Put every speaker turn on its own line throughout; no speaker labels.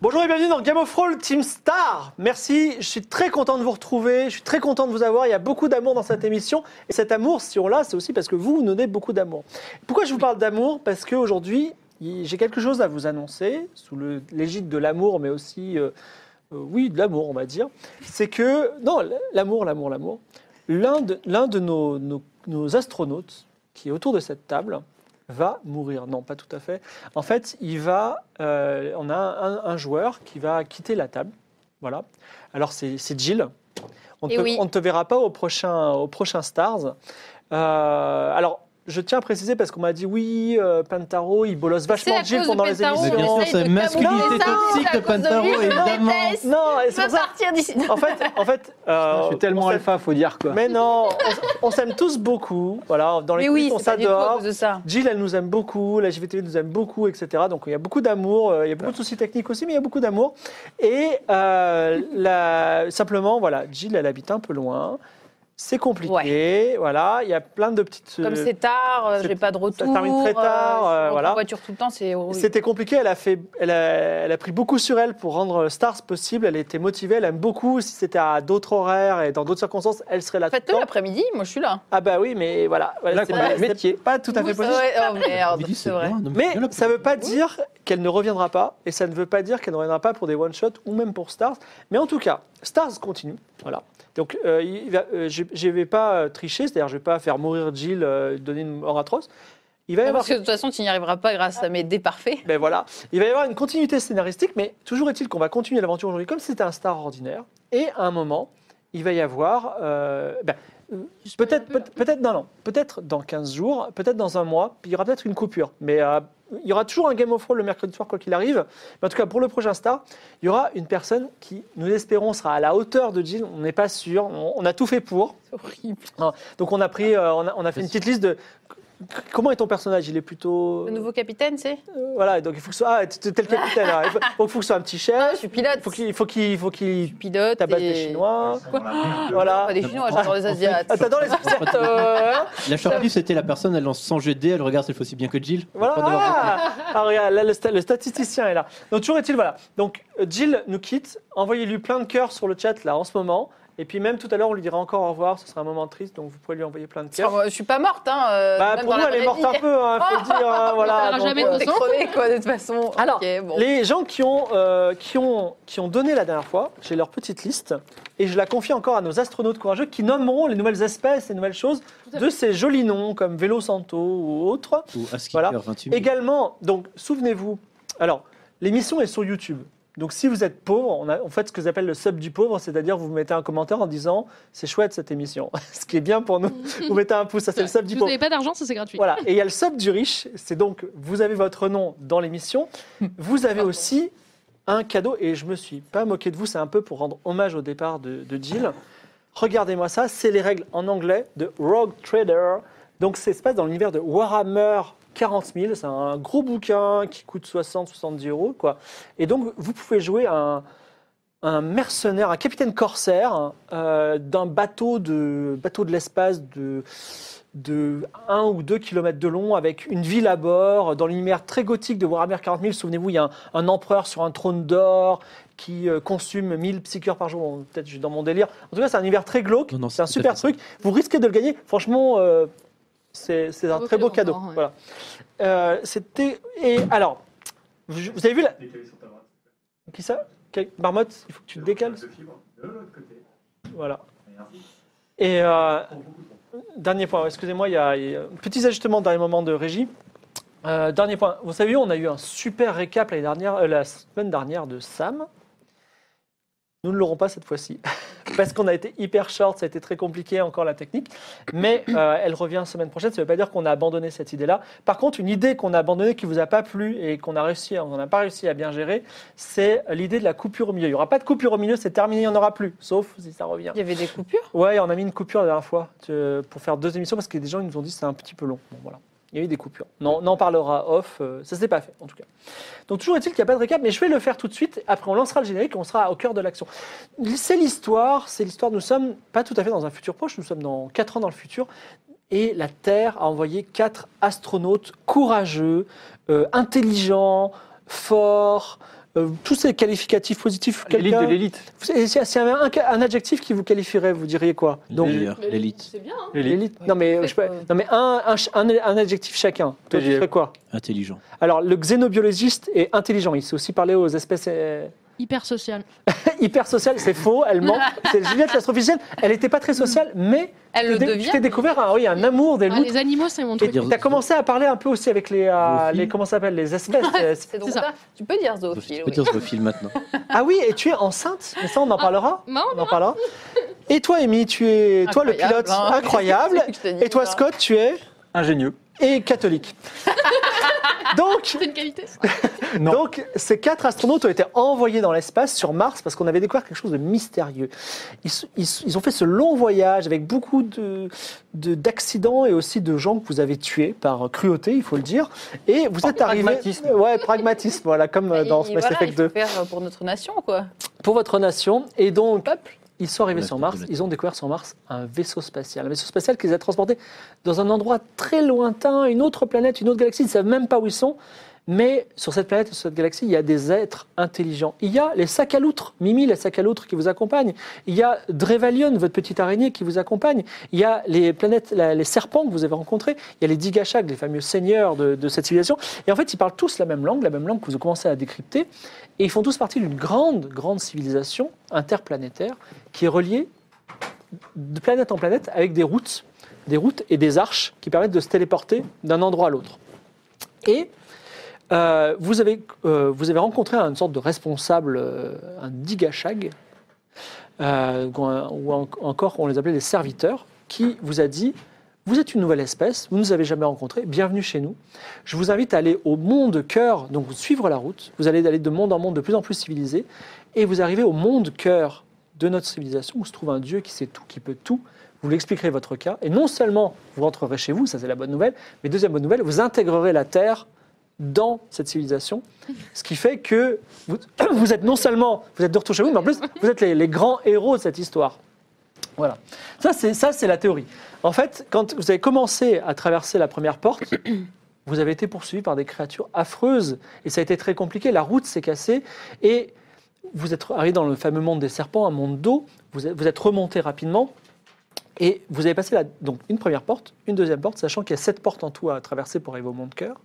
Bonjour et bienvenue dans Game of Thrones Team Star. Merci, je suis très content de vous retrouver, je suis très content de vous avoir. Il y a beaucoup d'amour dans cette émission. Et cet amour, si on l'a, c'est aussi parce que vous, vous donnez beaucoup d'amour. Pourquoi je vous parle d'amour Parce qu'aujourd'hui, j'ai quelque chose à vous annoncer, sous le- l'égide de l'amour, mais aussi, euh, euh, oui, de l'amour, on va dire. C'est que, non, l'amour, l'amour, l'amour. L'un de, l'un de nos, nos- nos astronautes qui est autour de cette table va mourir. Non, pas tout à fait. En fait, il va, euh, on a un, un joueur qui va quitter la table. Voilà. Alors, c'est c'est Jill. On ne
Eh
te,
oui.
on ne te verra pas au prochain, au prochain Stars. Euh, alors, je tiens à préciser parce qu'on m'a dit oui, euh, Pantaro, il bolosse
C'est
vachement
à
Jill
cause de
pendant les
Pentaro,
Mais bien
émissions.
sûr,
on essaye
c'est
de
masculinité
camoufler ça, c'est
toxique
à
de
cause
Pentaro,
lui, on
évidemment.
déteste.
Non, et
Je
c'est
veux
pour ça.
partir d'ici.
En fait, en fait, euh,
Je suis tellement
on s'aime-
alpha, faut dire quoi.
Mais non, on, on s'aime tous beaucoup. Voilà, dans les
Mais oui,
clips, on
c'est pas du tout à
s'adore.
cause de ça.
Jill, elle nous aime beaucoup, la JVTV nous aime beaucoup, etc. Donc il y a beaucoup d'amour, euh, il y a beaucoup de soucis techniques aussi, mais il y a beaucoup d'amour. Et euh, la- simplement, voilà, Jill, elle habite un peu loin, c'est compliqué, voilà, il y a plein de petites...
Comme c'est tard, euh,
c'est-
j'ai pas de retour.
termine très tard, euh,
je rentre
voilà.
En voiture tout le temps, c'est horrible.
C'était compliqué, elle a, fait, elle, a, elle a pris beaucoup sur elle pour rendre Stars possible, elle était motivée, elle aime beaucoup, si c'était à d'autres horaires et dans d'autres circonstances, elle serait là tout le
Faites-le
temps.
l'après-midi, moi je suis là.
Ah bah oui, mais voilà, voilà,
Là,
c'est
qu'on a
pas,
des
c'est
métiers.
pas tout à fait possible.
Ouais, oh merde, c'est vrai.
Mais ça ne veut pas dire qu'elle ne reviendra pas, et ça ne veut pas dire qu'elle ne reviendra pas pour des one-shots ou même pour Stars. Mais en tout cas, Stars continue. Voilà. Donc, euh, il va- euh, je ne vais pas euh, tricher, c'est-à-dire je ne vais pas faire mourir Jill, euh, donner une mort atroce. Il va y
Non,
avoir.
Parce que de toute façon, tu n'y arriveras pas grâce à mes dés parfaits.
Ben voilà, il va y avoir une continuité scénaristique, mais toujours est-il qu'on va continuer l'aventure aujourd'hui comme si c'était un star ordinaire. Et à un moment, il va y avoir euh, ben, Peut-être, peut- peut-être, non, non. peut-être dans 15 jours, peut-être dans un mois, puis il y aura peut-être une coupure. Mais euh, il y aura toujours un Game of Thrones le mercredi soir, quoi qu'il arrive. Mais en tout cas, pour le prochain Star, il y aura une personne qui, nous l'espérons, sera à la hauteur de Jill. On n'est pas sûr, on, on a tout fait pour.
C'est horrible.
Donc on a pris, euh, on, a, on a fait une petite liste de. Comment est ton personnage Il est plutôt.
Le nouveau capitaine, c'est
Euh, voilà, donc il faut que ce soit. Ah, t'es t'es le capitaine. hein. Il faut, donc, il faut que ce soit un petit
Ah, Je
chef.
suis pilote.
Faut qu'il, faut qu'il, faut qu'il
Pilote.
tabasse
et-
des Chinois.
Ah,
Voilà.
Pas des Chinois, j'adore les
en fait,
Asiates.
Ah, t'adores les
Euh,
La shortlist, c'était la personne, elle lance 100 GD, elle regarde si elle fait aussi bien que Jill.
Voilà,
Pas de voir-
ah, Ah, regarde, là, le, sta- le statisticien est là. Donc toujours est-il, voilà. Donc euh, Jill nous quitte. Envoyez-lui plein de cœurs sur le chat là en ce moment. Et puis même tout à l'heure, on lui dira encore au revoir. Ce sera un moment triste, donc vous pouvez lui envoyer plein de
enfin,
cœurs.
moi, Je suis pas morte, hein. euh,
Bah,
même
pour
dans
nous,
la
elle est
vraie
morte
vie.
un peu, hein, faut le dire. hein, voilà.
verra
Donc,
jamais
euh,
de
T'es crevée, quoi, de toute façon.
Alors,
Ok, bon.
les gens qui ont, euh, qui, ont, qui ont donné la dernière fois, j'ai leur petite liste, et je la confie encore à nos astronautes courageux qui nommeront les nouvelles espèces, les nouvelles choses
Tout à
de ces jolis noms comme Vélo Santo ou autres.
Ou à Skipper,
Voilà.
28 000.
Également, donc souvenez-vous, alors l'émission est sur YouTube. Donc si vous êtes pauvre, on, a, on fait ce que j'appelle le sub du pauvre, c'est-à-dire vous mettez un commentaire en disant c'est chouette cette émission, ce qui est bien pour nous. vous mettez un pouce, ça c'est le sub
Si
du
Mm. vous
pauvre.
n'avez pas d'argent, ça c'est gratuit.
Voilà, et il y a le sub du riche, c'est donc vous avez votre nom dans l'émission, vous avez aussi un cadeau, et je me suis pas moqué de vous, c'est un peu pour rendre hommage au départ de, de Jill. Regardez-moi ça, c'est les règles en anglais de Rogue Trader. Donc ça se passe dans l'univers de Warhammer 40 000, c'est un gros bouquin qui coûte 60-70 euros. Quoi. Et donc vous pouvez jouer un, un mercenaire, un capitaine corsaire euh, d'un bateau de, bateau de l'espace de, de 1 ou 2 km de long avec une ville à bord, dans l'univers très gothique de Warhammer 40 000. Souvenez-vous, il y a un, un empereur sur un trône d'or qui euh, consomme 1000 psycheurs par jour. Bon, Peut-être je suis dans mon délire. En tout cas, c'est un univers très glauque.
Non, non,
C'est un
c'est
super
peut-être ça.
truc. Vous risquez de le gagner. Franchement, euh, c'est c'est un
vaut
très
que
beau
le
cadeau.
retour, ouais.
Voilà. Euh, C'était. Et alors, vous vous avez vu la. Qui ça Quel- Marmotte, il faut que tu te décales. Voilà. Et euh, dernier point, excusez-moi, il y a il y a un petit ajustement dans les moments de régie. Euh, dernier point, vous savez, on a eu un super récap l'année dernière, euh, la semaine dernière de Sam. Nous ne l'aurons pas cette fois-ci parce qu'on a été hyper short, ça a été très compliqué encore la technique. Mais euh, elle revient semaine prochaine. Ça ne veut pas dire qu'on a abandonné cette idée-là. Par contre, une idée qu'on a abandonnée, qui vous a pas plu et qu'on a réussi, à- on n'a pas réussi à bien gérer, c'est l'idée de la coupure au milieu. Il n'y aura pas de coupure au milieu, c'est terminé, il n'y en aura plus, sauf si ça revient.
Il y avait des coupures
Ouais, on a mis une coupure la dernière fois euh, pour faire deux émissions parce que des gens ils nous ont dit que c'est un petit peu long. Bon, voilà. Il y a eu des coupures. Non, on en parlera off. euh, ça s'est pas fait en tout cas. Donc toujours est-il qu'il n'y a pas de récap, mais je vais le faire tout de suite. Après, on lancera le générique, et on sera au cœur de l'action. C'est l'histoire, c'est l'histoire. Nous sommes pas tout à fait dans un futur proche. Nous sommes dans quatre ans dans le futur. Et la Terre a envoyé quatre astronautes courageux, euh, intelligents, forts, euh, tous ces qualificatifs positifs.
L'élite de
quelqu'un-
l'élite.
Et si- S'il y avait un, un adjectif qui vous qualifierait, vous diriez quoi Donc,
Les- D'ailleurs, l'élite.
C'est bien, hein.
L'élite.
l'élite. Non, mais, je peux- non, mais un, un ch- un- un adjectif chacun. Toi, tu
TGM.
ferais quoi
Intelligent.
Alors, le xénobiologiste est intelligent. Il sait aussi parler aux espèces euh,
Hyper social.
hyper sociales. C'est faux, elle ment. C'est Juliette, l'astrophysicienne. Elle n'était pas très sociale, mais
Elle le
tu t'es-
devient.
tu t'es découvert un, oui, un amour des
Ah,
loutres.
les animaux, c'est mon
Et
truc.
dire-
tu as commencé à parler un peu aussi avec les, euh,
Zoophiles.
les comment ça s'appelle les espèces. euh,
C'est donc
C'est ça.
ça. Tu peux dire
Je
zoophile.
peux
oui.
dire ce film maintenant.
ah oui, et tu es enceinte. Mais ça, on en parlera.
Non,
On en parlera. Et toi, Amy, tu es toi le
Incroyable,
pilote
hein.
incroyable.
C'est que je te dis, hein.
Et toi,
ça.
Scott, tu es
Ingénieux.
et catholique. Donc,
c'est une qualité. ça.
Non.
Donc, ces quatre astronautes ont été envoyés dans l'espace sur Mars parce qu'on avait découvert quelque chose de mystérieux. Ils, se- ils se- ils ont fait ce long voyage avec beaucoup de- de- d'accidents et aussi de gens que vous avez tués par cruauté, il faut le dire. Et vous
Par
êtes arrivés.
pragmatisme.
Ouais, pragmatisme, voilà, comme euh,
Et
dans Mass
voilà,
Effect
il faut
2.
faire pour notre nation, quoi.
Pour votre nation. Et donc,
Peuple.
ils sont arrivés
Voilà,
sur
tout
Mars,
à fait.
ils ont découvert sur Mars un vaisseau spatial. Un vaisseau spatial qui les a transportés dans un endroit très lointain, une autre planète, une autre galaxie, ils ne savent même pas où ils sont. Mais sur cette planète, sur cette galaxie, il y a des êtres intelligents. Il y a les sacs à loutres, Mimi, les sacs à loutres qui vous accompagnent. Il y a Drevalion, votre petite araignée qui vous accompagne. Il y a les planètes, la- les serpents que vous avez rencontrés. Il y a les Digashag, les fameux seigneurs de, de cette civilisation. Et en fait, ils parlent tous la même langue, la même langue que vous commencez à décrypter. Et ils font tous partie d'une grande, grande civilisation interplanétaire qui est reliée de planète en planète avec des routes, des routes et des arches qui permettent de se téléporter d'un endroit à l'autre. Et euh, vous, avez, euh, vous avez rencontré une sorte de responsable, euh, un digashag, euh, ou, un- ou en- encore on les appelait les serviteurs, qui vous a dit Vous êtes une nouvelle espèce, vous ne nous avez jamais rencontrés, bienvenue chez nous. Je vous invite à aller au monde cœur, donc suivre la route. Vous allez aller de monde en monde de plus en plus civilisé, et vous arrivez au monde cœur de notre civilisation où se trouve un Dieu qui sait tout, qui peut tout. Vous lui expliquerez votre cas, et non seulement vous rentrerez chez vous, ça c'est la bonne nouvelle, mais deuxième bonne nouvelle, vous intégrerez la Terre dans cette civilisation, ce qui fait que vous, vous êtes non seulement vous êtes de retour chez vous, mais en plus vous êtes les, les grands héros de cette histoire. Voilà. Ça c'est ça c'est la théorie. En fait, quand vous avez commencé à traverser la première porte, vous avez été poursuivi par des créatures affreuses et ça a été très compliqué. La route s'est cassée et vous êtes arrivé dans le fameux monde des serpents, un monde d'eau. Vous êtes, vous êtes remonté rapidement et vous avez passé la- donc une première porte, une deuxième porte, sachant qu'il y a sept portes en tout à traverser pour arriver au monde cœur.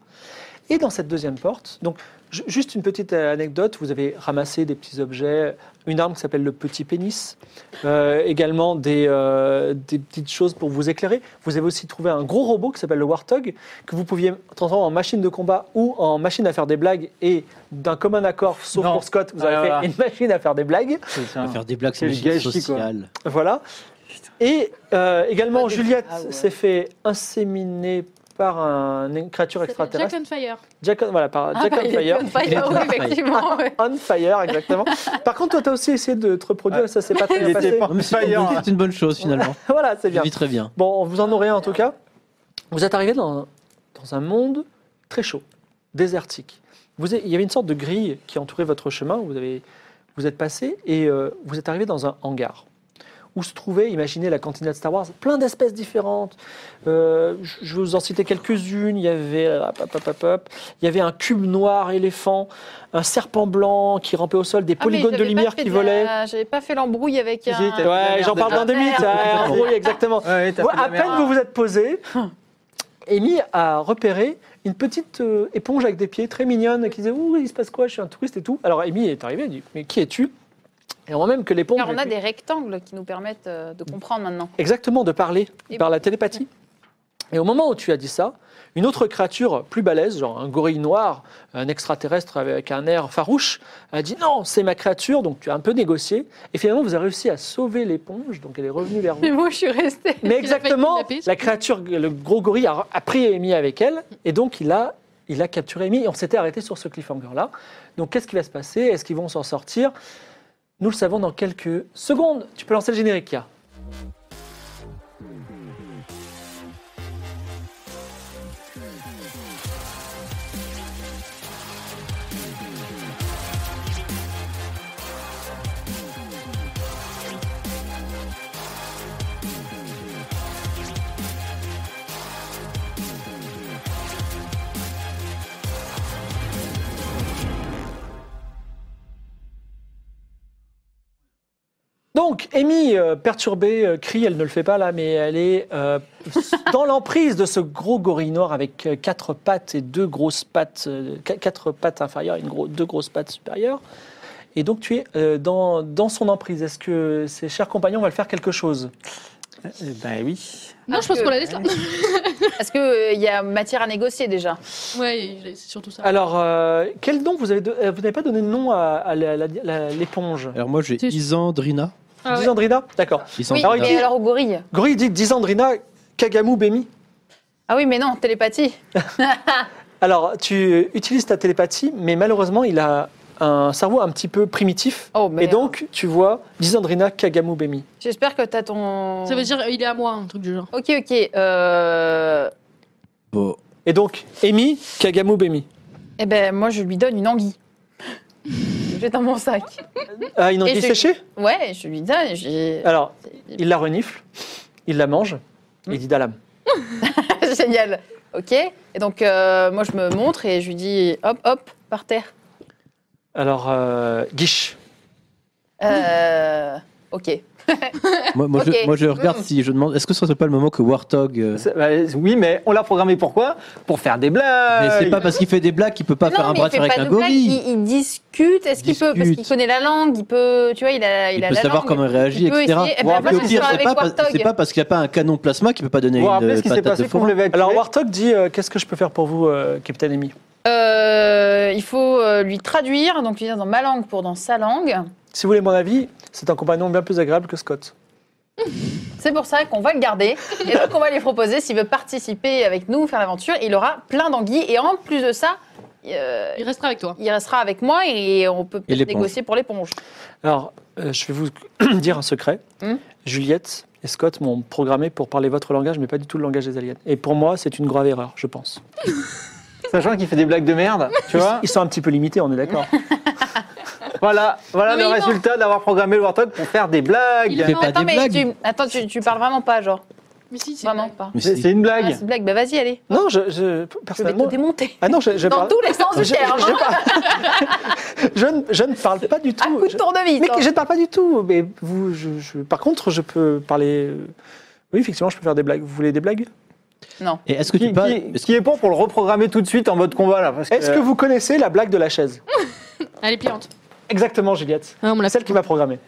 Et dans cette deuxième porte, donc ju- juste une petite euh, anecdote, vous avez ramassé des petits objets, une arme qui s'appelle le petit pénis, euh, également des, euh, des petites choses pour vous éclairer. Vous avez aussi trouvé un gros robot qui s'appelle le Warthog, que vous pouviez transformer en machine de combat ou en machine à faire des blagues. Et d'un commun accord, sauf
Non.
pour Scott, vous avez
Ah.
fait une machine à faire des blagues.
C'est
On
un-
va faire des blagues sur
Quel
les
gâchis, quoi.
sociales.
Voilà. Et euh, également,
Ah, des-
Juliette
ah ouais.
s'est fait inséminer par un- une créature
Ça s'appelle Jack
extraterrestre.
on Fire.
Jack, on- voilà, par Jack
Ah, bah,
on
il est
Fire. Ah.
on fire, oui, effectivement. ouais.
On fire, exactement. Par contre, toi, t'as aussi essayé de te reproduire, et ça s'est pas très
Il
bien
était
passé.
Ah. pas-
Non, mais C'est une,
Fire.
bonne- c'est une bonne chose finalement.
Voilà, Oh, hein. c'est bien.
Je vis très bien.
Bon, vous en aurez un en
Ah,
tout cas. Vous êtes arrivé dans, un- dans un monde très chaud, désertique. Vous avez- il y avait une sorte de grille qui entourait votre chemin. Vous, avez, vous êtes passé et euh, vous êtes arrivé dans un hangar où se trouvait, imaginez la cantina de Star Wars, plein d'espèces différentes. Euh, je je vais vous en citer quelques-unes. Il y avait, euh, hop, hop, hop, hop, hop. il y avait un cube noir éléphant, un serpent blanc qui rampait au sol, des
Ah, mais
polygones de
j'avais pas
lumière
fait
qui
de la-
volaient.
J'avais pas fait l'embrouille avec
Si,
un.
t'as-
Ouais, j'en parle dans deux minutes.
déjà.
ouais, en gros, exactement.
Ouais, t'as
Ouais,
fait de la
à
merde.
peine vous vous êtes posé,
Hein.
Amy a repéré une petite euh, éponge avec des pieds très mignonne qui disait Ouh, il se passe quoi Je suis un touriste et tout. Alors Amy est arrivée, elle dit Mais qui es-tu Et on voit même que l'éponge.
Car on a des rectangles qui nous permettent euh, de comprendre maintenant.
Exactement, de parler
Et-
par la télépathie. Et au moment où tu as dit ça, une autre créature plus balèze, genre un gorille noir, un extraterrestre avec un air farouche, a dit non, c'est ma créature, donc tu as un peu négocié. Et finalement, vous avez réussi à sauver l'éponge, donc elle est revenue vers vous.
Mais moi, je suis restée.
Mais
Il a failli
exactement,
kidnapper,
la créature, le gros gorille a, a pris Amy avec elle, et donc il a, il a capturé Amy, et on s'était arrêté sur ce cliffhanger-là. Donc qu'est-ce qui va se passer Est-ce qu'ils vont s'en sortir Nous le savons dans quelques secondes. Tu peux lancer le générique, Kia. Donc, Amy, euh, perturbée, euh, crie, elle ne le fait pas là, mais elle est euh, dans l'emprise de ce gros gorille noir avec euh, quatre pattes et deux grosses pattes, euh, qu- quatre pattes inférieures et une gro- deux grosses pattes supérieures. Et donc, tu es euh, dans, dans son emprise. Est-ce que ses chers compagnons vont le faire quelque chose euh,
Eh
bah
ben oui.
Non, je pense
que-
qu'on la laisse là.
Est-ce qu'il y a matière à négocier déjà
ouais, c'est surtout ça.
Alors, euh, quel nom vous avez don- euh, Vous n'avez pas donné de nom à, à la- la- la- l'éponge
Alors moi, j'ai
Tu-
Isandrina.
Ah ouais.
Disandrina D'accord.
Oui,
Alors,
mais
il-
alors au gorille
Gorille dit Disandrina, Kagamu, Bemi.
Ah oui, mais non, télépathie.
Alors, tu utilises ta télépathie, mais malheureusement, il a un cerveau un petit peu primitif.
Oh, mais
Et donc, tu vois Disandrina Kagamu Bemi.
J'espère que t'as ton...
Ça veut dire euh, il est à moi, un truc du genre.
Ok, ok. Euh...
Bon.
Et donc, Amy Kagamu Bemi.
Eh ben, moi, je lui donne une anguille. J'ai dans mon sac.
Ah, une anguille
je-
séchée
Ouais, je lui donne. j'ai-
Alors, il la renifle, il la mange, et il dit Dalam.
Génial. Ok. Et donc, euh, moi, je me montre et je lui dis hop, hop, par terre.
Alors, euh, Guiche.
Euh, ok.
Moi, moi,
Ok.
je, moi, je regarde
Mm.
si je demande. Est-ce que ce serait pas le moment que Warthog euh,
C'est- bah, oui, mais on l'a programmé pourquoi Pour faire des
Mais
blagues.
c'est pas parce qu'il fait des blagues qu'il peut pas
Non,
faire un
Euh, mais
bras
il
de
fait
fer avec
pas
un
de blague,
gorille.
Il, il discute. Est-ce qu'il peut Parce
discute.
qu'il connaît la langue. Il peut. Tu vois, il a, il
Il
a
peut
la
savoir
langue.
comment il réagit,
Il peut
etc.
essayer- eh ben,
Ou
moi,
après,
je
au
serai
pire, c'est
avec
pas, parce-
Warthog.
c'est pas parce qu'il n'y a pas un canon plasma qu'il peut pas donner
Vous vous
une
rappelez ce
euh,
qui s'est
patate de
passé quand vous
forain.
l'avez
Alors,
tué
Warthog dit euh, Qu'est-ce que je peux faire pour vous, euh, Capitaine Amy
Euh, il faut euh, lui traduire. Donc, lui dire dans ma langue pour dans sa langue.
Si vous voulez mon avis, c'est un compagnon bien plus agréable que Scott.
C'est pour ça qu'on va le garder. Et donc, on va lui proposer, s'il veut participer avec nous, faire l'aventure, il aura plein d'anguilles. Et en plus de ça, euh,
Il restera avec toi.
il restera avec moi et on peut peut-être
l'éponge.
négocier pour l'éponge.
Alors, euh, je vais vous dire un secret.
Hmm.
Juliette et Scott m'ont programmé pour parler votre langage, mais pas du tout le langage des aliens. Et pour moi, c'est une grave erreur, je pense.
Sachant qu'il fait des blagues de merde, tu vois
Ils sont un petit peu limités, on est d'accord.
Voilà, voilà
Non, mais
le
il ment.
résultat d'avoir programmé le Warthog pour faire des
Il
blagues.
fait
fait pas
Ah,
Attends,
des
mais
blagues.
tu, attends, tu, tu parles vraiment pas, genre.
Mais si, c'est
Vraiment pas.
Mais
C'est
si.
c'est une
Ah,
blague.
c'est une blague, bah vas-y, allez.
non, je, je-
Je vais te
personnellement.
démonter.
Ah non, je, je
Dans
parle-
tous les sens
je,
du terme.
je
hein.
parle- je ne, je ne parle pas du
À
tout.
coup de
Je-
tournevis.
mais
hein.
je ne parle pas du tout. Mais vous, je- je- par contre, je peux parler. euh, Oui, effectivement, je peux faire des blagues. Vous voulez des blagues
Et est-ce que
Qui,
tu parles
qui- qui est pour pour le reprogrammer tout de suite en mode combat là parce
Est-ce que vous connaissez la blague de la chaise
Elle est pliante.
Exactement, Juliette.
Ah, on me l'a
Celle qui m'a programmé.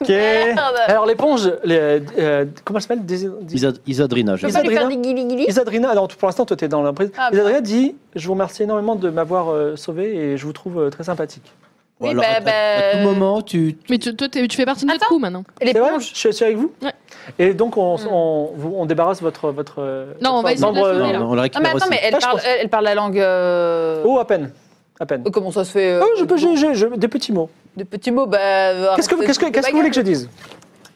Ok.
Merde.
Alors l'éponge, les- euh, comment elle s'appelle Dés- Dés-
Isa- Isadrina,
Je
je
peux pas lui faire
Isadrina.
des guili-guili.
Isadrina, alors pour l'instant toi t'es dans l'emprise.
Ah, bah.
Isadrina dit, je vous remercie énormément de m'avoir euh, sauvé et je vous trouve euh, très sympathique.
Oui,
Alors,
bah,
à- à, à
bah,
tout moment, tu.
Mais tu, toi, t'es- tu fais partie de notre
Attends.
crew maintenant.
C'est vrai
L'éponge.
Je suis- je suis avec vous
Ouais. Mm.
Et donc on,
Hmm.
on- vous- on débarrasse votre... votre euh,
Non, on
votre
va essayer de la
membre,
sauver,
euh,
Non,
là.
non, on la
Non,
récupère
mais attends,
aussi.
mais elle
Ah, je
parle,
pense-
elle, elle parle la langue. euh,
Oh, à peine. À peine.
Euh, Comment ça se fait euh,
Oh, je peux, je- je- je- des petits mots.
De petits mots, bah.
Ah,
Qu'est-ce que, vous-
arrête
qu'est-ce que-
de- de
qu'est-ce que vous voulez que je dise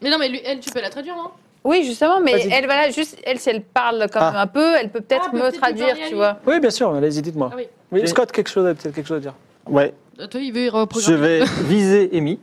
Mais non, mais lui, elle, tu peux la traduire, hein. non
Oui, justement, mais
Vas-y.
elle, voilà, juste, elle, si elle parle quand même
Ah.
un peu, elle peut peut-être
Ah,
me
peut-être lui
traduire,
parler à
tu
lui.
vois.
Oui, bien sûr, allez-y, dites-moi.
Ah oui.
Oui,
J'ai-
Scott, quelque chose, à- peut-être quelque chose à dire.
Ouais,
Euh, Toi, il veut
je
reprogrammer.
vais viser Amy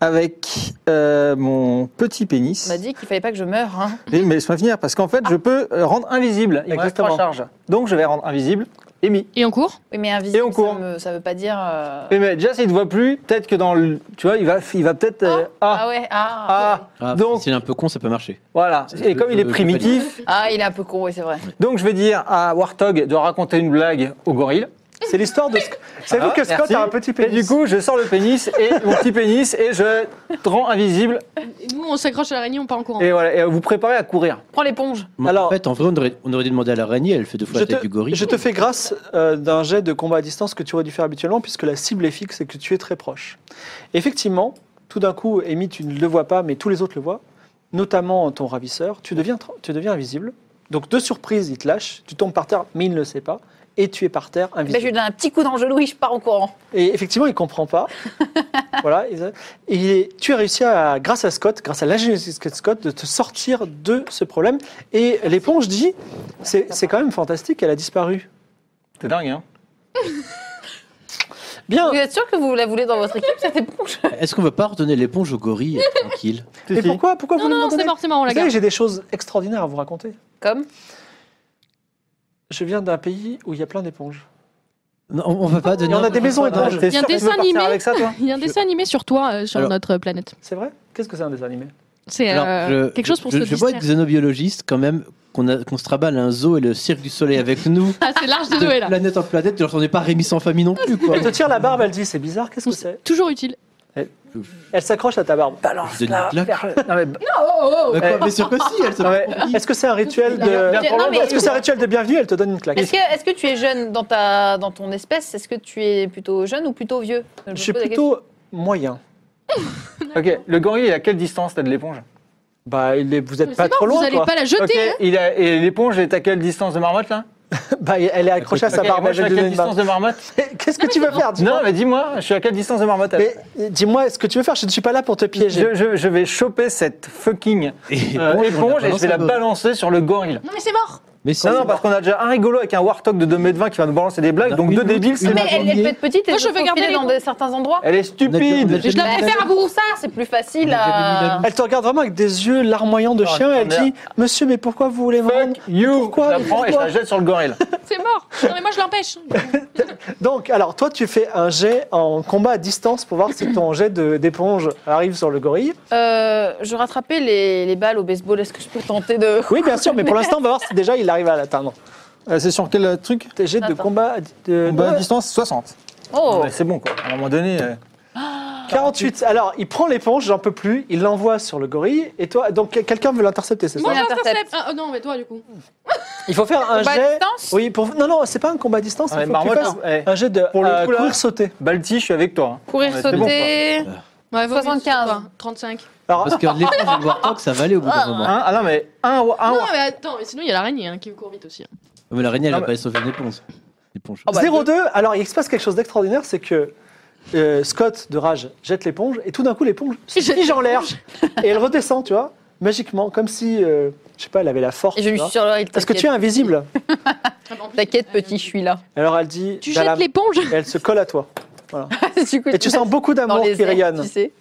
avec euh, mon petit pénis.
On m'a dit qu'il fallait pas que je meure. Hein.
Oui, mais laisse-moi finir, parce qu'en fait, je peux euh, rendre invisible. Il me reste
Exactement.
trois charges. Donc, je vais rendre invisible Amy.
Et en cours
Oui, mais invisible,
Et on court.
ça, me- ça veut pas dire. euh,
Oui, mais déjà, s'il ne te voit plus, peut-être que dans le. Tu vois, il va, il va peut-être. euh,
Ah,
ah,
ouais, ah.
ah,
Ah,
Donc-
S'il est un peu con, ça peut marcher.
voilà. Et comme il est primitif,
Ah, il est un peu con, oui, c'est vrai.
donc je vais dire à Warthog de raconter une blague au gorille.
C'est l'histoire de... Sc- Savez-vous
Ah,
que Scott
merci.
a un petit
Et
pénis
du coup, je sors le pénis, et mon petit pénis, et je te rends invisible.
Et Nous, on s'accroche à l'araignée, on part en courant.
Et voilà, et euh, vous préparez à courir.
Prends l'éponge.
Mais
Alors-
en fait, en vrai, on aurait, on aurait dû demander à l'araignée, elle fait deux
Je
fois la tête
te-
du gorille.
Je te fais grâce euh, d'un jet de combat à distance que tu aurais dû faire habituellement, puisque la cible est fixe et que tu es très proche. Effectivement, tout d'un coup, Amy, tu ne le vois pas, mais tous les autres le voient, notamment ton ravisseur. Tu deviens, tra- tu deviens invisible. Donc, de surprise, il te lâche, tu tombes par terre, mais il ne le sait pas, et tu es par terre,
Ben, je lui
invisible.
donne un petit coup dans le genou et je pars en courant.
Et effectivement, il ne comprend pas. voilà. il- Et il est- tu as réussi, à, grâce à Scott, grâce à l'ingéniosité de Scott, de te sortir de ce problème. Et l'éponge dit c'est c'est quand même fantastique, elle a disparu.
C'est dingue, hein
Bien. Ah.
Vous êtes sûr que vous la voulez dans votre équipe, cette éponge
Est-ce qu'on veut pas redonner l'éponge au gorille euh, Tranquille.
Mais pourquoi, pourquoi
Non,
vous
non,
me
non, c'est
demandez
mort, c'est mort, on
Vous
la
savez,
garde.
j'ai des choses extraordinaires à vous raconter.
Comme
Je viens d'un pays où il y a plein d'éponges.
Non, on on va pas donner.
Ah, on a des maisons
Ah,
étranges.
Il y a
Sûr
un
que tu veux
dessin
partir
animé.
avec ça, toi
Il y a un dessin animé sur toi, euh, sur
Alors-
notre planète.
C'est vrai Qu'est-ce que c'est un dessin animé
C'est
Alors,
euh,
je-
quelque chose pour
je,
se
Je vois
distraire.
être xénobiologiste quand même qu'on a- qu'on se traballe un zoo et le cirque du soleil avec nous.
Ah, c'est large de
de
Noël, là.
planète en planète, genre on n'est pas Rémi sans famille non plus quoi.
Elle te tire la barbe, elle dit c'est bizarre, qu'est-ce que c'est
Toujours utile.
Elle s'accroche à ta barbe. Balance
Je donne une claque.
Non, mais-
oh,
Eh.
Bah, quoi, mais sûr que si, elle se
non, mais
prend-
Est-ce que c'est un rituel de.
Non, mais-
Est-ce que c'est un rituel de bienvenue Elle te donne une claque.
Est-ce que, est-ce que tu es jeune dans, ta, dans ton espèce Est-ce que tu es plutôt jeune ou plutôt vieux me
Je suis
pose la
plutôt moyen.
Ok, le gorille, il est à quelle distance là, de l'éponge
Bah, il est- vous êtes
Mais
pas
c'est bon,
trop
Vous
loin,
allez
quoi.
pas la jeter.
Ok,
hein.
il est à- et l'éponge est à quelle distance de marmotte là
Bah, elle est accrochée à sa
Ok, et
barbe.
moi, je suis
elle
à
lui
quelle
donne une barbe.
distance de marmotte
Qu'est-ce que tu veux faire
Non,
dis-moi
mais dis-moi, je suis à quelle distance de marmotte elle
Mais euh, dis-moi, ce que tu veux faire, je ne suis pas là pour te piéger.
je, je- je vais choper cette fucking
Et
euh,
bon, on
éponge et je
balance
vais la
un peu.
balancer sur le gorille.
Non, mais c'est mort.
Mais si,
Non, non, parce qu'on a déjà un rigolo avec un warthog de 2m20 qui va nous balancer des blagues,
Non,
donc
une
deux
loutre,
débiles,
une
c'est
question.
ma
Mais elle, elle peut être petite et Moi,
Moi, je
je
veux garder les
dans
gros.
de- certains endroits.
Elle est stupide
Je la
Bah,
préfère à Bouroussa.
Ça, c'est plus facile
a déjà mis la
à.
loupe.
Elle te regarde vraiment avec des yeux larmoyants de
Oh,
chien et elle
merde.
dit Monsieur, mais pourquoi vous voulez me rendre
Fuck you
Pourquoi
Je la prends et je la
Pourquoi
jette sur le gorille.
C'est mort. Non, mais moi, je l'empêche.
Donc, alors, toi, tu fais un jet en combat à distance pour voir si ton jet de- d'éponge arrive sur le gorille.
Euh, je rattrapais les, les balles au baseball. Est-ce que je peux tenter de.
Oui, bien sûr, mais pour l'instant, on va voir si déjà il arrive à l'atteindre.
Euh, c'est sur quel truc
Tes jets de
Attends.
combat à di- de-
Bonne
de-
distance 60.
Oh
Ouais, c'est bon quoi, à un moment donné. euh,
48. Alors, il prend l'éponge, j'en peux plus, il l'envoie sur le gorille. Et toi, donc, quel- quelqu'un veut l'intercepter, c'est ça
Moi,
ça.
j'intercepte. Ah, oh non, mais toi, du coup.
Il faut faire un
Combat à
jet.
Bah, distance
Oui, pour... non, non, c'est pas un combat à distance,
ouais,
il faut que tu
marmotte,
fasses
eh,
un jet de
Pour le
euh,
coup, là.
courir sauter.
Balti, je suis avec toi. hein.
Courir,
Ouais, c'est bon,
sauter. Ouais, vaut mieux
75.
sauter, quoi. 35.
Alors,
parce que l'éponge et le warthog, ça va aller au bout d'un moment.
Hein ah non, mais un, wa- un
Non,
wa-
mais attends, mais sinon, il y a l'araignée hein, qui court vite aussi.
Mais l'araignée, elle
Non,
va
mais- Ah,
pas aller sauver une éponge. L'éponge.
Oh, bah,
0-2, alors il se passe quelque chose d'extraordinaire, c'est que euh, Scott, de rage, jette l'éponge, et tout d'un coup l'éponge se
Jette
fige en l'air, et elle redescend, tu vois, magiquement, comme si, euh, je sais pas, elle avait la force.
Et je
tu
lui
vois.
suis sur l'oreille.
Est-ce que tu es
t'inquiète.
invisible
Ah, bah, en plus,
T'inquiète,
euh,
petit, je suis là.
Alors elle dit,
Tu
Dalam,
jettes l'éponge
et elle se colle à toi.
Du coup,
Et tu
vas
sens beaucoup
dans
d'amour
les
qui
airs,
rayonne.
tu sais.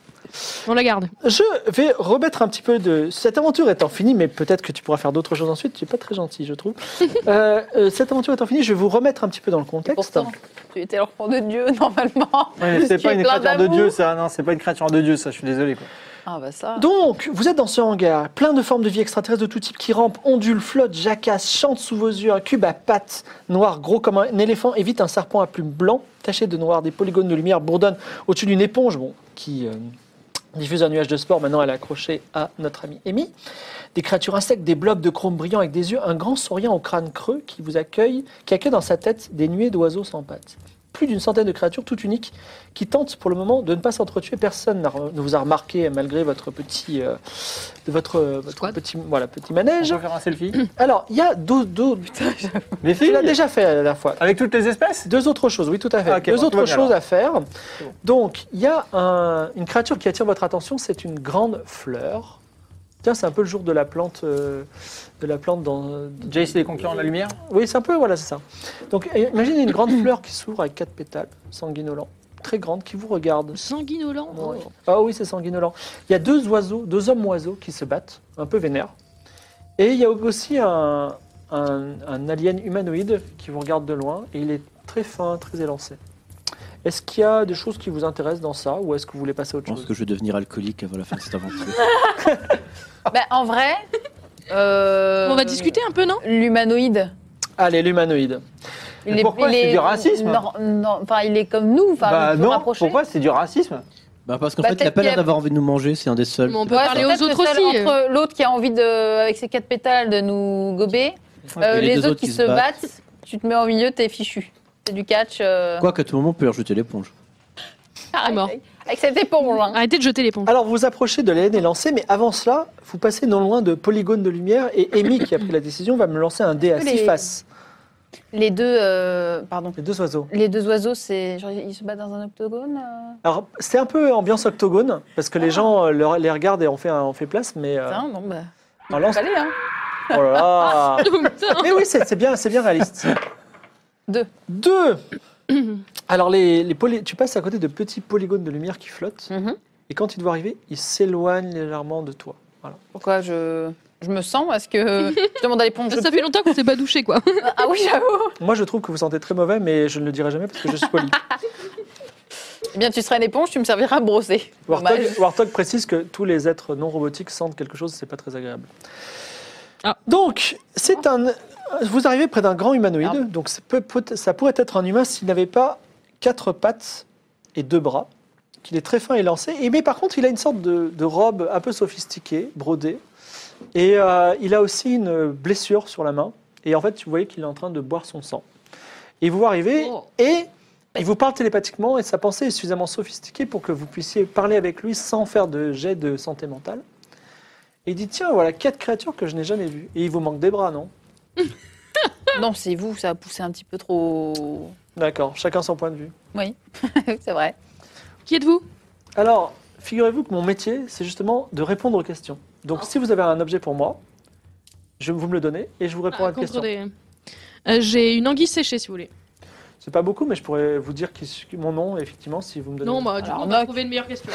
On la garde.
Je vais remettre un petit peu de. Cette aventure étant finie, mais peut-être que tu pourras faire d'autres choses ensuite, tu es pas très gentil, je trouve. Euh, euh, cette aventure étant finie, je vais vous remettre un petit peu dans le contexte.
Pourtant, tu étais l'enfant de Dieu, normalement.
Ouais, mais c'est
Tu
pas
es
une
plein
créature de
d'amour.
dieu ça, non, c'est pas une créature de dieu ça, je suis désolé quoi.
Ah, bah ça.
Donc, vous êtes dans ce hangar, plein de formes de vie extraterrestres de tout type qui rampent, ondulent, flottent, jacassent, chantent sous vos yeux. Un cube à pattes noires, gros comme un éléphant, évite un serpent à plumes blanc, taché de noir. Des polygones de lumière bourdonnent au-dessus d'une éponge bon, qui euh, diffuse un nuage de sport. Maintenant, elle est accrochée à notre amie Amy. Des créatures insectes, des blocs de chrome brillants avec des yeux, un grand souriant au crâne creux qui vous accueille, qui accueille dans sa tête des nuées d'oiseaux sans pattes. Plus d'une centaine de créatures toutes uniques qui tentent pour le moment de ne pas s'entretuer. Personne n'a re- ne vous a remarqué malgré votre petit, euh, votre, euh, votre
Squad.
petit, voilà, petit
Je
manège.
vais faire un selfie.
Alors, il y a deux, deux-
Les
tu
filles,
l'as déjà fait la dernière fois.
avec toutes les espèces
Deux autres choses, oui, tout à fait.
Ah, ok,
Deux
bon, tout
autres
va bien,
choses
alors.
à faire.
C'est bon.
Donc, il y a un- une créature qui attire votre attention, c'est une grande fleur. Tiens, c'est un peu le jour de la plante, euh, de la plante dans. euh, de-
Jace et les concurrents de la lumière
Oui, c'est un peu, voilà, c'est ça. Donc, imaginez une grande fleur qui s'ouvre avec quatre pétales, sanguinolents, très grande, qui vous regarde.
Sanguinolent.
Ouais. Ah oui, c'est sanguinolent. Il y a deux oiseaux, deux hommes oiseaux qui se battent, un peu vénères. Et il y a aussi un, un, un alien humanoïde qui vous regarde de loin et il est très fin, très élancé. Est-ce qu'il y a des choses qui vous intéressent dans ça ou est-ce que vous voulez passer à autre
Je pense
chose
que je vais devenir alcoolique avant la fin de cette aventure.
Bah, en vrai. euh,
On va discuter un peu, non
L'humanoïde.
Allez, l'humanoïde.
Il
Mais pourquoi c'est du racisme
non, non, enfin, il est comme nous. Enfin,
Bah
il faut
non,
rapprocher.
pourquoi c'est du racisme
Bah, parce qu'en
Bah,
fait, il a
peut-être
pas
qu'il y
l'air
a-
d'avoir envie de nous manger, c'est un des seuls.
Mais on
C'est
peut
pas
parler
ça.
aux
Peut-être le
autres
seul
aussi.
Entre l'autre qui a envie de, avec ses quatre pétales, de nous gober, euh,
Et
les, autres, qui se battent, tu te mets au milieu, t'es fichu. C'est du catch. euh,
Quoi qu'à tout moment, on peut leur jeter l'éponge.
Ah, mort.
Avec cette éponge. hein.
Arrêtez de jeter l'éponge.
Alors, vous vous approchez de l'alien élancé, mais avant cela, vous passez non loin de polygones de lumière et Amy, qui a pris la décision, va me lancer un dé à
Est-ce que
six
les-
faces.
Les deux, euh, pardon.
Les deux oiseaux.
Les deux oiseaux, c'est genre, ils se battent dans un octogone. euh,
Alors, c'est un peu ambiance octogone, parce que les gens euh, leur- les regardent et on fait, un- on fait place, mais... euh,
putain, bon bah,
on lance-
faut aller, hein.
Oh là là
Putain.
Mais oui, c'est c'est bien, c'est bien réaliste.
Deux.
Deux Alors, les, les poly- tu passes à côté de petits polygones de lumière qui flottent,
Mhm.
et quand ils doivent arriver, ils s'éloignent légèrement de toi. Voilà.
Pourquoi je Je me sens parce que je demande à l'éponge.
Ça fait longtemps qu'on s'est pas douché, quoi.
Ah oui, j'avoue.
Moi, je trouve que vous sentez très mauvais, mais je ne le dirai jamais parce que je suis poli.
Eh bien, tu seras une éponge, tu me serviras à brosser. bah,
Warthog,
Dommage.
Warthog précise que tous les êtres non robotiques sentent quelque chose, c'est pas très agréable.
Ah.
Donc, c'est un. Vous arrivez près d'un grand humanoïde,
Ah.
donc ça, peut- peut- ça pourrait être un humain s'il n'avait pas quatre pattes et deux bras, qu'il est très fin et lancé, et, mais par contre, il a une sorte de, de robe un peu sophistiquée, brodée, et euh, il a aussi une blessure sur la main, et en fait, vous voyez qu'il est en train de boire son sang. Et vous arrivez,
Oh.
et il vous parle télépathiquement et sa pensée est suffisamment sophistiquée pour que vous puissiez parler avec lui sans faire de jet de santé mentale. Et il dit Tiens, voilà quatre créatures que je n'ai jamais vues. Et il vous manque des bras, non
Non, c'est vous, ça a poussé un petit peu trop.
D'accord, chacun son point de vue.
Oui, c'est vrai.
Qui êtes-vous
Alors, figurez-vous que mon métier, c'est justement de répondre aux questions. Donc,
Ah.
si vous avez un objet pour moi, je vous me le donnez et je vous réponds à
Ah,
la
contre
question.
des- Euh, J'ai une anguille séchée, si vous voulez.
C'est pas beaucoup, mais je pourrais vous dire qui- mon nom, effectivement, si vous me donnez.
Non, bah, du
Alors,
coup, on va
Noc.
trouver une meilleure question.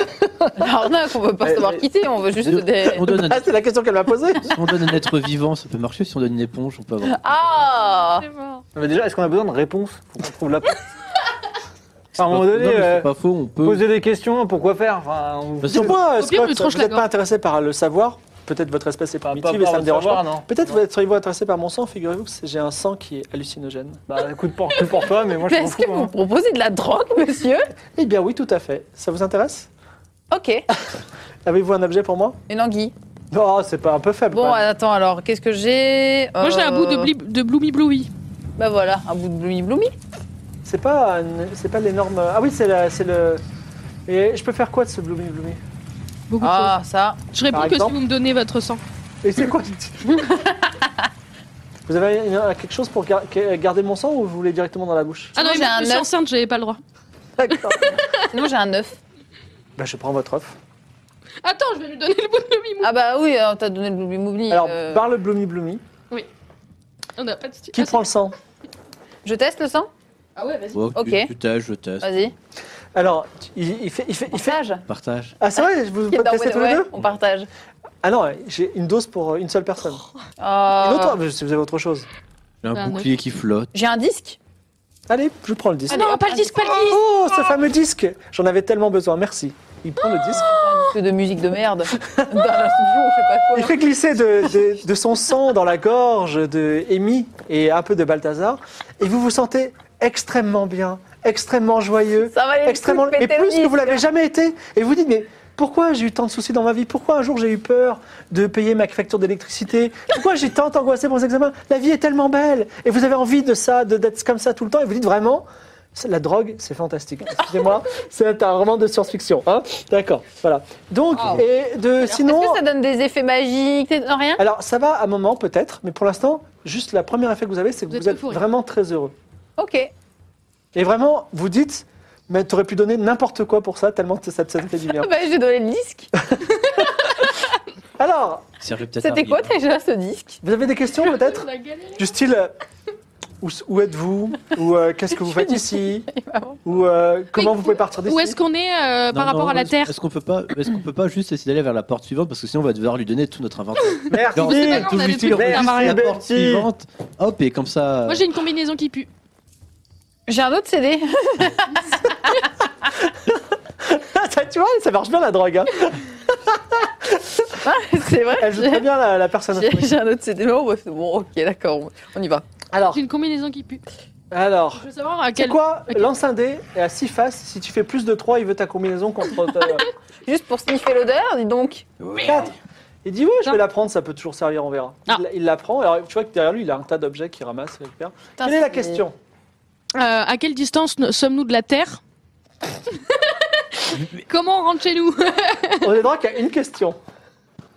L'arnaque, on veut pas
Eh,
savoir
eh,
quitter, on veut juste
nous-
des.
On donne,
Ah,
un,
c'est la question qu'elle m'a posée
si on donne un être vivant, ça peut marcher. Si on donne une éponge, on peut avoir.
Ah
C'est mort.
Mais déjà, est-ce qu'on a besoin de réponses Faut qu'on trouve la. Enfin, à un moment
Non,
donné,
mais
euh,
c'est pas faux, on peut.
poser des questions, pourquoi faire Enfin, on-
Parce qu'on-
Dites-moi,
Au pire, on
Scott,
lui tranche
vous
la
n'êtes pas
gorge.
intéressé par le savoir. Peut-être votre espèce est
Enfin,
primitive et ça me
le
dérange pas.
savoir, non
Peut-être vous êtes- seriez-vous intéressé par mon sang, figurez-vous que c'est- j'ai un sang qui est hallucinogène.
Bah, écoute, pour, coup pour toi, mais moi, je
Mais
m'en
est-ce que
fous.
vous
hein.
proposez de la drogue, monsieur
Eh bien oui, tout à fait. Ça vous intéresse
Ok,
Avez-vous un objet pour moi
une anguille.
Non, c'est pas un peu faible.
Bon,
quand même.
attends, alors, qu'est-ce que j'ai
Moi, j'ai un bout de,
Euh,
bli- de Bloomy Bluey.
Bah voilà, un bout de bloomy bloomy.
C'est pas, une- c'est pas l'énorme. Ah oui, c'est la- c'est le. Et je peux faire quoi de ce Bloomy Bloomy
Beaucoup
Ah, ça.
de choses. Je réponds
par
que si
exemple
vous me donnez votre sang.
Et c'est quoi Vous avez une- un- quelque chose pour gar- que- euh, garder mon sang ou vous voulez directement dans la bouche
Ah
Sinon,
non, mais
j'ai
moi,
un
je suis
œuf.
enceinte, j'avais pas le droit.
D'accord.
Sinon, j'ai un œuf.
bah, je prends votre offre.
Attends, je vais lui donner le bout de Bloomy Blooey.
Ah bah oui, alors, t'as donné le bloomy bloomy.
Alors,
euh,
par le Bloomy Bloomy,
On a pas de sti-
qui
Ah,
prend le sang
Je teste le sang
Ah ouais, vas-y.
Ouais, Oh, tu-
Ok.
Tu tâches, je tâche.
Vas-y.
Alors, il, il fait, il fait, il fait.
Partage.
Partage.
Ah, c'est vrai, vous
Kinder
testez tous les deux
Bueno- Eh ben, ouais, on partage.
Ah non, j'ai une dose pour euh, une seule personne.
Euh,
Une autre, ah, si vous avez autre chose.
J'ai un
Bah, neuf.
bouclier qui flotte.
J'ai un disque.
Allez, je prends le disque.
Ah non, pas le disque, pas le disque
Oh, ce fameux disque J'en avais tellement besoin, merci. Il prend le disque.
Un disque de musique de merde. Dans la soupe, je sais pas quoi.
Il fait glisser de, de- de son sang dans la gorge de Amy et un peu de Balthazar. Et vous vous sentez extrêmement bien, extrêmement joyeux,
Ça va aller
extrêmement... Et plus que vous l'avez jamais été. Et vous dites, mais... Pourquoi j'ai eu tant de soucis dans ma vie Pourquoi un jour j'ai eu peur de payer ma facture d'électricité Pourquoi j'ai tant angoissé pour les examens La vie est tellement belle et vous avez envie de ça, de- d'être comme ça tout le temps et vous dites vraiment, c'est- la drogue c'est fantastique. Excusez-moi, c'est un roman de science-fiction. Hein D'accord, voilà. Donc,
Wow.
et de, sinon...
Est-ce que ça donne des effets magiques t'es- Non, rien
Alors, ça va à un moment peut-être, mais pour l'instant, juste la première effet que vous avez, c'est que
Vous
vous,
êtes
êtes
euphorique.
vraiment très heureux.
Ok.
Et vraiment, vous dites, mais t'aurais pu donner n'importe quoi pour ça, tellement que ça te ça te fait du bien.
Ah Bah, j'ai donné le disque.
Alors,
C'était quoi déjà ce disque
vous avez des questions peut-être
La galère.
Du style, euh, où, où êtes-vous Ou euh, qu'est-ce que vous faites ici Ou euh, comment
Oui,
vous pouvez partir d'ici
Où est-ce qu'on est euh, par rapport à la Terre
Est-ce qu'on peut pas, est-ce qu'on peut pas juste essayer d'aller vers la porte suivante parce que sinon on va devoir lui donner tout notre inventaire.
Merci Ah,
Genre,
c'est pas
tout le
grave, on a
futur,
des
on va juste
trucs
la
à
Merci,
porte
Betty.
suivante. Hop et comme ça.
Moi, j'ai une combinaison qui pue.
J'ai un autre CD.
Ça, tu vois, ça marche bien la drogue. hein.
Ah, c'est vrai.
Elle joue très
J'ai
bien la, la personne.
j'ai- j'ai un autre CD. Bon, bah, c'est bon, ok, d'accord, on y va.
Alors,
J'ai une combinaison qui pue.
alors,
Je veux savoir à
c'est
quel.
quoi
Ok.
Lance un dé et à 6 faces, si tu fais plus de 3, il veut ta combinaison contre euh, ta-
Juste pour sniffer l'odeur, dis donc.
Quatre. Il dit ouais, je
Non.
vais la prendre, ça peut toujours servir, on verra.
Ah.
Il- Il la prend, alors tu vois que derrière lui, il a un tas d'objets qu'il ramasse, il récupère.
Putain,
Quelle est la
c'est-
question
Euh, à quelle distance ne- sommes-nous de la Terre Comment on rentre chez nous
On est droit qu'à une question.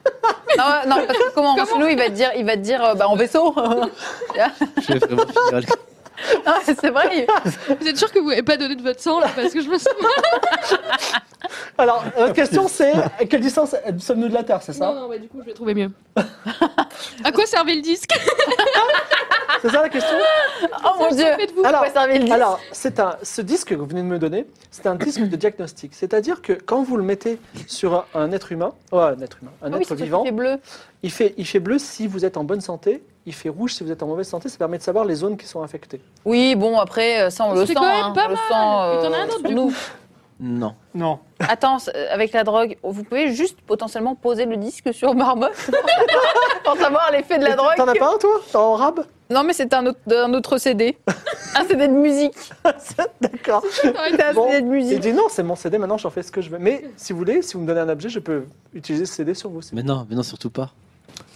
Non, Ah, non, parce que comment, on rentre chez nous, il va te dire, il va te dire, euh, bah, en vaisseau.
Je vais vraiment finir à le-
Ah, c'est vrai.
Vous êtes sûr que vous n'avez pas donné de votre sang là Parce que je me sens.
Alors, la question c'est à quelle distance sommes-nous de la Terre, c'est ça
Non, non, bah du coup, je vais trouver mieux. à quoi servait le disque
C'est ça la question
Oh mon dieu
Faites-vous.
Alors-
Pourquoi servir le disque
Alors, c'est un, ce disque que vous venez de me donner, c'est un disque de diagnostic. C'est-à-dire que quand vous le mettez sur un être humain, oh, un être humain, un
Ah oui,
être
c'est
vivant,
tout à fait bleu.
il fait, il fait bleu si vous êtes en bonne santé, il fait rouge si vous êtes en mauvaise santé. Ça permet de savoir les zones qui sont infectées.
Oui, bon, après, euh, ça, on le sent.
C'est quand même
hein,
pas
on le
mal.
sent, euh,
Et t'en as un autre,
sur
du
nous.
Non.
Non.
Attends, c'est- euh, avec la drogue, vous pouvez juste potentiellement poser le disque sur Marmotte pour savoir l'effet de la drogue.
T'en as pas un, toi T'en as en rab
Non, mais c'était un autre, un autre CD. un CD de musique.
D'accord.
C'était un
Bon.
CD de musique.
Il dit non, c'est mon CD, maintenant j'en fais ce que je veux. Mais si vous voulez, si vous me donnez un objet, je peux utiliser ce CD sur vous.
Mais non, mais non, surtout pas.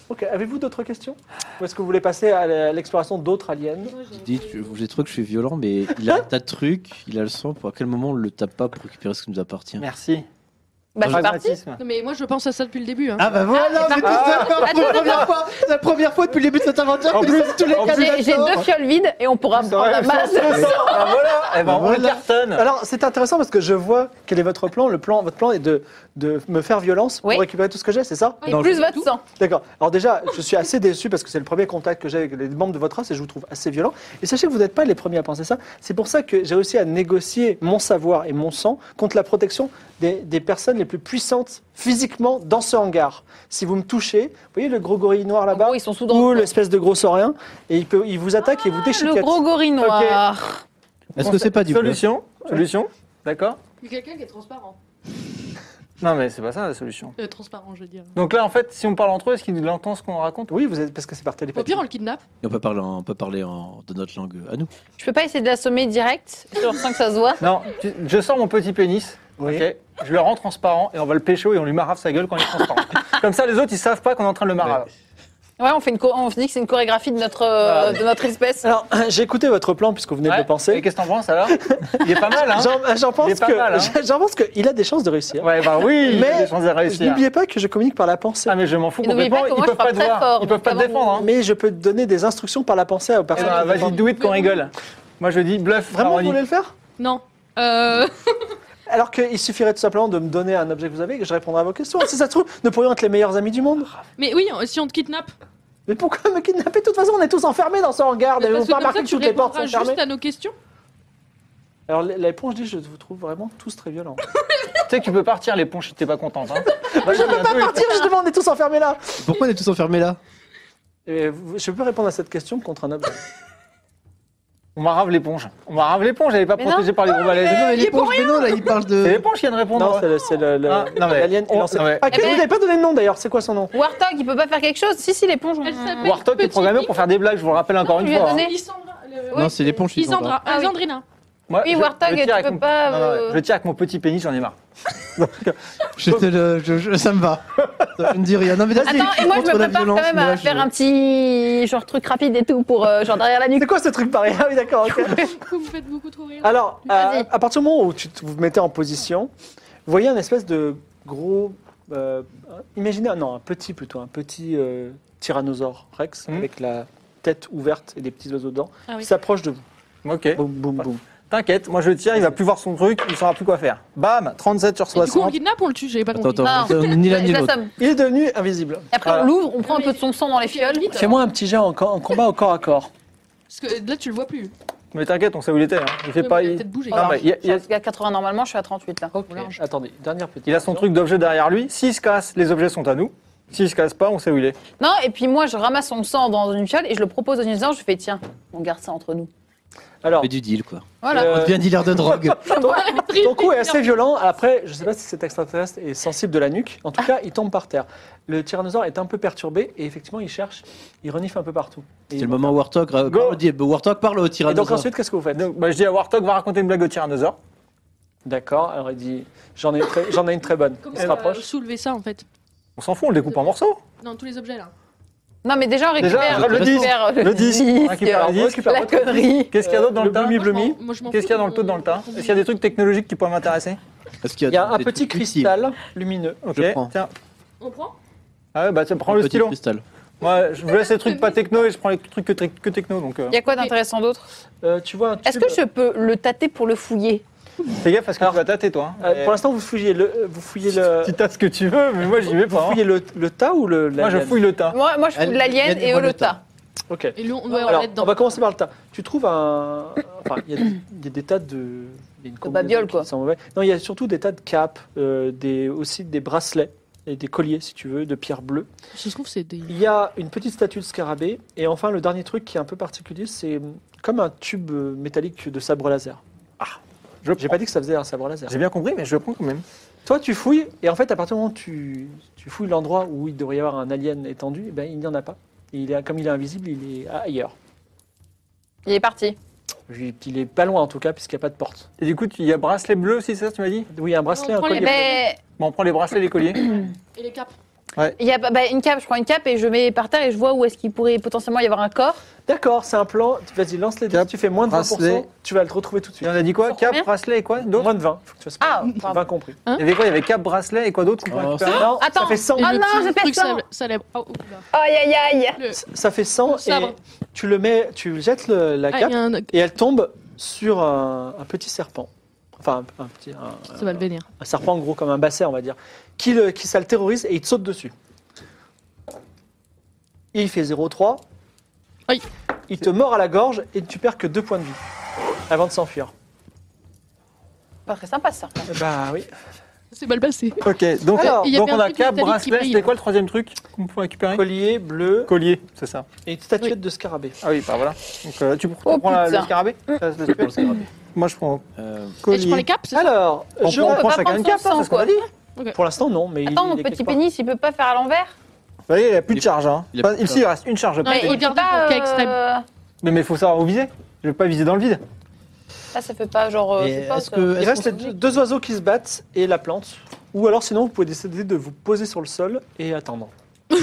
Ok, avez-vous d'autres questions Ou est-ce que vous voulez passer à la- à l'exploration d'autres aliens
Tu dis, tu- j'ai trouvé que je suis violent, mais il a un tas de trucs, il a le sang. Pour à quel moment on le tape pas pour récupérer ce qui nous appartient
Merci.
Bah, c'est parti.
Pragmatisme.
Non, mais moi, je pense à ça depuis le début. hein.
Ah bah voilà,
Ah,
on est
mais
tous
par contre-
d'accord pour la
Attends,
première fois, la première fois depuis le début de cette aventure.
En
que
plus-
c'est tous les
en
quatre
plus-
J'ai j'ai
d'accord.
deux fioles vides et on pourra prendre
vrai,
la masse.
Ah voilà, eh ben,
Ah,
on le
voilà.
cartonne.
Alors c'est intéressant parce que je vois quel est votre plan. Le plan votre plan est de, de me faire violence pour
Oui.
récupérer tout ce que j'ai, c'est ça
Et
Non,
plus
je-
votre sang.
D'accord. Alors déjà, je suis assez déçu parce que c'est le premier contact que j'ai avec les membres de votre race et je vous trouve assez violent. Et sachez que vous n'êtes pas les premiers à penser ça. C'est pour ça que j'ai réussi à négocier mon savoir et mon sang contre la protection des, des personnes les plus puissantes physiquement dans ce hangar. Si vous me touchez, vous voyez le gros gorille noir
En
là-bas
gros, ils sont sous dans Ah,
ou l'espèce de gros saurien et il, peut, il vous attaque et vous déchiquette.
Le gros gorille noir.
ah.
Est-ce que c'est pas du bleu
Solution Solution D'accord
Il y a quelqu'un qui est transparent.
Non, mais c'est pas ça la solution.
Euh, transparent, je veux dire.
Donc là, en fait, si on parle entre eux, est-ce qu'ils entendent ce qu'on raconte
Oui, vous êtes parce que c'est par
Au
télépathie.
pire, on le kidnappe.
Et on peut parler, en- on peut parler en- de notre langue euh, à nous.
Je peux pas essayer de l'assommer direct, genre sans que ça se voit.
Non, tu- je sors mon petit pénis,
Oui.
ok Je le rends transparent et on va le pécho et on lui marave sa gueule quand il est transparent. Comme ça, les autres, ils savent pas qu'on est en train de le marave.
Ouais, on fait une, cho- on se dit que c'est une chorégraphie de notre, euh, de notre espèce.
Alors, j'ai écouté votre plan puisque vous venez de
Ouais.
le penser.
Et qu'est-ce que t'en penses alors Il est pas mal, hein
J'en j'en
Il
pense
est pas
que
mal, hein.
j'en pense qu'il a des chances de réussir.
Ouais, bah oui,
Mais-
mais chances de réussir.
N'oubliez pas que je communique par la pensée.
hein. Ah, mais je m'en fous
Et n'oubliez
complètement,
pas que
ils
moi,
peuvent
je
pas
parle
te
très
voir,
fort,
ils peuvent pas
donc
te défendre. hein.
Mais je peux te donner des instructions par la pensée aux
Eh
personnes.
ben,
qui
vas-y,
demandent.
do it qu'on rigole. Moi, je dis bluff,
Vraiment, vous
Maroni.
voulez le faire
Non. Euh,
Alors qu'il suffirait tout simplement de me donner un objet que vous avez et que je répondrai à vos questions. Si ça se trouve, nous pourrions être les meilleurs amis du monde.
mais oui, si on te kidnappe,
Mais pourquoi me kidnapper De toute façon, on est tous enfermés dans ce hangar.
parce
N'avez-vous
que
pas
comme
remarqué
ça,
que
tu
toutes les portes
répondras
sont
juste
fermées
à nos questions.
Alors, la- la réponse dit Je vous trouve vraiment tous très violents.
Tu sais que tu peux partir, les ponches, t'es pas contente. Hein.
je peux pas partir, justement, on est tous enfermés là.
Pourquoi on est tous enfermés là
Et vous- je peux répondre à cette question contre un objet.
On m'arrave l'éponge. On m'arrave l'éponge, elle est pas
Mais
protégée par les gros balais.
Non, mais
il est pour
l'éponge, mais non, là, il parle
Euh, C'est
de.
l'éponge qui vient de répondre.
Non, c'est le- c'est le- le-
Ah, non, mais-
l'alien qui
on-
lançait.
non, mais-
Ah, que-
Eh ben- eh
Vous n'avez pas donné de nom d'ailleurs, c'est quoi son nom
Warthog, il peut pas faire quelque chose Si, si, l'éponge. on-
Elle s'appelle
Warthog est
Petit
programmé
Pic.
pour faire des blagues, je vous le rappelle encore
Non,
une
tu lui as
fois.
donné.
hein.
Euh, Isandra. le-
Non, c'est l'éponge. qui s'en parle.
Isandra. Ah, Isandrina.
Moi,
Oui,
je-
Warthog,
je tire
tu
avec
peux
mon-
pas,
Non, non,
euh,
Je tire avec mon petit pénis, j'en ai marre.
J'étais le- je- je- ça me va. Je ne dis rien. Non, mais d'accord,
Attends,
c'est
et moi, je
contre
me
la
prépare quand
violence, euh,
même
mais
à
là, je-
faire un petit genre truc rapide et tout pour euh, genre derrière la nuque.
C'est quoi ce truc pareil Ah oui, d'accord. ok.
Vous me faites beaucoup trop rire.
Alors,
Vas-y.
euh, à partir du moment où tu te- vous mettez en position, vous voyez un espèce de gros. euh, imaginez, un- non, un petit plutôt, un petit euh, tyrannosaure rex
Mhm.
avec la tête ouverte et des petits oiseaux dedans
Ah oui.
qui s'approche de vous.
Ok.
Boum, boum, boum.
T'inquiète, moi je tire, il va plus voir son truc, il saura plus quoi faire. Bam, 37 sur
Et du coup, on le
60.
kidnappe, on le tue, j'avais pas
Attends,
compris.
attends,
Non.
on- ni l'un ni
Je
l'autre.
l'assomme.
Il est devenu invisible.
Et Après, on
Voilà.
l'ouvre, on prend un peu de son sang dans les fioles. Oh,
Fais-moi un petit jet en, co- en combat au corps à corps.
Parce que là, tu le vois plus.
Mais t'inquiète, on sait où il était. hein. Il fait
Ouais,
pas.
mais il a
il-
peut-être bougé.
Non, mais il y a- il
Je
y a-
suis à 80 normalement, je suis à 38 là.
Voilà.
Attendez, dernière petite.
il a son truc d'objet derrière lui. S'il se casse, les objets sont à nous. S'il se casse pas, on sait où il est.
Non, et puis moi, je ramasse son sang dans une fiole et je le propose aux innocents. Je fais tiens, on garde ça entre nous.
Alors,
Fais du deal, quoi.
Voilà.
Euh,
On devient dealer de drogue.
Ton coup est assez violent. Après, je ne sais pas si cet extraterrestre est sensible de la nuque. En
Ah.
tout cas, il tombe par terre. Le tyrannosaure est un peu perturbé et effectivement, il cherche, il renifle un peu partout. Et
C'est
il-
le moment où Warthog ra-
Go.
parle, dit- Warthog parle au
Et donc
tyrannosaure.
ensuite, qu'est-ce que vous faites
Donc, bah, je dis à Warthog, va raconter une blague au tyrannosaure.
D'accord. Alors il dit, j'en ai, une très- j'en ai une très bonne.
Comment
il se
on va
rapproche.
soulever ça en fait
On s'en fout, on le découpe en morceaux.
Non, tous les objets là.
Non, mais déjà, on
Déjà,
récupère
le
on récupère
Le 10. On récupère
euh,
le disque.
la connerie.
Qu'est-ce qu'il y a d'autre dans
Le
le tas
blumi
Moi, je m'en-
blumi.
moi, je m'en
Qu'est-ce
fous
qu'il y a dans le
qu'on-
taux dans le tas
qu'on-
Est-ce qu'il y a des trucs technologiques qui pourraient m'intéresser
Parce qu'il
Il y a un
des
petit
trucs utiles.
cristal lumineux.
Ok,
Je prends.
tiens.
On prend
Ah ouais, bah tiens, prends
Un
le
petit
stylo.
cristal.
Moi, je vous laisse les trucs pas techno et je prends les trucs que, que techno. Donc, euh,
Il y a quoi d'intéressant d'autre
Euh, tu vois un tube.
Est-ce que je peux le tâter pour le fouiller
fais gaffe parce que tu vas tâter, toi. hein.
Euh,
Et-
pour l'instant, vous fouillez le, euh, vous fouillez le,
Tu tâtes ce que tu veux, mais moi j'y vais
vous
pas. hein.
fouillez le, le tas ou le.
Moi je
l'alien
fouille le tas.
Moi, moi je
Elle-
fouille de l'alien
elle
et
voit le
Olota.
Ok.
Et lui, on doit en
Alors,
être dans.
on va commencer par le tas. Tu trouves un. Enfin, il y a des- il y, a des tas de. il y a une combinaison
babioles,
qui
quoi.
sent mauvais. Non, il y a surtout des tas de capes, euh, des, aussi des bracelets et des colliers, si tu veux, de pierre bleue.
Ça se trouve, c'est des.
Il y a une petite statue de scarabée. Et enfin, le dernier truc qui est un peu particulier, c'est comme un tube euh, métallique de sabre laser.
Je
J'ai pas dit que ça faisait un sabre laser.
J'ai bien compris, mais je le prends quand même.
Toi, tu fouilles, et en fait, à partir du moment où tu, tu fouilles l'endroit où il devrait y avoir un alien étendu, eh ben, il n'y en a pas. Et il est, comme il est invisible, il est ailleurs.
Il est parti.
Il il est pas loin, en tout cas, puisqu'il n'y a pas de porte.
Et du coup, tu- il y a bracelet bleu aussi, c'est ça, tu m'as dit
Oui, un bracelet,
On
un
prend les
collier.
Mais
Bon, on prend les bracelets, les colliers.
Et les capes.
il y a bah, une cape, je prends une cape et je mets par terre et je vois où est-ce qu'il pourrait potentiellement y avoir un corps.
D'accord, c'est un plan. Vas-y, lance les dés.
Cap,
Si tu fais moins de 20%,
bracelet.
tu vas le retrouver tout de
Et
suite.
on a dit quoi
Sur
Cap,
combien
bracelet et quoi d'autre
Moins de 20. Faut que tu fasses
Ah,
20 compris.
Il y avait quoi Il y avait cap, bracelet et quoi d'autre qu'on peut
Oh,
récupérer
Non, ça
Attends.
fait 100.
Et
Ah
le
non,
petit
j'ai fait
truc
ça.
célèbre- célèbre. Oh, oula.
Aïe aïe aïe
Le-
Ça fait 100
Le sabre.
et tu le mets, tu jettes le- la
Ah,
cape
il y a un-
et elle tombe sur un, un petit serpent. Enfin, un, un petit. un-
Ça va le bénir.
un serpent en gros comme un basset on va dire, qui, le, qui ça le terrorise et il te saute dessus. Et il fait 0,3.
Aïe.
Il te mord à la gorge et tu perds que 2 points de vie avant de s'enfuir.
Pas très sympa ça.
Bah oui.
C'est mal passé.
Ok, donc,
Alors,
il y
donc
avait
on
un
a
truc de métallique
cap,
qui
bracelet,
brille.
c'était quoi le troisième truc qu'on peut récupérer
Collier bleu
Collier, c'est ça.
et une statuette de scarabée.
Ah oui, bah voilà. Donc euh, tu tu
Oh,
prends la- le
putain.
scarabée Ça, c'est le
Je prends le
truc
scarabée.
Moi je prends
Euh,
Et je prends les
collier.
capes, c'est ça
Alors,
On
je-
prend- on
peut
prend
pas
chacun une
prendre son
cape, hein,
sang,
c'est ce qu'on
quoi.
a dit.
pour l'instant non, mais
Attends,
il,
mon
il est
petit
quelque part.
pénis, il peut pas faire à l'envers
Vous voyez, il n'y a plus de charge. Hein.
Il a plus de
Enfin, si, il reste une charge.
Non,
peut-être.
il faut
il peut
garder
pas.
pour cas extrême.
euh,
Mais il faut savoir où viser. Je ne vais pas viser dans le vide.
Là, ça fait pas genre. euh,
Et
c'est pas,
est-ce
ça.
que-
Il
est-ce
reste deux, deux oiseaux qui se battent et la plante. Ou alors sinon vous pouvez décider de vous poser sur le sol et attendre.
Je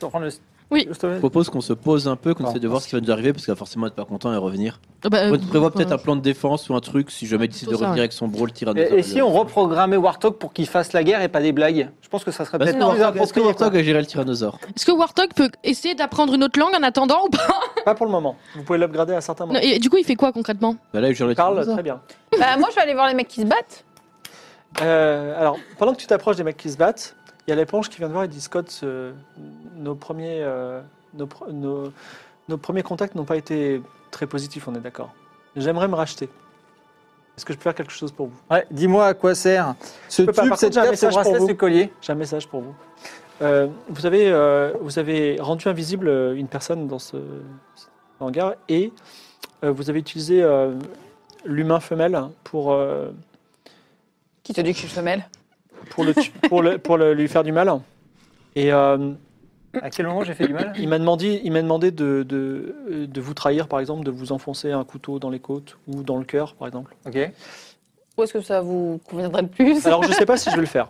prends le-
Oui.
le stolet.
Je propose qu'on se pose un peu, qu'on
Ah.
essaie de voir ce qui va nous arriver, parce qu'il va forcément être pas content et revenir.
Ah bah, euh,
On prévoit peut-être
euh,
un plan de défense ou un truc si jamais il décide de
plutôt ça,
revenir avec son bro le tyrannosaure.
Et, et si on reprogrammait Warthog pour qu'il fasse la guerre et pas des blagues Je pense que ça serait
Bah,
peut-être
Est-ce que
plus
Warthog- est-ce que
approprié.
Warthog a géré le tyrannosaure
Est-ce que Warthog peut essayer d'apprendre une autre langue en attendant ou pas
Pas pour le moment. Vous pouvez l'upgrader à certains
Non,
moments.
et Du coup, il fait quoi concrètement
Bah là, il gère le
Parle
tyrannosaure.
très bien.
Bah, moi, je vais aller voir les mecs qui se battent.
Euh, alors, pendant que tu t'approches des mecs qui se battent, il y a l'éponge qui vient de voir et dit Scott, euh, nos, premiers, euh, nos, pr- nos- nos premiers contacts n'ont pas été très positifs, on est d'accord. J'aimerais me racheter. Est-ce que je peux faire quelque chose pour vous
Ouais, dis-moi à quoi sert ce
peux pas,
tube,
par
cette
contre, j'ai un
cape, ce
message pour
bracelet,
vous.
ce collier.
J'ai un message pour vous. Euh, vous, savez, euh, vous avez rendu invisible euh, une personne dans ce, ce hangar et euh, vous avez utilisé euh, l'humain femelle pour, euh,
Qui te dit que je suis femelle
pour, le, tu- pour, le- pour le- lui faire du mal. Et. euh,
À quel moment j'ai fait du mal
Il m'a demandé, il m'a demandé de, de, euh, de vous trahir, par exemple, de vous enfoncer un couteau dans les côtes ou dans le cœur, par exemple.
Ok.
Où est-ce que ça vous conviendrait le plus
Alors, je ne sais pas si je vais le faire.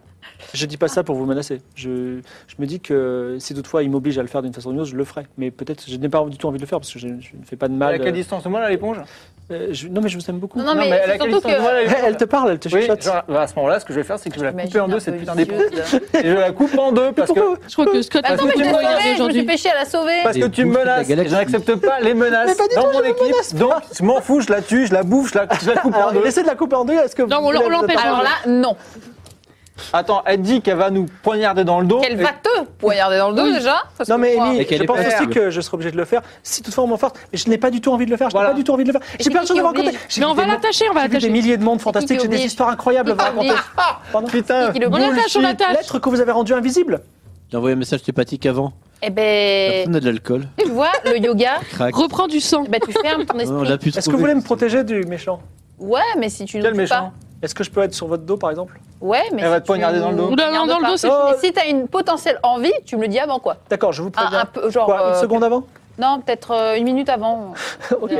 Je ne dis pas ça pour vous menacer. Je, je me dis que si toutefois il m'oblige à le faire d'une façon ou d'une autre, je le ferai. Mais peut-être, je n'ai pas du tout envie de le faire parce que je, je ne fais pas de
À
mal.
quelle distance de moi, là, l'éponge
Euh, je- non, mais je vous aime beaucoup. Eh,
Non, non, mais,
à
c'est
quelle
surtout
distance de moi,
que.
là, l'éponge
Elle te parle, elle te
Oui,
chuchote.
genre, bah, à ce moment-là, ce que je vais faire, c'est que je vais la couper en deux, cette putain d'éponge.
vicieuse.
Et je la coupe en deux parce que,
Pourquoi
Je crois que Scott
Bah, Attends, mais je l'ai
Parce que
sauvée,
tu m'as
regardé
je me suis
aujourd'hui.
péché à la sauver.
parce
Des
que tu me
bouffes de la
menaces. Et
galaxie.
je n'accepte pas les menaces dans mon équipe. Donc, je m'en fous, je la tue, je la bouffe, je la, je la coupe en
Alors,
deux.
laissez de la couper en deux. Est-ce que
Non,
vous
on l-
voulez-
on l'empêche.
Alors là, non.
Attends, elle dit qu'elle va nous poignarder dans le dos.
Qu'elle
Oh, Et-
va te poignarder dans le dos déjà ça se
Non mais
comprend.
Amy,
Et qu'elle
je
est
pense
pas
aussi
là.
que je serai obligé de le faire. Si toutefois on m'enforce, mais je n'ai pas du tout envie de le faire. Je
Voilà.
n'ai pas du tout envie de le faire. J'ai
c'est
plein de
qui
choses à
qui
vous raconter.
oblige
J'ai
Mais on
vu
va
des-
l'attacher, on va
J'ai vu des
l'attacher.
milliers de mondes
qui
fantastiques, j'ai des
oblige
histoires incroyables à vous
Qui
raconter.
oblige Ah
Pardon.
Putain,
Qui le
On l'attache, on
bullshit.
l'attache.
L'être que vous avez rendu invisible
J'ai envoyé un message télépathique avant.
Eh
Après,
ben,
On a de l'alcool.
tu vois, le yoga,
Crac.
Reprends du sang.
bah, tu fermes ton
Ouais, on l'a
esprit.
pu
Est-ce que
trouver.
vous voulez me protéger du méchant
Ouais, mais si tu nous
quel
tues pas.
méchant.
Est-ce que je peux être sur votre dos par exemple
Ouais, mais.
Elle
si
va te
tu
poignarder dans le dos.
nous
Oula, non, dans le
regardes
dos, c'est.
pas. Si t'as une potentielle envie, tu me le dis avant quoi.
D'accord, je vous
Un,
préviens.
Ah, un peu, genre.
Quoi, une
euh,
seconde avant
Non, peut-être euh, une minute avant.
Ok.
Non.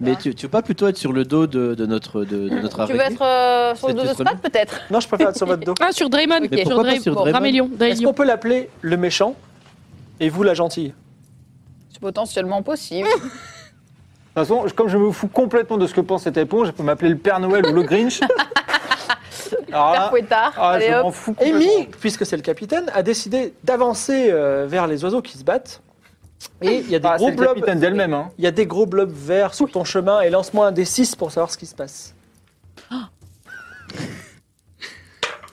Mais tu, tu veux pas plutôt être sur le dos de, de notre de, de notre
Tu veux
araignée
être euh, sur le
C'est
dos de
très
Spot peut-être
Non, je préfère être sur votre dos.
Ah, sur Draymond.
Mais
Sur
pourquoi pas sur
Draymond.
Draymond
Ramélion.
Est-ce qu'on peut l'appeler le méchant et vous la gentille
C'est potentiellement possible.
De toute façon, je- comme je me fous complètement de ce que pense cette éponge, je peux m'appeler le Père Noël ou le Grinch.
Père
Alors là,
Fouettard,
ah,
allez
je
hop.
m'en fous complètement.
Amy, puisque c'est le capitaine, a décidé d'avancer euh, vers les oiseaux qui se battent. Et il y a des
Ah,
gros
c'est le
blobs.
capitaine d'elle-même. Hein.
Il y a des gros blobs verts sur ton chemin et lance-moi un des 6 pour savoir ce qui se passe.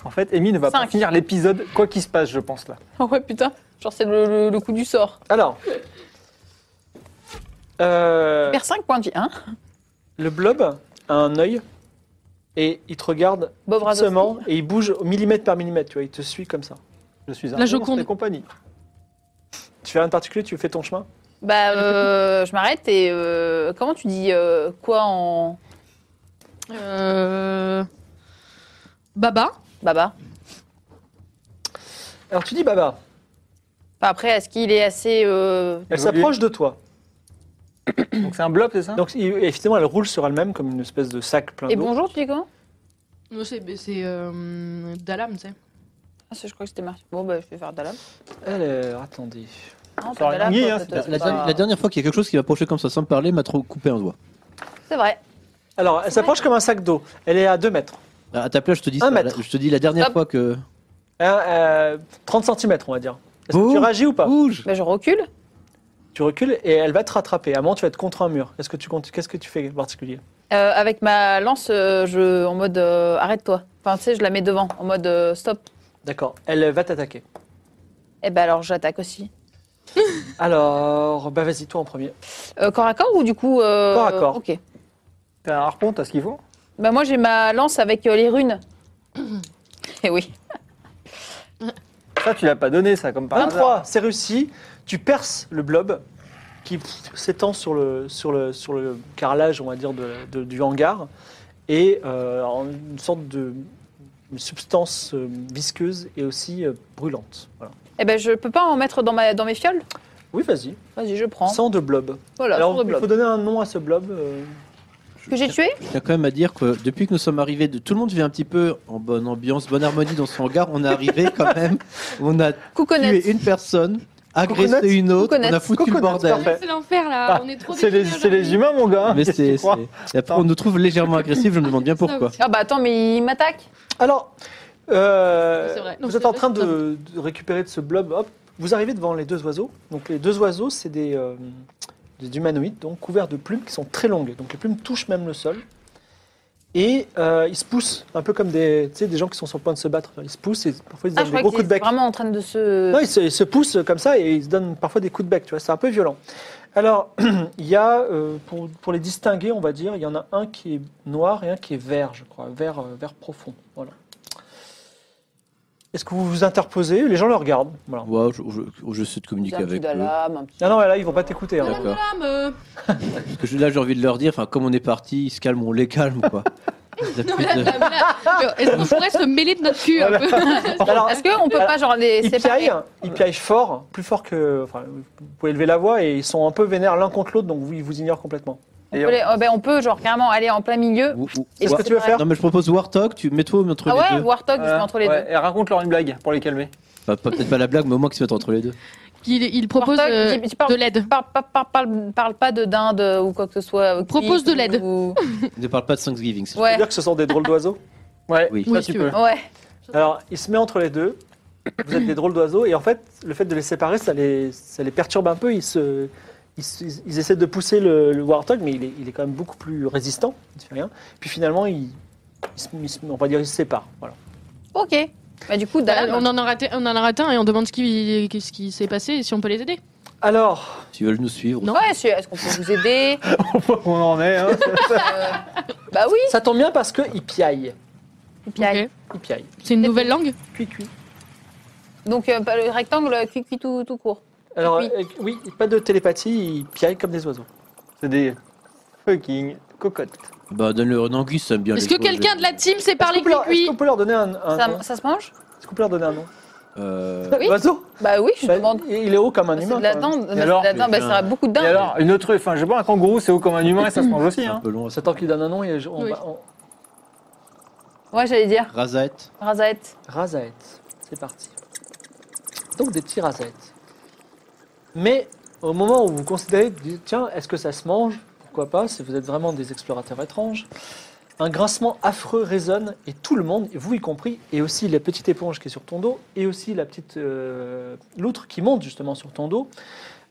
En fait, Amy ne va pas
Cinq.
finir l'épisode, quoi qu'il se passe, je pense là.
Ah ouais, putain. Genre, c'est le, le- le coup du sort.
Alors, Euh,
Perd 5 points de vie. Hein
le blob a un œil et il te regarde
Bob Razowski.
seulement et il bouge au millimètre par millimètre, tu vois, il te suit comme ça.
Je suis un
La
monstre
Joconde.
et compagnie.
Tu fais rien de particulier, tu fais ton chemin
Bah, euh, je m'arrête et. euh, comment tu dis euh, quoi en.
Euh... Baba
Baba
Alors tu dis Baba,
Enfin, Après, est-ce qu'il est assez. euh,
elle
Évolué.
s'approche de toi.
Donc c'est un blob, c'est ça
Donc il- évidemment elle roule sur elle-même comme une espèce de sac
Ah,
plein
Hein Et
d'eau.
bonjour, tu dis comment
Non, c'est, c'est euh, Dalam, tu sais.
ah, c'est- Je crois que c'était Martin. Bon, bah, je vais faire Dalam.
Alors attendez.
Non,
Ça aurait
Dalam,
gagné,
toi,
hein,
toi,
c'est pas-
toi,
La,
toi,
dernière-
toi.
la dernière fois qu'il y a quelque chose qui m'a approché comme ça sans me parler m'a trop coupé un doigt.
C'est vrai.
Alors elle s'approche comme un sac d'eau, elle est à 2 mètres.
À ta place, je te dis
Un
ça, la-
mètre.
Je te dis la dernière
Hop.
fois que.
Hein, euh, 30 cm on va dire. Est-ce que
Ouh.
tu réagis ou pas
Bouge
Bah, je recule.
Tu recules et elle va te rattraper. À un moment, tu vas être contre un mur. Est-ce que tu comptes- Qu'est-ce que tu fais en particulier
Euh, avec ma lance, euh, je, en mode euh, arrête-toi. Enfin, tu sais, je la mets devant, en mode euh, stop.
D'accord, elle va t'attaquer.
Et ben alors, j'attaque aussi.
Alors, bah vas-y, toi en premier.
Euh, corps à corps ou du coup. euh,
Corps à corps.
Ok.
T'as un harpon, t'as ce qu'il faut
Bah, moi, j'ai ma lance avec euh, les runes. Et oui.
Ça, tu l'as pas donné, ça, comme par hasard.
23, c'est réussi. Tu perces le blob qui pff, s'étend sur le, sur, le, sur le carrelage, on va dire, de- de- du hangar. Et euh, en une sorte de une substance euh, visqueuse et aussi euh, brûlante. Voilà.
Et ben, je peux pas en mettre dans, ma, dans mes fioles
Oui, vas-y.
Vas-y, je prends.
Sang de blob.
Voilà,
Alors,
sans de
il faut
blob.
donner un nom à ce blob. euh,
Que j'ai tué
Je tiens quand même à dire que depuis que nous sommes arrivés, de- tout le monde vit un petit peu en bonne ambiance, bonne harmonie dans son hangar. On est arrivé quand même. On a
Couconnette.
tué une personne, agressé
Coconut.
une autre, on a
Coconut.
foutu le
Coconut,
bordel.
parfait.
C'est l'enfer là,
Ah,
on est trop
C'est les,
déçus
c'est les
aujourd'hui.
humains, mon gars. hein.
Mais
Qu'est-ce que
c'est.
tu crois
c'est- et après, on nous trouve légèrement agressifs, je me demande bien pourquoi.
Ah bah attends, mais il m'attaque.
Alors, euh,
C'est vrai. Non,
vous
c'est
êtes en
vrai,
train
c'est
de, de récupérer de ce blob. Hop, vous arrivez devant les deux oiseaux. Donc les deux oiseaux, c'est des, euh, des humanoïdes, donc couverts de plumes qui sont très longues. Donc les plumes touchent même le sol. Et euh, ils se poussent, un peu comme des, tu sais, des gens qui sont sur le point de se battre. Enfin, ils se poussent et parfois ils se
Ah, je
donnent des
crois
gros coups
qu'il
de
est
bec.
vraiment en train de se.
Non, ils se, ils se poussent comme ça et ils se donnent parfois des coups de bec, tu vois, c'est un peu violent. Alors, il y a, euh, pour, pour les distinguer, on va dire, il y en a un qui est noir et un qui est vert, je crois, vert, euh, vert profond. Voilà. Est-ce que vous vous interposez Les gens le regardent. Voilà. Ah
Ouais, je, je- je sais de
J'ai
communiquer
un petit
avec eux.
dalam, un petit-
Non, non, là, ils vont pas t'écouter. hein.
Dalam,
D'accord.
Dalam, euh,
Parce que je- là, j'ai envie de leur dire, enfin, comme on est parti, ils se calment, on les calme, quoi. Ils
non,
appuient
là,
de-
là, là. Est-ce qu'on pourrait se mêler de notre cul un peu
Alors,
Est-ce qu'on peut pas genre les
ils
séparer
piaillent, ils piaillent fort, plus fort que. Enfin, vous pouvez élever la voix et ils sont un peu vénères l'un contre l'autre, donc vous- ils vous ignorent complètement.
on
Et
peut, les- oh, ben, on peut genre carrément aller en plein milieu.
Ou- ou-
Et
Est-ce
je
que
sais
tu veux
pas.
faire
Non, mais je propose Warthog, tu mets-toi entre
Ah
les
ouais,
deux.
Warthog, je
Ouais,
suis entre les
Euh, ouais,
deux.
Et raconte-leur une blague pour les calmer.
Bah, pas- Peut-être pas la blague, mais au moins qu'ils se mettent entre les deux.
il, il propose
Warthog,
euh,
dis- dis pas-
de l'aide.
Parle, parle- parle- parle- parle pas de dinde ou quoi que ce soit. euh,
Propose
cuite
de l'aide.
ou-
Ne parle pas de Thanksgiving, c'est
Je
Ouais,
veux dire que ce sont des drôles d'oiseaux
Ouais,
Oui.
ça,
Oui, si
tu
tu
peux.
veux.
ouais.
Alors, il se met entre les deux. Vous êtes des drôles d'oiseaux. Et en fait, le fait de les séparer, ça les, ça les perturbe un peu. Ils, se, ils, se- ils essaient de pousser le, le Warthog, mais il est, il est quand même beaucoup plus résistant. Il ne fait rien. Puis finalement, il, il se- il se- on va dire ils se séparent. Voilà.
Ok. Bah du coup,
Bah,
Dalam.
on en a raté, on en a raté un et on demande ce qui, ce qui s'est passé et si on peut les aider.
Alors,
Tu veux nous suivre
Non.
Ouais, c'est- est-ce qu'on peut vous aider
On en est, hein.
Euh, Bah oui.
ça tombe bien parce qu'ils piaillent.
Et puis, aille.
Ok.
Ils piaillent.
C'est une nouvelle langue
Cui, cui.
Donc euh, pas le rectangle cuit cuit tout, tout court.
Alors,
Oui.
euh, oui, pas de télépathie, ils piaillent comme des oiseaux.
C'est des fucking cocottes.
Bah, donne-le un anguille, ça aime bien.
Est-ce
les
que
choses,
quelqu'un
les-
de la team sait
Est-ce
parler
qu'on peut leur- est-ce
cuicui
qu'on peut leur donner un, un nom
Ça, ça se mange
Est-ce qu'on peut leur donner un nom
Euh,
L'oiseau
Bah oui, je
Bah,
demande.
Il est haut comme un
Bah, C'est
humain.
de la
quand même.
dinde. Bah, c'est
Et
de
alors,
la dinde. Bah,
putain.
ça a beaucoup de
Et
dinde.
alors, une autre, enfin, je sais pas, un kangourou, c'est haut comme un humain et ça se mange aussi,
un
hein.
peu long, ça
J'attends qu'il donne un nom et je- on
Oui.
va- on-
Ouais, j'allais dire.
Razette.
Razette.
Razaet, c'est parti. Donc des petits razettes. Mais au moment où vous considérez, vous dites, tiens, est-ce que ça se mange Pourquoi pas, si vous êtes vraiment des explorateurs étranges. Un grincement affreux résonne et tout le monde, et vous y compris, et aussi la petite éponge qui est sur ton dos, et aussi la petite euh, loutre qui monte justement sur ton dos,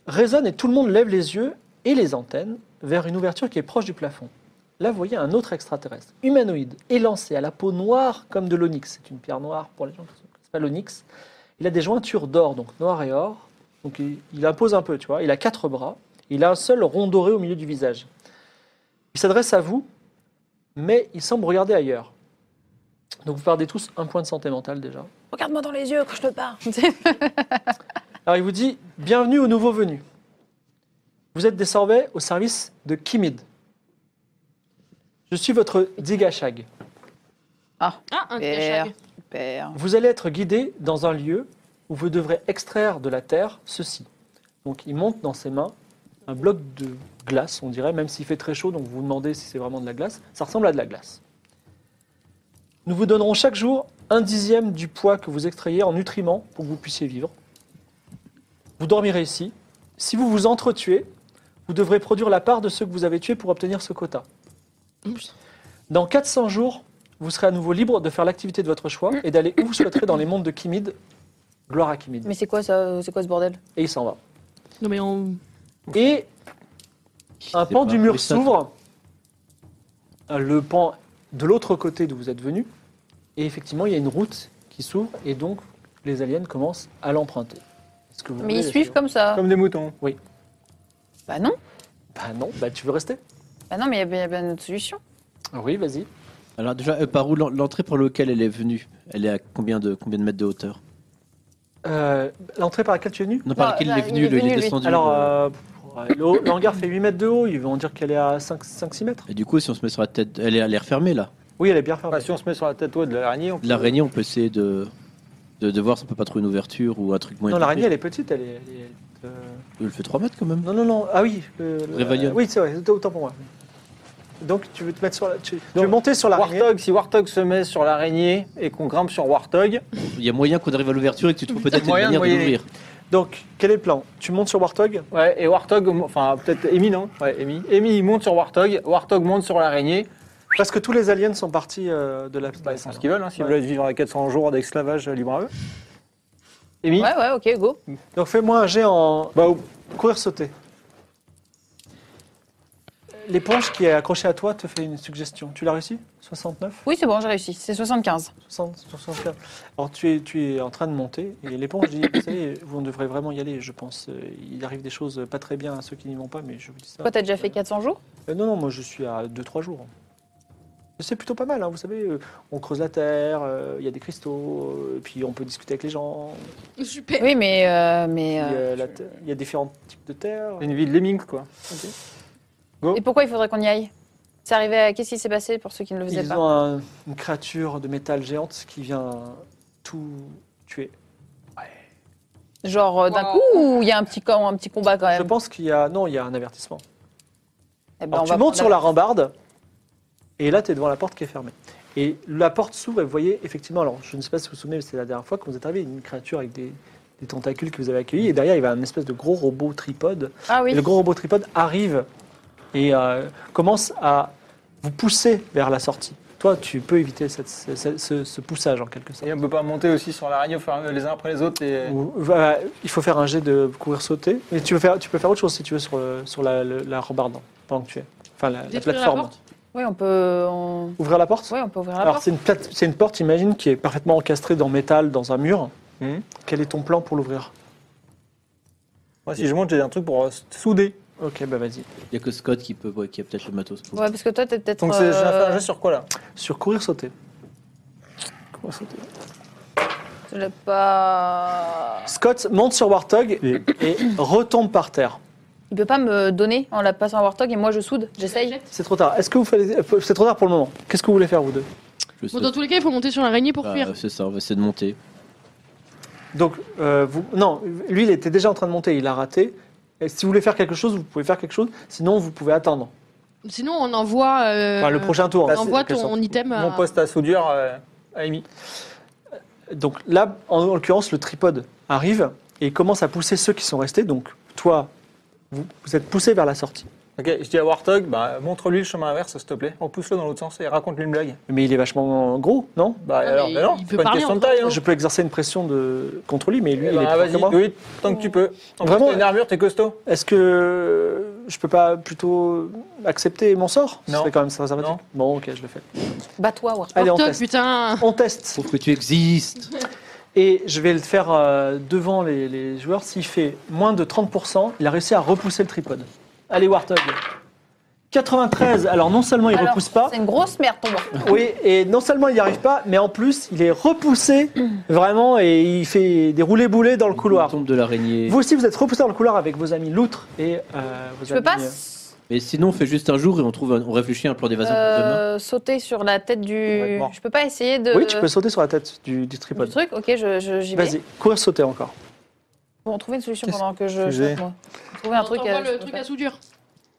résonne et tout le monde lève les yeux et les antennes vers une ouverture qui est proche du plafond. Là, vous voyez un autre extraterrestre, humanoïde, élancé, à la peau noire comme de l'onyx. C'est une pierre noire pour les gens qui ne connaissent pas l'onyx. Il a des jointures d'or, donc noir et or. Donc il, il impose un peu, tu vois. Il a quatre bras. Il a un seul rond doré au milieu du visage. Il s'adresse à vous, mais il semble regarder ailleurs. Donc vous perdez tous un point de santé mentale déjà.
Regarde-moi dans les yeux quand je te parle.
Alors il vous dit Bienvenue aux nouveaux venus. Vous êtes désormais au service de Kimid. Je suis votre Digashag.
Ah, un
Super.
Digashag.
Super.
Vous allez être guidé dans un lieu où vous devrez extraire de la terre ceci. Donc il monte dans ses mains un bloc de glace, on dirait, même s'il fait très chaud, donc vous vous demandez si c'est vraiment de la glace. Ça ressemble à de la glace. Nous vous donnerons chaque jour un dixième du poids que vous extrayez en nutriments pour que vous puissiez vivre. Vous dormirez ici. Si vous vous entretuez, vous devrez produire la part de ceux que vous avez tués pour obtenir ce quota. Dans 400 jours, vous serez à nouveau libre de faire l'activité de votre choix et d'aller où vous souhaiterez dans les mondes de Kimid. Gloire à Kimid.
Mais c'est quoi ça euh, C'est quoi ce bordel
Et il s'en va.
Non, mais on.
Et un
C'est
pan
pas-
du mur
mais ça-
s'ouvre, Ah, le pan de l'autre côté d'où vous êtes venu, et effectivement, il y a une route qui s'ouvre, et donc les aliens commencent à l'emprunter. Est-ce que vous
Mais
voulez
ils
la
suivent
suivre
comme ça.
Comme des moutons.
Bah non.
Bah non, bah tu veux rester
Bah non, mais il y a bien- il y a bien une autre solution.
Oui, vas-y.
Alors déjà, euh, par où l'en- l'entrée pour laquelle elle est venue Elle est à combien de, combien de mètres de hauteur
Euh, L'entrée par laquelle tu es venu
Non, par
Ah,
Non,
laquelle
bah,
là,
il est venu, il est,
lui.
descendu.
Alors,
euh,
euh, pff, ouais, le, haut- le hangar fait 8 mètres de haut, ils vont dire qu'elle est à 5-6 mètres.
Et du coup, si on se met sur la tête, elle est, elle est refermée là.
Oui, elle est bien fermée.
Enfin, si on se met sur la tatouée de l'araignée, on peut...
L'araignée, on peut essayer de, de, de voir si on peut pas trouver une ouverture ou un truc moyen.
non, l'araignée, elle est petite, elle est... elle est- euh,
Elle fait 3 mètres quand même.
Non, non, non. Ah oui. le- le-
Réveillon.
oui, c'est vrai. c'est Autant pour moi. Donc, tu veux te mettre sur la. Tu, tu
Donc,
veux monter sur l'araignée.
Warthog, si Warthog se met sur l'araignée et qu'on grimpe sur Warthog,
Il y a moyen qu'on arrive à l'ouverture et que tu trouves peut-être une
Moyen de
manière de
moyen.
l'ouvrir.
Donc, quel est le plan Tu montes sur Warthog
ouais, et Warthog, enfin peut-être Amy, non Ouais, Amy. Amy, il monte sur Warthog, Warthog monte sur l'araignée,
Parce que tous les aliens sont partis euh, de la.
bah, ils font ce qu'ils veulent, hein, s'ils
Ouais.
veulent vivre à 400 jours d'esclavage euh, libre à eux. Amy
Ouais, ouais, ok, go.
Donc, fais-moi un jet en
Bah, ou-
courir sauter. L'éponge qui est accrochée à toi te fait une suggestion. Tu l'as réussi 69
Oui, c'est bon, j'ai réussi. C'est 75.
60, 75. Alors, tu es, tu es en train de monter et l'éponge dit Vous savez, vous devrez vraiment y aller, je pense. Euh, Il arrive des choses pas très bien à ceux qui n'y vont pas, mais je vous dis ça.
Toi, t'as déjà fait 400 jours
Euh, non, non, moi je suis à 2-3 jours. C'est plutôt pas mal, hein, vous savez, euh, on creuse la terre, euh, il y a des cristaux, euh, puis on peut discuter avec les gens,
Super.
Oui, mais. euh, mais
puis,
euh,
euh, la terre- il y a différents types de terre.
une vie de lemming, quoi.
Et pourquoi il faudrait qu'on y aille C'est arrivé à. Qu'est-ce qui s'est passé pour ceux qui ne le faisaient
Ils
pas
ont un- une créature de métal géante qui vient tout tuer.
Genre euh, d'un
Wow.
coup ou il y a un petit, com- un petit combat quand
Je
même
pense qu'il y a... Non, il y a un avertissement.
Eh ben,
Alors,
on
tu
va
montes
prendre
sur la rambarde, et là, tu es devant la porte qui est fermée. Et la porte s'ouvre, et vous voyez effectivement, alors je ne sais pas si vous vous souvenez, mais c'est la dernière fois que vous êtes arrivé, une créature avec des, des tentacules que vous avez accueillis, et derrière, il y avait un espèce de gros robot tripode.
Ah
Et
oui.
le gros robot tripode arrive et euh, commence à vous pousser vers la sortie. Toi, tu peux éviter cette- ce, ce- ce- ce poussage en quelque sorte.
Et on peut pas monter aussi sur l'araignée au fur et à mesure, les uns après les autres et...
Ou- va- il faut faire un jet de courir sauter. Mais tu, veux faire, tu peux faire autre chose si tu veux sur, le- sur la, le- la rambarde pendant que tu es. Enfin, la, la
Détruire la
plateforme.
porte
Oui, on peut. on-
Ouvrir la porte
Oui, on peut ouvrir la
Alors,
porte.
c'est une, plate- c'est une porte, imagine, qui est parfaitement encastrée dans métal, dans un mur.
Mhm.
Quel est ton plan pour l'ouvrir
Moi, si je monte, j'ai un truc pour euh, souder.
Ok, bah vas-y.
Il y a que Scott qui peut, ouais, qui a peut-être le matos. pour-
Ouais, parce que toi, t'es peut-être.
Donc, c'est- j'ai
euh,
fait un jeu sur quoi, là
Sur courir sauter. Courir sauter.
Je l'ai pas.
Scott monte sur Warthog et, et retombe par terre.
Il peut pas me donner en la passant à Warthog et moi je soude, j'essaye.
C'est trop tard. Est-ce que vous faites- euh, C'est trop tard pour le moment. Qu'est-ce que vous voulez faire vous deux
Je
Bon,
saute.
dans tous les cas, il faut monter sur l'araignée pour
Bah,
fuir.
c'est ça, on va essayer de monter.
Donc euh, vous non, lui il était déjà en train de monter, il a raté. Et si vous voulez faire quelque chose, vous pouvez faire quelque chose. Sinon, vous pouvez attendre.
Sinon, on envoie. euh,
Enfin, le prochain bah, tour.
On
en
envoie
quelque
ton
sorte.
item à.
Mon poste à soudure euh, à Amy.
Ah, Donc là, en l'occurrence, le tripode arrive et il commence à pousser ceux qui sont restés. Donc toi, vous, vous êtes poussé vers la sortie.
Ok, je dis à Warthog, bah, montre-lui le chemin inverse, s'il te plaît. Repousse-le dans l'autre sens et raconte-lui une blague.
Mais il est vachement gros, non
Bah,
Ah, mais
alors,
il-
bah non,
il
c'est
peut
pas une
parler
question de
encore.
taille. Hein.
Je peux exercer une pression de contre lui, mais lui,
Eh
il est
ben,
plus fort que moi.
vas-y, oui, tant que tu peux. En
Vraiment
Vraiment T'as une armure, t'es costaud.
Est-ce que je peux pas plutôt accepter mon sort Ce
Non.
serait quand même ça sympathique.
Non.
Bon, ok, je le fais.
Bats-toi, Warthog.
Allez, on
Porte-toi,
teste.
putain
On teste.
Sauf que tu existes
Et je vais le faire euh, devant les, les joueurs. S'il fait moins de 30%, il a réussi à repousser le tripode. Allez, Warthog. 93, alors non seulement il
Alors,
repousse pas,
C'est une grosse merde ton bras.
oui, et non seulement il n'y arrive pas, mais en plus il est repoussé vraiment et il fait des roulés boulets dans le couloir.
tombe de l'araignée.
Vous aussi vous êtes repoussé dans le couloir avec vos amis loutres et euh, vos
Je peux
amis,
pas
euh,
s-
Mais sinon, on fait juste un jour et on trouve, un- on réfléchit à un plan d'évasion pour demain.
euh, sauter sur la tête
être
du.
mort.
Je peux pas essayer de.
Oui, tu peux sauter sur la tête du, du
du
tripode.
truc. Ok, je- Oh, je- j'y vais.
Vas-y, courir sauter encore.
Bon, trouver une solution
Qu'est-ce
pendant que je.
j'ai
je- moi. Trouver un
On
truc.
t'envoie
à- je
le
peux
truc
faire.
à soudure.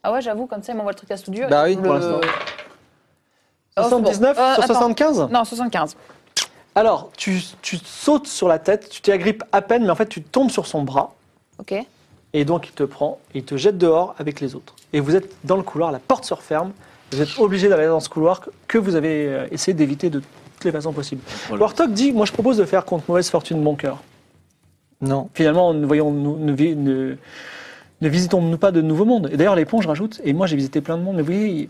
Ah ouais, j'avoue, comme ça, ils m'envoient le truc à soudure.
Bah oui,
et
pour
le-
l'instant.
Oh, c'est bon.
79
Euh,
sur
attends.
75
Non, 75.
Alors, tu, tu sautes sur la tête, tu t'y agrippes à peine, mais en fait tu tombes sur son bras.
Ok.
Et donc il te prend, et il te jette dehors avec les autres. Et vous êtes dans le couloir, la porte se referme. Vous êtes obligé d'aller dans ce couloir que- que vous avez euh, essayé d'éviter de toutes les façons possibles.
Voilà.
Warthog dit, moi je propose de faire contre mauvaise fortune mon cœur.
Non.
Finalement, nous voyons, nous, ne vi- ne- ne visitons-nous pas de nouveaux mondes Et d'ailleurs, l'éponge rajoute, et moi j'ai visité plein de mondes, mais vous voyez, il-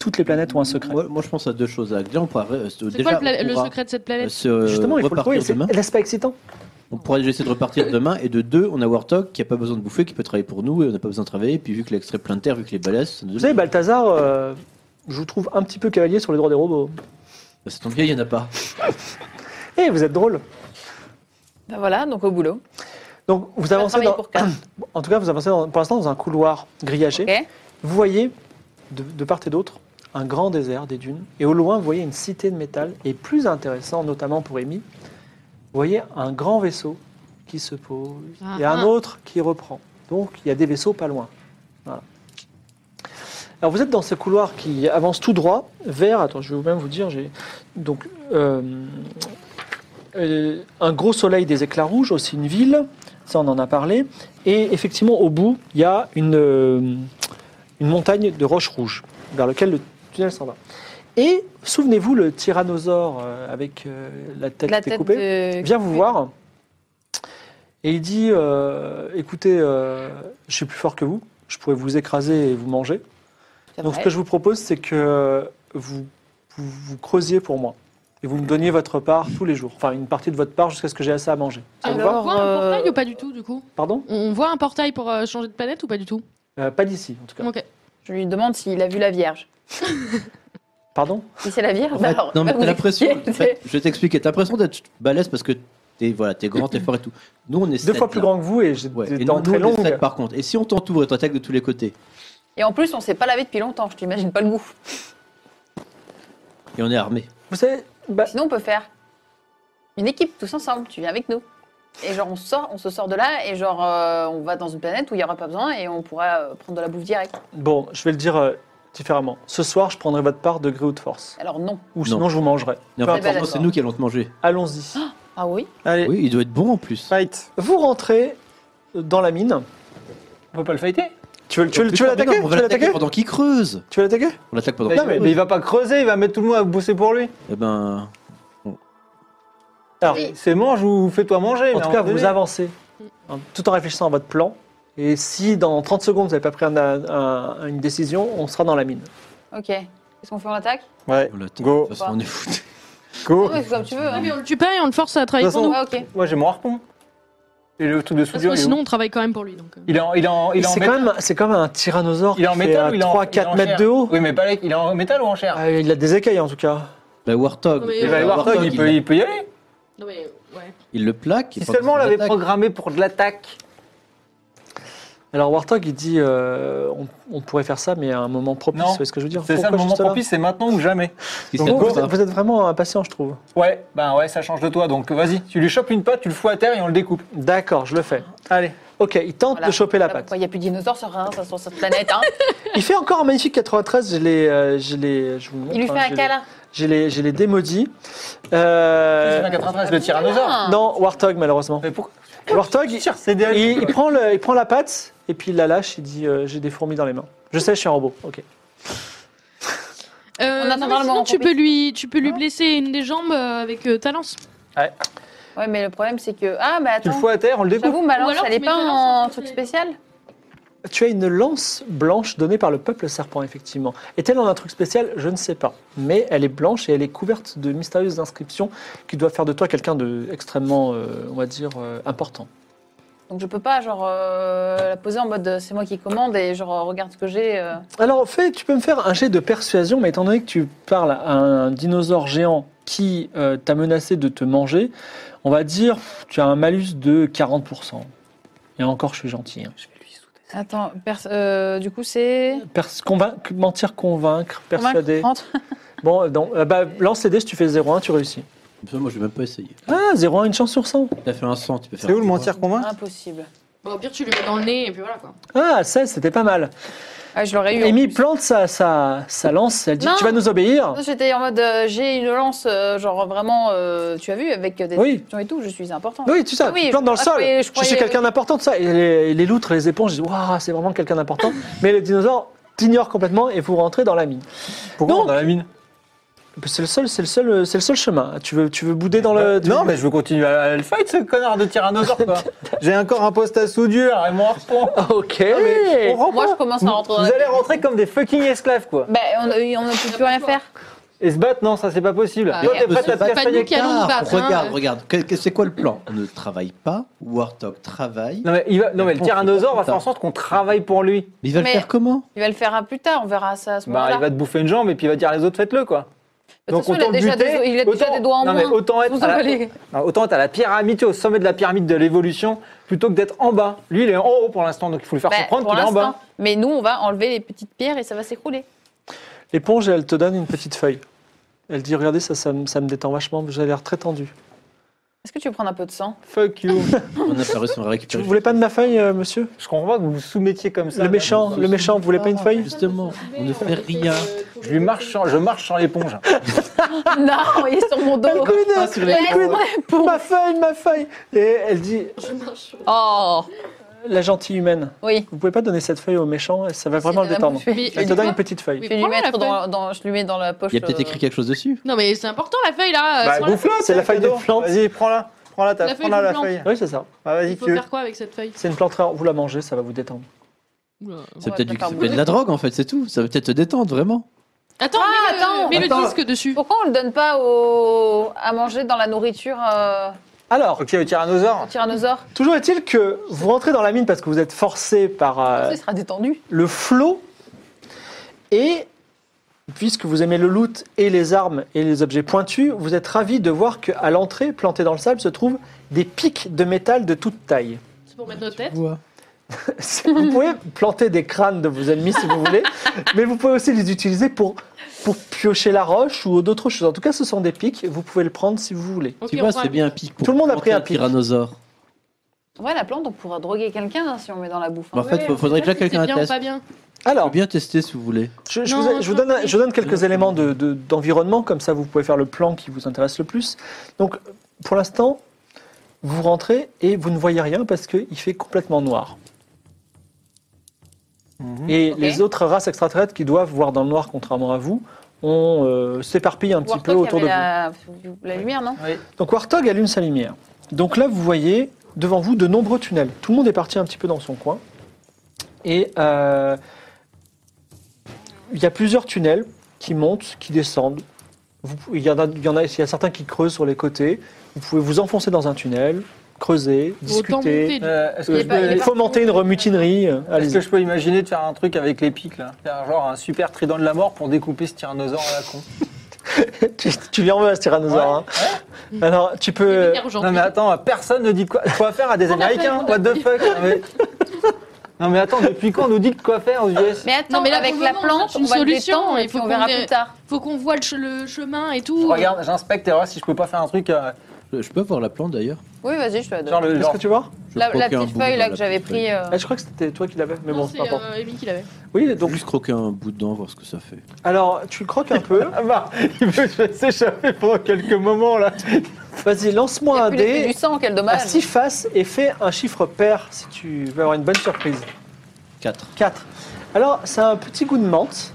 toutes les planètes ont un secret.
Moi, moi, je pense à deux choses. Déjà, on pourra, euh,
C'est
déjà,
quoi le, pla-
on
le
pourra,
secret de cette
euh,
planète
se, euh,
Justement, il faut le trouver,
repartir
c'est
demain.
n'est-ce pas excitant
On pourra déjà essayer de repartir demain. Et de deux, on a Warthog qui a pas besoin de bouffer, qui peut travailler pour nous et on n'a pas besoin de travailler. Puis vu que l'extrait plein de terre, vu que les balaises, ça nous
Vous savez, Balthazar, euh, je vous trouve un petit peu cavalier sur les droits des robots.
Bah, ça tombe bien, il n'y en a pas.
Eh, vous êtes drôle
Ben voilà, donc au boulot.
Donc, vous
On va
avancez
travailler
dans,
pour quatre.
En tout cas, vous avancez dans- pour l'instant dans un couloir grillagé.
Ok.
Vous voyez, de, de part et d'autre, un grand désert, des dunes. Et au loin, vous voyez une cité de métal. Et plus intéressant, notamment pour Amy, vous voyez un grand vaisseau qui se pose
Ah,
et un
ah.
autre qui reprend. Donc, il y a des vaisseaux pas loin. Voilà. Alors, vous êtes dans ce couloir qui avance tout droit vers. Attends, je vais vous- même vous dire. J'ai donc euh, euh, un gros soleil, des éclats rouges, aussi une ville. Ça, on en a parlé. Et effectivement, au bout, il y a une, euh, une montagne de roches rouges vers lequel le tunnel s'en va. Et souvenez-vous, le tyrannosaure euh, avec euh, la tête
La tête
découpée
de.
vient vous voir et il dit euh, Écoutez, euh, je suis plus fort que vous, je pourrais vous écraser et vous manger.
C'est
Donc,
vrai.
ce que je vous propose, c'est que vous, vous, vous creusiez pour moi et vous me donniez votre part tous les jours, enfin une partie de votre part jusqu'à ce que j'ai assez à manger. Ça vous va
Ah, on voit un
euh,
portail ou pas du tout, du coup
Pardon
On- On voit un portail pour euh, changer de planète ou pas du tout
Euh, Pas d'ici, en tout cas.
Ok.
Je lui demande s'il a vu la Vierge.
Pardon
Si c'est la Vierge,
En fait,
alors,
non,
bah,
mais t'as
vous
l'impression.
expliquez.
en fait, je vais t'expliquer. T'as l'impression d'être balèze parce que t'es voilà, t'es grand, t'es fort et tout. Nous, on est
Deux
sept,
fois plus
là.
grand que vous et j'ai
Ouais.
des
Et nous,
dents
nous,
très
on est sept,
longues.
par contre. Et si on t'entoure et t'attaque de tous les côtés
Et en plus, on s'est pas lavé depuis longtemps, je t'imagine pas le goût.
et on est armé
Vous savez, bah,
Sinon, on peut faire une équipe tous ensemble, tu viens avec nous. Et genre, on, sort, on se sort de là et genre, euh, on va dans une planète où il y aura pas besoin et on pourra euh, prendre de la bouffe directe.
bon, je vais le dire euh, différemment. Ce soir, je prendrai votre part de gré ou de force.
Alors, non.
Ou sinon, je vous mangerai.
Mais
Peu
en
importe.
fait, franchement, c'est nous qui allons te manger.
Allons-y.
Ah oui
Allez,
Oui, il doit être bon en plus.
fight.
Vous rentrez euh, dans la mine.
On peut pas le fighter
Tu veux, tu veux- tu veux
Putain, mais
l'attaquer
non,
Tu
On
veux
va l'attaquer
l'attaquer
pendant qu'il creuse.
Tu veux l'attaquer
On l'attaque pendant
mais,
qu'il
mais-
il va pas creuser, il va mettre tout le monde à bosser pour lui.
creuse. Eh ben,
Alors,
Oui.
C'est mange ou fais-toi manger.
En
là,
tout
à
cas,
un moment
vous
donné.
avancez hein, tout en réfléchissant à votre plan. Et si dans 30 secondes, vous n'avez pas pris un- un- une décision, on sera dans la mine.
Ok. Qu'est-ce qu'on fait en attaque
Ouais,
on l'attaque.
Go.
oh, De toute façon, on est foutu.
go.
Ouais, c'est comme tu veux. hein.
Ah, Mais on le tue pas et on le force à travailler
De toute
pour
façon,
nous.
Ouais, ok.
Moi j'ai mon harpon. Et le truc de
Parce
soudure,
que
il est où
sinon, on travaille quand même pour lui. Donc, euh.
il est en, il est en, il est en
C'est
métal.
quand, même- c'est quand même un tyrannosaure
Il est en
qui fait
métal
à
ou il est en-
3
il est
4
en
mètres
chair
de haut.
Oui, mais pas les- il est en métal ou en chair
Ah, il a des écailles en tout cas.
Bah, Warthog.
Non, mais-
Eh
Et
ben,
le
Warthog, il, peut,
il,
il peut y aller.
Non, mais ouais.
il le plaque. et
Si
pendant
seulement on
qu'il
l'avait
l'attaque-
programmé pour de l'attaque.
Alors Warthog, il dit euh, on, on pourrait faire ça, mais à un moment propice.
Non.
Vous voyez ce que je veux dire
C'est ça
Pourquoi
le moment
juste là
propice, c'est maintenant ou jamais.
ce qui se
Vous,
passe,
vous
ça.
êtes- vous êtes vraiment impatient, je trouve.
Ouais, ben ouais, ça change de toi. Donc vas-y, tu lui chopes une patte, tu le fous à terre et on le découpe.
D'accord, je le fais.
Allez.
Ok, il tente
Voilà.
de choper la
Voilà
patte.
pourquoi Il n'y a plus de dinosaures sur, hein, sur cette planète. hein.
Il fait encore un magnifique 93. Je les, euh, je les, je vous montre,
Il lui
hein,
fait un
je les-
câlin.
J'ai les, j'ai les démaudis. Euh,
C'est un 93, le tyrannosaure.
Ah.
non, Warthog, malheureusement.
Mais pourquoi
Warthog, il,
Tire, c'est des
il- il prend le- il prend la patte et puis il la lâche. Il dit euh, J'ai des fourmis dans les mains. Je sais, je suis un robot. Ok.
Euh,
On attend
non, mais
dans le
sinon,
moment
tu peux
compliqué.
lui, tu peux lui blesser une des jambes euh, avec euh, ta lance.
Ouais, mais le problème, c'est que. Ah, mais
Tu le
attends.
fous à terre, on le découpe.
J'avoue, ma
Ou
lance,
alors
elle est
tu
pas
mets tes
en
lances,
truc
c'est-
spécial
Tu as une lance blanche donnée par le peuple serpent, effectivement. Est-elle en un truc spécial Je ne sais pas. Mais elle est blanche et elle est couverte de mystérieuses inscriptions qui doivent faire de toi quelqu'un de extrêmement, euh, on va dire, euh, important.
Donc je peux pas genre euh, la poser en mode euh, c'est moi qui commande et genre euh, regarde ce que j'ai. euh.
Alors, fais, tu peux me faire un jet de persuasion, mais étant donné que tu parles à un dinosaure géant qui euh, t'a menacé de te manger, on va dire pff, tu as un malus de 40%. Et encore, je suis gentil. hein.
Attends, pers- euh, du coup c'est
Pers- convainc- mentir, convaincre, persuader.
Convaincre,
Bon, euh, non, euh, bah, lance les dés, si tu fais 0,1, tu réussis.
Comme ça, moi, je vais même pas essayer.
Ah, 0,1, une chance sur 100.
T'as fait un 100, tu peux faire.
C'est où le
un
mentir
Ah.
convaincre
Impossible.
Bon, au pire, tu lui mets dans le nez et puis voilà quoi.
Ah, 16, c'était pas mal.
Ah, je l'aurais eu. en
Amy
plus.
plante sa, sa, sa lance, elle dit
Non.
Tu vas nous obéir
Non, J'étais en mode euh, j'ai une lance euh, genre vraiment euh, tu as vu avec des
Oui.
descriptions et tout je suis important.
Oui, tu sais,
Ah oui,
tu plantes dans le
ah, je
sol.
croyais- je
je, suis
croyais-
quelqu'un d'important, tout ça. Et les, les loutres, les éponges, ils disent Waouh, c'est vraiment quelqu'un d'important. Mais les dinosaures t'ignorent complètement et vous rentrez dans la mine.
Pourquoi
Donc-
dans la mine
C'est le seul, c'est le seul, c'est le seul chemin. Tu veux, tu veux bouder dans
Bah,
le. tu-
Euh, Non, mais je veux continuer à, à le fight, ce connard de tyrannosaure, quoi. J'ai encore un poste à soudure et mon harpon.
Ok.
On rentre
Moi
pas.
je commence à rentrer. dans
Vous
la-
allez rentrer comme des fucking esclaves, quoi.
Ben, on on ne peut plus rien faire.
Et se battre, non, ça c'est pas possible.
Ah,
Toi,
merde.
t'es prête à te
Pas
faire
Pas nous
tailler.
qui allons nous
Ah,
battre. hein.
regarde, regarde. Que- que- C'est quoi le plan On ne travaille pas. Warthog travaille.
Non, mais, il va- non, mais le tyrannosaure va faire en sorte qu'on travaille pour lui.
Mais il va
Mais-
le faire comment
Il va le faire à plus tard on verra ça à ce
Bah,
moment-là.
il va te bouffer une jambe et puis il va dire à les autres, faites-le, quoi.
De toute façon, il a
autant
déjà
buter,
des- il a déjà
autant-
des doigts en
non, mais
moins.
autant être,
Vous
à la,
envolez.
non, autant être à la pyramide, tu sais, au sommet de la pyramide de l'évolution, plutôt que d'être en bas. Lui, il est en haut pour l'instant, donc il faut lui faire
Bah,
comprendre
pour
qu'il est en bas.
l'instant. Mais nous, on va enlever les petites pierres et ça va s'écrouler.
L'éponge, elle te donne une petite feuille. Elle dit Regardez, ça, ça, me- ça me détend vachement. J'ai l'air très tendu.
Est-ce que tu veux prendre un peu de sang
Fuck you.
On a pas réussi
Tu
à récupérer.
voulais pas de ma feuille, euh, monsieur
Je comprends pas que vous vous soumettiez comme ça.
Le méchant, le méchant, vous voulez pas une feuille
Ah, Justement, on ne fait rien.
Je lui marche sur, je marche sur l'éponge.
Bah, Non, il est sur mon dos.
Ah, sur les-
Laisse-moi pour-
Ma feuille, ma feuille. Et elle dit
Oh,
La gentille humaine.
oui.
Vous pouvez pas donner cette feuille au méchant, ça va
C'est
vraiment le
la
détendre.
bouche. Je vais-
Mais-
Elle te donne une petite feuille.
Oui.
je vais lui
Prends-la,
mettre
la
dans, dans- je lui mets dans la poche.
Il y a peut-être
euh,
écrit quelque chose dessus.
Non, mais c'est important la feuille là. à ce
Bah,
moment-là.
bouffe-la,
C'est la feuille
cadeau.
des plantes.
Vas-y, prends-la. Prends-la,
La
t'as-
feuille
prends-la
des
la
plantes.
feuille.
Oui, c'est ça.
Ah, vas-y,
Il faut
tu veux.
faire quoi avec cette feuille
C'est une plante rare. Vous la mangez, ça va vous détendre.
Oula.
On
C'est
va
peut-être
pas
du-
faire
c'est peut-être de la drogue en fait, c'est tout. Ça va peut-être te détendre vraiment.
Attends,
Ah,
mets,
attends. Oh.
le, mets
Attends.
le disque dessus.
Pourquoi on le donne pas au... à manger dans la nourriture euh,
Alors,
Ok, le tyrannosaure.
au tyrannosaure
Euh, toujours est-il que vous rentrez dans la mine parce que vous êtes forcé par euh,
Ça, Il sera détendu.
le flot. Et puisque vous aimez le loot et les armes et les objets pointus, vous êtes ravi de voir qu'à l'entrée, plantée dans le sable, se trouvent des pics de métal de toute taille.
C'est pour mettre nos têtes.
Vous pouvez planter des crânes de vos ennemis si vous voulez, mais vous pouvez aussi les utiliser pour, pour piocher la roche ou d'autres choses. En tout cas, ce sont des pics, vous pouvez le prendre si vous voulez.
Ok,
Tu
on
vois,
prend
c'est
un-
bien un pic. pour
Tout le monde a pris un
planter
pic.
tyrannosaure.
Ouais, la plante, on pourra droguer quelqu'un hein, si on met dans la bouffe.
Mais
hein.
en fait,
Ouais,
faudrait
on sait
déjà
pas si
quelqu'un la
c'est bien ou
teste.
Pas bien.
Faut
Alors,
bien tester si vous voulez.
je, je
Non,
vous, ai- je
je
vous
t'en
donne, un-
prie.
je vous donne quelques éléments de- de- d'environnement, comme ça vous pouvez faire le plan qui vous intéresse le plus. Donc, pour l'instant, vous rentrez et vous ne voyez rien parce qu'il fait complètement noir.
Mhm.
Et
Mmh. Ok.
les autres races extraterrestres qui doivent voir dans le noir, contrairement à vous, on euh, s'éparpille un petit
Warthog
peu autour
avait
de vous.
la... la lumière, non
Oui.
Donc Warthog allume sa lumière. Donc là, vous voyez devant vous de nombreux tunnels. Tout le monde est parti un petit peu dans son coin. Et euh, il y a plusieurs tunnels qui montent, qui descendent. Vous pou- il, y en a, il, y en a, il y a certains qui creusent sur les côtés. Vous pouvez vous enfoncer dans un tunnel, creuser,
Autant
discuter,
monter. du-
Euh, Est-ce que,
euh,
je peux-
il est pas-
fomenter une remutinerie. euh,
est-ce que
Allez-y.
je peux imaginer de faire un truc avec les pics là Faire genre un super trident de la mort pour découper ce tyrannosaure à la con.
tu, tu viens en veux à ce tyrannosaure. hein. Alors, tu peux.
Il est urgent.
Non mais attends, personne ne dit quoi, quoi faire à des
On l'a fait,
Américains.
on
What
l'a
the fuck Non, mais- Non mais attends, depuis quand on nous dit quoi faire aux US
Mais attends,
Non, mais là,
avec
pour le
la
moment, on
plante,
cherche
on,
une
va le
solution,
détendre et
il
puis
faut
on
qu'on
verra
ait-
plus tard.
Faut qu'on voie le, ch- le chemin et tout.
Je Regarde, j'inspecte et voir si je peux pas faire un truc euh,
Je je peux avoir la plante d'ailleurs.
Oui, vas-y, je te la donne.
genre le
Qu'est-ce
genre.
Euh, que tu vois
Je
La,
croque
la
un
petite
bout
feuille
dans
là
la
que j'avais
petite feuille.
pris. euh,
Ah, Je crois que c'était toi qui l'avais, mais
Non,
bon,
c'est
peu importe.
euh, Amy qui l'avait.
Oui, donc
Juste croquer un bout dedans, voir ce que ça fait.
alors tu croques un peu.
Ah bah, il veut se- s'échapper pendant quelques moments là.
Vas-y,
il y
lance-moi
a
un
plus l'effet
dé
du sang,
Ah,
quel
à
dommage.
6 faces et fais un chiffre pair si tu veux avoir une bonne surprise.
4.
4. Alors, c'est un petit goût de menthe.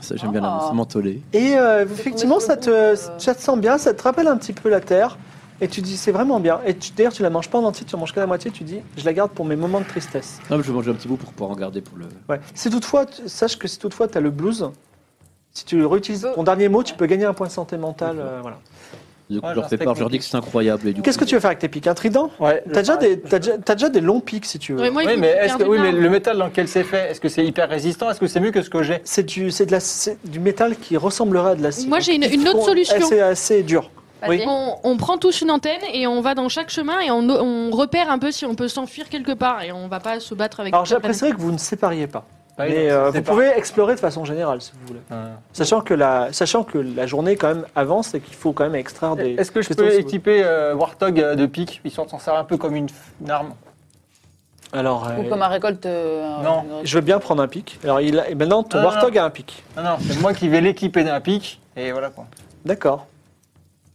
Ça, j'aime bien la
Ah.
menthe mentholée.
Et euh, effectivement,
tombé
ça
sur le
te,
goût, euh.
ça te sent bien, ça te rappelle un petit peu la terre. Et tu dis, c'est vraiment bien. Et tu- d'ailleurs, tu la manges pas en entier, tu en manges que la moitié. Tu dis, je la garde pour mes moments de tristesse.
Non, mais je vais manger un petit bout pour pouvoir en garder pour le.
Ouais. Si toutefois, tu- sache que si toutefois tu as le blues, si tu réutilises ton dernier mot, tu peux gagner un point de santé mentale. euh, voilà.
Du coup,
Ouais,
je leur fais
j'inspecte
part, je
mon
leur dis que c'est incroyable. et du
Qu'est-ce
coup,
que tu veux faire avec tes pics Un trident
Ouais,
T'as déjà, des- t'as déjà, t'as déjà des longs pics si tu veux.
Ouais, moi, il
Oui,
faut
mais,
qu'il
est-ce
perde
que, oui
une
mais
arme.
le métal dans lequel c'est fait, est-ce que c'est hyper résistant Est-ce que c'est mieux que ce que j'ai
C'est du, c'est de la, c'est du métal qui ressemblera à de l'acier.
Moi, j'ai une- une autre
Bon,
solution.
Assez, assez dur.
Vas-y.
Oui.
On, on prend tous une antenne et on va dans chaque chemin et on, on repère un peu si on peut s'enfuir quelque part et on va pas se battre avec.
Alors
toute la planète.
j'apprécierais que vous ne sépariez pas.
Bah,
mais
non,
euh,
c'est
vous
pas-
pouvez explorer de façon générale si vous voulez.
Euh,
Sachant que la, sachant que la journée quand même avance et qu'il faut quand même extraire des.
Est-ce que je
des
peux
choses-
équiper euh, Warthog euh, de pique, histoire de s'en servir un peu comme une, f- une arme
Alors,
Ou
euh,
comme un récolte. euh,
Non.
une récolte.
je veux bien prendre un pic. Alors il a- et maintenant ton
Non, non,
Warthog a un pic.
Non, non, c'est moi qui vais l'équiper d'un pic, et voilà quoi.
D'accord.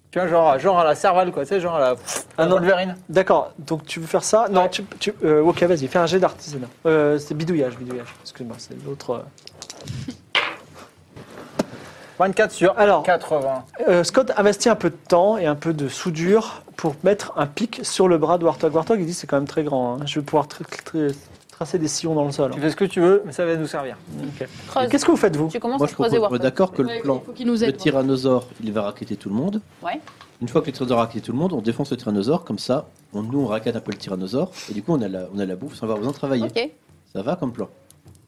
Tu vois, genre, genre à la servale, quoi, tu sais, genre à la, à la
Ah non.
Wolverine.
D'accord. Donc tu veux faire ça Non.
Ah Ouais.
Tu, tu- euh, ok, vas-y. Fais un jet d'artisanat. Euh, c'est bidouillage, bidouillage. Excuse-moi, c'est l'autre. euh,
24 sur
Alors.
80.
Euh, Scott investit un peu de temps et un peu de soudure pour mettre un pic sur le bras de Warthog. Warthog, il dit c'est quand même très grand. hein. Je vais pouvoir tra- tra- tracer des sillons dans le sol.
Tu fais ce que tu veux, mais ça va nous servir.
Et
Creuse.
Qu'est-ce que vous faites vous
Tu commences
moi
à
je
creuser
propose
Warcraft.
d'accord que
Ouais,
le plan,
Il faut qu'il nous
le
aide.
tyrannosaure, il va racketter tout le monde.
Ouais.
Une fois que le tyrannosaure a racketé tout le monde, on défonce le tyrannosaure, comme ça, on, nous on rackette un peu le tyrannosaure, et du coup on a la, on a la bouffe sans avoir besoin de travailler.
Ok. Ouais,
Ça va comme plan.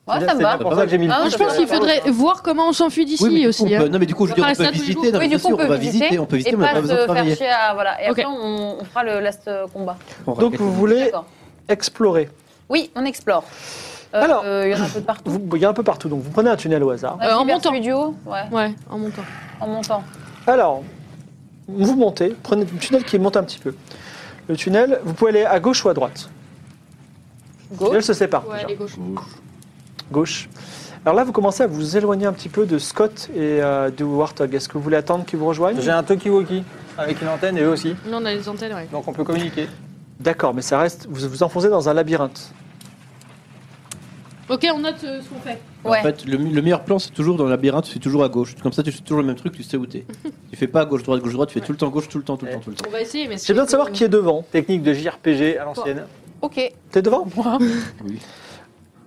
ça me va.
C'est pour ça que j'ai mis le
Ah,
Moi,
pic.
je pense qu'il faudrait voir comment on s'enfuit d'ici
mais du coup,
aussi.
on peut-
hein.
non mais du coup je veux
On
dire,
va
on
faire
peut
ça tous les
visiter,
jours.
non, mais
Oui,
bien
du coup, on
sûr,
peut
on va
visiter
visiter, on peut visiter,
et
mais on n'a
pas
pas besoin de
se faire
travailler.
chier à. Voilà. Et
Ok.
après, on, on fera le last euh, combat.
On
Donc
rackette
vous
le-
voulez
D'accord.
explorer.
Oui, on explore. Euh,
Alors-
euh, il y en a un peu de partout.
Vous- Il y a un peu partout, donc vous prenez un tunnel au hasard.
Vas-y,
Euh, en
vers
montant.
celui du haut, ouais,
Ouais, en montant.
en montant.
Alors, vous montez, prenez le tunnel qui monte un petit peu. Le tunnel, vous pouvez aller à gauche ou à droite. Le
Go.
tunnel se sépare.
Ouais,
déjà.
les gauches.
Gauche. Alors là, vous commencez à vous éloigner un petit peu de Scott et euh, de Warthog. Est-ce que vous voulez attendre qu'ils vous rejoignent
J'ai un Tokiwoki avec une antenne et eux aussi,
Là, on a les antennes, ouais.
donc on peut communiquer.
D'accord, mais ça reste. Vous vous enfoncez dans un labyrinthe.
Ok, on note euh, ce qu'on fait.
Ouais.
En fait, le, le meilleur plan, c'est toujours dans le labyrinthe, tu fais toujours à gauche. Comme ça, tu fais toujours le même truc, tu sais où t'es. tu fais pas gauche, droite, gauche, droite, tu fais tout le temps gauche, tout le temps, tout le temps, tout le temps.
On va essayer, mais
J'ai besoin de savoir qui est devant.
Technique de JRPG à l'ancienne.
Ok.
T'es devant
Oui.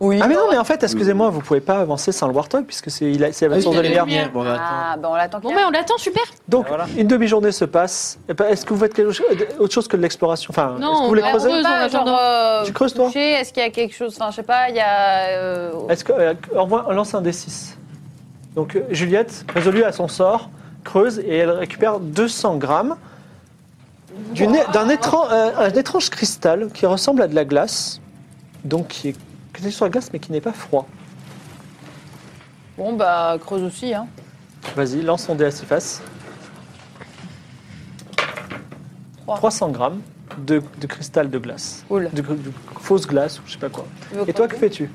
Oui.
Ah mais non, mais en fait, excusez-moi, vous pouvez pas avancer sans le Warthog puisque c'est il a- c'est la
Ah oui,
version
il
de
a
la
les
lumière.
lumières.
Bon, bah, attends.
Ah, ben on l'attend.
Bon, ben on l'attend, super.
Donc
Voilà.
une demi-journée se passe. Et ben, Est-ce que vous faites quelque chose, autre chose que de l'exploration Enfin,
Non,
est-ce que vous voulez
on est
creuser
heureuse. en
pas, genre,
attendant.
euh,
Tu creuses, toi
toucher, Est-ce qu'il y a quelque chose Enfin, je sais pas, il y a. euh,
Est-ce que euh, envoie- lance un D6 Donc euh, Juliette, résolue à son sort, creuse et elle récupère 200 grammes d'une- d'un étran- euh, un étrange cristal qui ressemble à de la glace, donc qui est qui est sur la glace mais qui n'est pas froid.
Bon, bah, creuse aussi, hein.
Vas-y, lance ton dé à six faces.
Trois.
300 grammes de, de cristal de glace.
Cool.
De, de fausse glace, ou je sais pas quoi.
Tu veux
Et toi, que
creuser
fais-tu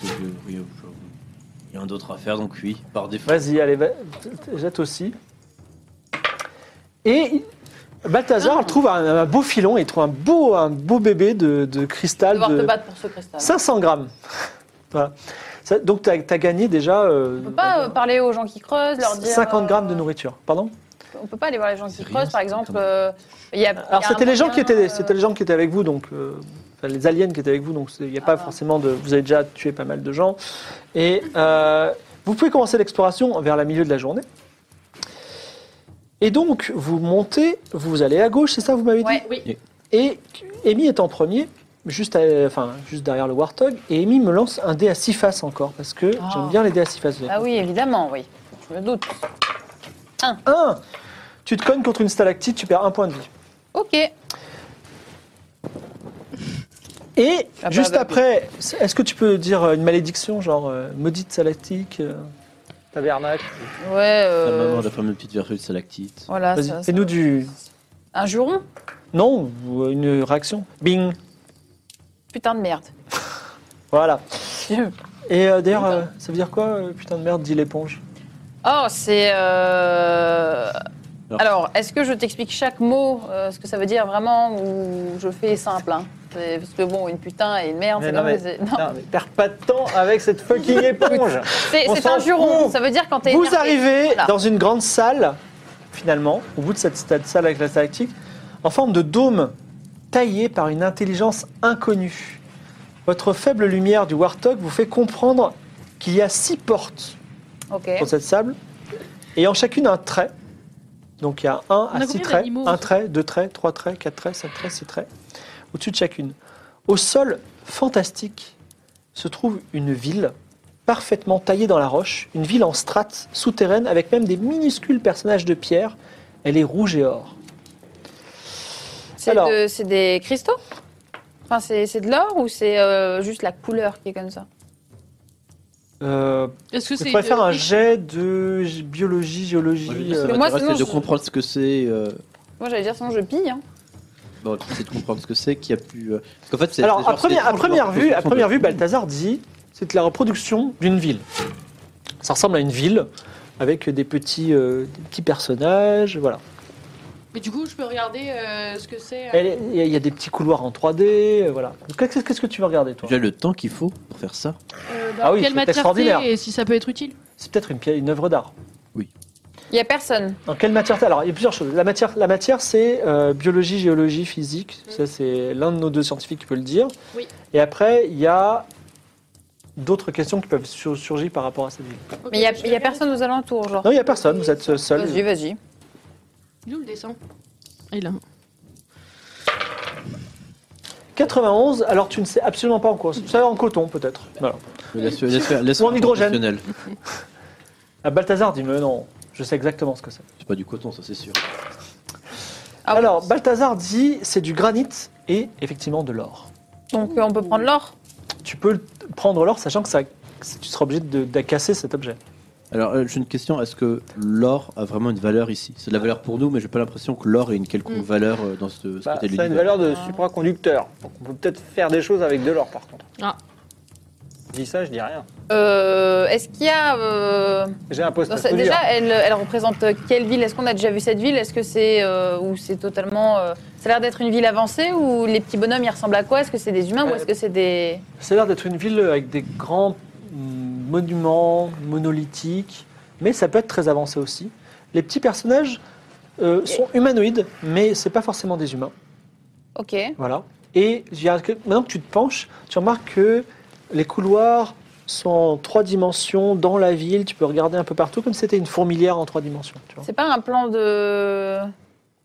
Parce que je- oui, je- Il y a un d'autre à faire, donc oui, par défaut.
Vas-y, allez, va- jette aussi. Et Balthazar
Ah.
elle trouve un, un beau filon, il trouve un beau, un beau bébé de, de cristal
Devoir
de
te battre pour ce cristal.
500 grammes. voilà. Ça- donc, tu as, gagné déjà euh,
on peut pas euh, parler aux gens qui creusent, leur dire.
50 grammes de
euh,
nourriture. Pardon
On peut pas aller voir les gens qui
C'est rien,
creusent,
ça,
par exemple.
quand même.
euh, il y a- il y
Alors
a un
c'était les gens qui
moyen,
étaient,
euh,
c'était les gens qui étaient avec vous, donc euh, enfin, les aliens qui étaient avec vous, donc c'est- il n'y a pas
Ah.
forcément de. Vous avez déjà tué pas mal de gens, et euh, vous pouvez commencer l'exploration vers la milieu de la journée. Et donc vous montez, vous allez à gauche, c'est ça vous m'avez dit.
Ouais.
Oui.
Et Amy est en premier, juste, à- enfin juste derrière le Warthog, et Amy me lance un dé à six faces encore parce que
Ah.
j'aime bien les dés à six faces.
Ah oui, évidemment, oui. Je me doute.
Un, tu te cognes contre une stalactite, tu perds un point de vie.
Ok.
Et
Ah bah,
juste
bah,
après, est-ce que tu peux dire euh, une malédiction, genre euh, maudite salatique euh,
Tabernacle.
Ouais.
La
euh,
maman, la fameuse petite vertu de salactite.
Voilà.
Vas-y,
Ah, ça- ça-
fais-nous du.
Un juron
Non, ou euh, une réaction. Bing
Putain de merde.
Voilà. Et euh, d'ailleurs,
Putain.
euh, ça veut dire quoi, euh, putain de merde, dit l'éponge
Oh, c'est. euh,
Alors.
Alors, est-ce que je t'explique chaque mot, euh, ce que ça veut dire vraiment, ou je fais simple hein C'est- Parce que bon, une putain et une merde,
Mais
c'est
non,
comme-
mais-
c'est- non.
Ah,
Putain, mais perds pas de temps avec cette fucking éponge.
C'est
on
c'est
s'en
un juron,
fout.
ça veut dire quand t'es.
Vous
énervé.
arrivez
Voilà.
dans une grande salle, finalement, au bout de cette, cette salle avec la stalactite, en forme de dôme taillé par une intelligence inconnue. Votre faible lumière du Warthog vous fait comprendre qu'il y a six portes
Ok.
dans cette sable, ayant chacune un trait Donc il y a un
On
à
a
six
combien
traits,
d'animaux
un trait, deux traits, trois traits, quatre traits, cinq traits, six traits, au-dessus de chacune. Au sol fantastique se trouve une ville parfaitement taillée dans la roche, une ville en strates souterraines avec même des minuscules personnages de pierre. Elle est rouge et or.
C'est
Alors.
de- c'est des cristaux Enfin, c'est c'est de l'or ou c'est euh, juste la couleur qui est comme ça
Euh,
Est-ce que
je
c'est. euh,
pourrais faire un
une-
jet de g- biologie, géologie.
Moi,
euh,
moi,
ça m'intéresse,
sinon,
c'est de
je-
comprendre ce que c'est. euh,
Moi, j'allais dire sinon je pille. hein.
Bon, c'est de comprendre ce que c'est qui a pu. euh, Parce qu'en fait, c'est.
Alors,
c'est
à
genre, c'est
première, à
étrange,
première
leur
vue, à
construction
première
de-
vue, bah, Balthazar dit c'est la reproduction d'une ville. Ça ressemble à une ville avec des petits, euh, des petits personnages, voilà.
Mais du coup, je peux regarder euh, ce que c'est. euh,
Elle est- Il y, a- il y a des petits couloirs en 3D, euh, voilà. Qu'est-ce qu'est-ce que tu veux regarder, toi
Déjà, le temps qu'il faut pour faire ça.
euh, dans
Ah oui,
quelle
c'est
matière
extraordinaire.
c'est Et si ça peut être utile
C'est peut-être une, pièce- une œuvre d'art.
Il n'y a personne.
Dans quelle matière Alors, il y a plusieurs choses. La matière, la matière c'est euh, biologie, géologie, physique.
Mhm.
Ça, c'est l'un de nos deux scientifiques qui peut le dire.
Oui.
Et après, il y a d'autres questions qui peuvent sur- surgir par rapport à cette ville.
Mais il n'y a,
Ok, je
il y a
regarde.
personne aux alentours, genre.
Non, il n'y a personne. Vous êtes seul.
Vas-y, vas-y.
Il est où le dessin Ah, Il a.
91, alors tu ne sais absolument pas en quoi. Ça va en coton peut-être. Voilà.
Laisse, laisse faire- laisse
Ou en
faire un
hydrogène.
professionnel.
Ah, Balthazar dit mais non, je sais exactement ce que c'est.
C'est pas du coton, ça, c'est sûr.
Ah ouais.
alors Balthazar dit c'est du granit et effectivement de l'or.
Donc euh, on peut prendre l'or
Tu peux le- prendre l'or sachant que ça, que tu seras obligé de, de casser cet objet.
Alors, euh, j'ai une question. Est-ce que l'or a vraiment une valeur ici C'est de la valeur pour nous, mais j'ai pas l'impression que l'or ait une quelconque
Hmm.
Mm.
valeur euh, dans ce, ce
Bah,
côté de
ça a une
l'univers.
valeur de supraconducteur. Donc on peut peut-être faire des choses avec de l'or par contre.
Ah.
Je dis ça, je dis rien.
Euh, Est-ce qu'il y a. euh,
J'ai un poste
dans
à
cette-
produire.
déjà, elle, elle représente euh, quelle ville Est-ce qu'on a déjà vu cette ville Est-ce que c'est. euh, ou c'est totalement. euh, ça a l'air d'être une ville avancée ou les petits bonhommes, ils ressemblent à quoi Est-ce que c'est des humains ou est-ce que c'est des.
Ça a l'air d'être une ville avec des grands mm, monuments monolithiques, mais ça peut être très avancé aussi. Les petits personnages euh, sont humanoïdes, mais c'est pas forcément des humains.
Ok.
Voilà. Et il y a que- maintenant que tu te penches, tu remarques que les couloirs sont en trois dimensions dans la ville. Tu peux regarder un peu partout comme si c'était une fourmilière en trois dimensions. Tu vois.
C'est pas un plan de.
Je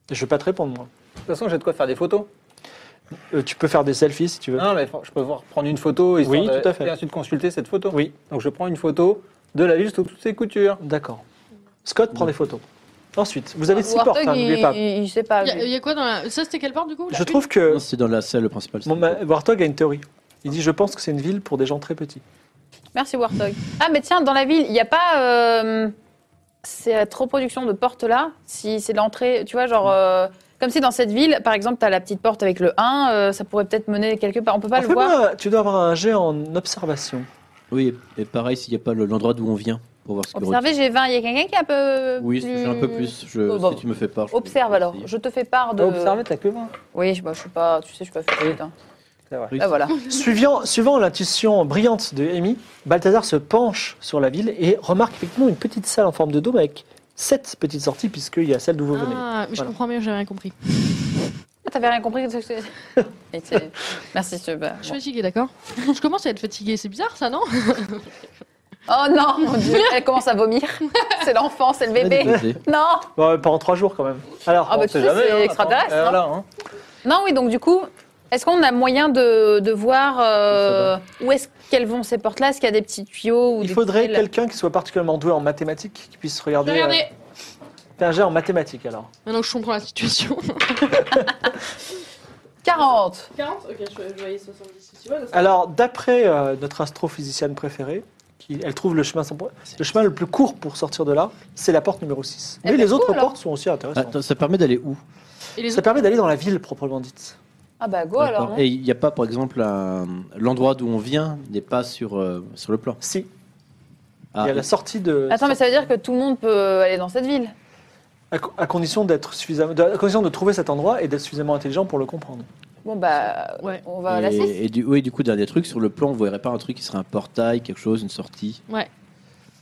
ne vais pas te répondre, moi.
De toute façon, j'ai de quoi faire des photos.
Euh, tu peux faire des selfies si tu
Ah.
veux.
Non, mais je peux voir- prendre une photo histoire
Oui,
de-
tout à fait.
et ensuite consulter cette photo.
Oui,
Donc je prends une photo de la ville sous toutes ses coutures.
d'accord. Scott prend des photos. Ensuite, vous avez six
Ah, Warthog,
portes, hein, n'oubliez
il,
pas.
il- il sait pas.
Il y a-
lui.
il y a quoi dans la. Ça, c'était quelle porte du coup la
Je
une
trouve que
euh,
Non, c'est dans la salle principale.
mon
bah,
ma- Warthog a une théorie. Il dit Je pense que c'est une ville pour des gens très petits.
Merci Warthog. Ah mais tiens, dans la ville, il n'y a pas euh, cette reproduction de porte là, si c'est de l'entrée, tu vois, genre euh, comme si dans cette ville, par exemple, tu as la petite porte avec le 1, euh, ça pourrait peut-être mener quelque part, on peut pas le
Fais-moi
voir.
un- tu dois avoir un jet en observation.
Oui, et et pareil, s'il n'y a pas le- l'endroit d'où on vient pour voir ce que
Observez, j'ai 20, il y a quelqu'un qui est un peu
Oui,
plus-
j'ai un peu plus. Je,
Oh, bah,
si tu me fais part. je-
Observe alors,
je-
je te fais part de...
T'as observé, t'as que 20.
Oui, je- bah, je suis pas, tu sais, je suis pas foutu. hein. Là voilà.
Suivant, suivant l'intuition brillante de Amy, Balthazar se penche sur la ville et remarque effectivement une petite salle en forme de dôme avec sept petites sorties, puisqu'il y a celle d'où vous venez.
Ah, mais je
Voilà.
comprends bien, j'ai rien compris.
Ah, T'avais rien compris de ce que Mais tu sais, Merci, super.
Je suis fatiguée, d'accord Je commence à être fatiguée, c'est bizarre ça, non
Oh non, mon Dieu, elle commence à vomir. C'est l'enfant, c'est le bébé. Non
Bon, pas en trois jours quand même. Alors,
Ah bah
On
tu
sait
sais,
jamais, hein,
c'est
attends. Euh,
extraterrestre. hein.
voilà, hein.
Non, oui, donc du coup, est-ce qu'on a moyen de, de voir euh, où est-ce qu'elles vont ces portes-là Est-ce qu'il y a des petits tuyaux ou
il
des
faudrait
tuiles
quelqu'un qui soit particulièrement doué en mathématiques, qui puisse regarder.
Regardez
euh, fais un jet en mathématiques alors.
Maintenant que je comprends la situation.
40
40 Ok, je voyais 70. Tu vois,
Alors, d'après euh, notre astrophysicienne préférée, qui, elle trouve le chemin, sans pro- le chemin le plus court pour sortir de là, c'est la porte numéro 6.
Eh
Mais
ben,
les autres
cool, alors.
portes sont aussi intéressantes.
ça permet d'aller où
Et les
Ça
autres
permet d'aller dans la ville proprement dite.
Ah bah go alors
D'accord.
hein.
Et il n'y a pas, par exemple, un- l'endroit d'où on vient n'est pas sur, euh, sur le plan.
Si,
Ah,
il y a la sortie de.
Attends, mais ça veut dire que tout le monde peut aller dans cette ville
À, co- à condition d'être suffisamment, de- à condition de trouver cet endroit et d'être suffisamment intelligent pour le comprendre.
Bon bah,
Ouais.
on va à la
et,
6
et du, oui, du coup, dernier truc, sur le plan, on ne verrait pas un truc qui serait un portail, quelque chose, une sortie.
Ouais.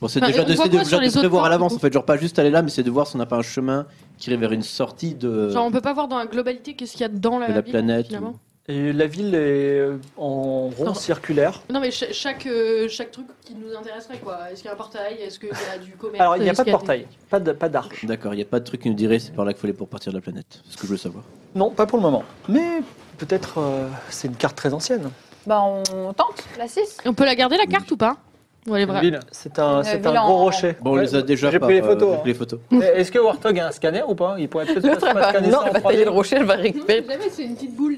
Bon, c'est
Enfin,
déjà
on
de,
voit
c'est
quoi
déjà
sur
de
les autres
prévoir à
portes,
l'avance,
du
en fait. Genre, pas juste aller là, mais c'est de voir si on n'a pas un chemin qui irait vers une sortie de,
euh,
Genre, on peut pas voir dans la globalité qu'est-ce qu'il y a dans la,
de la
euh, ville,
planète.
finalement.
ou-
Et la ville est euh, en rond
Non.
circulaire.
Non, mais cha- chaque, euh, chaque truc qui nous intéresserait, quoi. Est-ce qu'il y a un portail Est-ce qu'il y a du commerce
Alors, il n'y a
Est-ce
pas de
qu'il y
portail, pas de- pas d'arche.
D'accord, il n'y a pas de truc qui nous dirait c'est par là qu'il faut aller pour partir de la planète. C'est ce que je veux savoir.
non, pas pour le moment. Mais peut-être euh, c'est une carte très ancienne.
Bah, on tente la 6.
des- On peut la garder, la carte, ou pas Ou elle est vraie
Ville.
C'est un,
Une
c'est
ville
un
en-
gros rocher.
Bon, on
Ouais,
les a déjà
j'ai
pas, euh,
pris les photos,
j'ai
hein.
pris les photos.
Est-ce que Warthog a un scanner ou pas Il pourrait peut-être
L'autre, elle
pas
va,
scanner
non,
ça
elle va
en
tailler le
3D.
rocher, elle va récupérer.
Jamais, c'est une petite boule.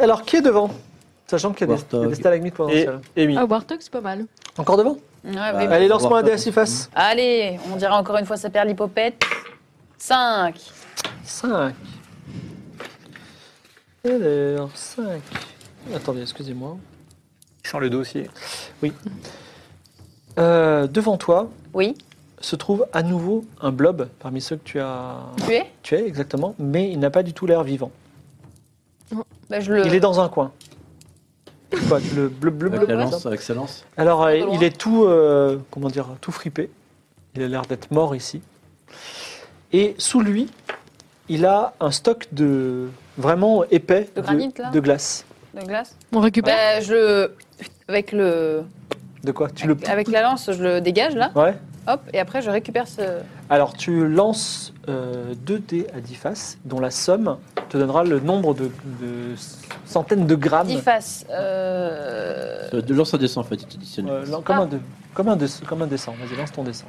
Alors, qui est devant Sachant qu'il y a des,
Warthog.
il y a des stalagmites
Et
potentielles.
Amy.
Ah, Warthog, c'est pas mal.
Encore devant
Ouais, mais-
Ouais.
Allez, lance-moi un dé à
Warthog.
six faces.
Allez, on dirait encore une fois ça perd l'hypopète. 5.
5. Alors, 5. Attendez, excusez-moi.
Je sens le dossier.
Euh, devant toi
Oui,
se trouve à nouveau un blob parmi ceux que tu as
tu es
tués, exactement, mais il n'a pas du tout l'air vivant.
bah, je le...
Il est dans un coin. Quoi, le bleu, bleu, bleu,
Avec la
bleu,
lance,
ça.
avec sa lance.
Alors, euh,
Pas loin.
il est tout, euh, comment dire, tout fripé. Il a l'air d'être mort ici. Et sous lui, il a un stock de vraiment épais
De granit, là
de glace.
De glace
On récupère
Bah, je le... Avec, le...
De quoi Tu le
Avec la lance, je le dégage là,
Ouais.
hop, et après je récupère ce.
Alors, tu lances 2 dés à 10 faces, dont la somme te donnera le nombre de, de centaines de grammes.
10 faces. euh,
Euh, de lance à dessin en fait, il t'additionne.
Euh, lan- comme, un de- comme, un de- comme un dessin. Vas-y, lance ton dessin.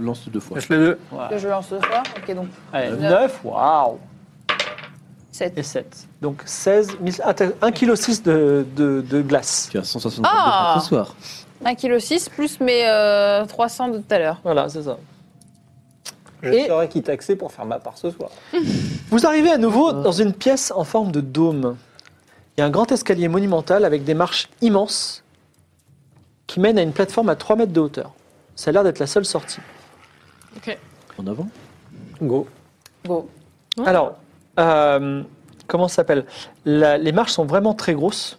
Lance deux fois.
Lâche les deux.
Là, je lance deux fois, ok, donc
Allez,
Neuf.
9, waouh
7.
Et 7. Donc, 16 000... Ah, t'as 1,6 kg de, de, de glace.
Tu as 162
Ah
pour ce soir.
1,6 kg plus mes euh, 300 de tout à l'heure.
Voilà, c'est ça.
Je
Et-
saurais qui taxer pour faire ma part ce soir.
Vous arrivez à nouveau
Ah.
dans une pièce en forme de dôme. Il y a un grand escalier monumental avec des marches immenses qui mènent à une plateforme à 3 mètres de hauteur. Ça a l'air d'être la seule sortie.
Ok.
En avant.
Go.
Go. Ah.
Ouais.
Alors, euh, comment ça s'appelle La- Les marches sont vraiment très grosses.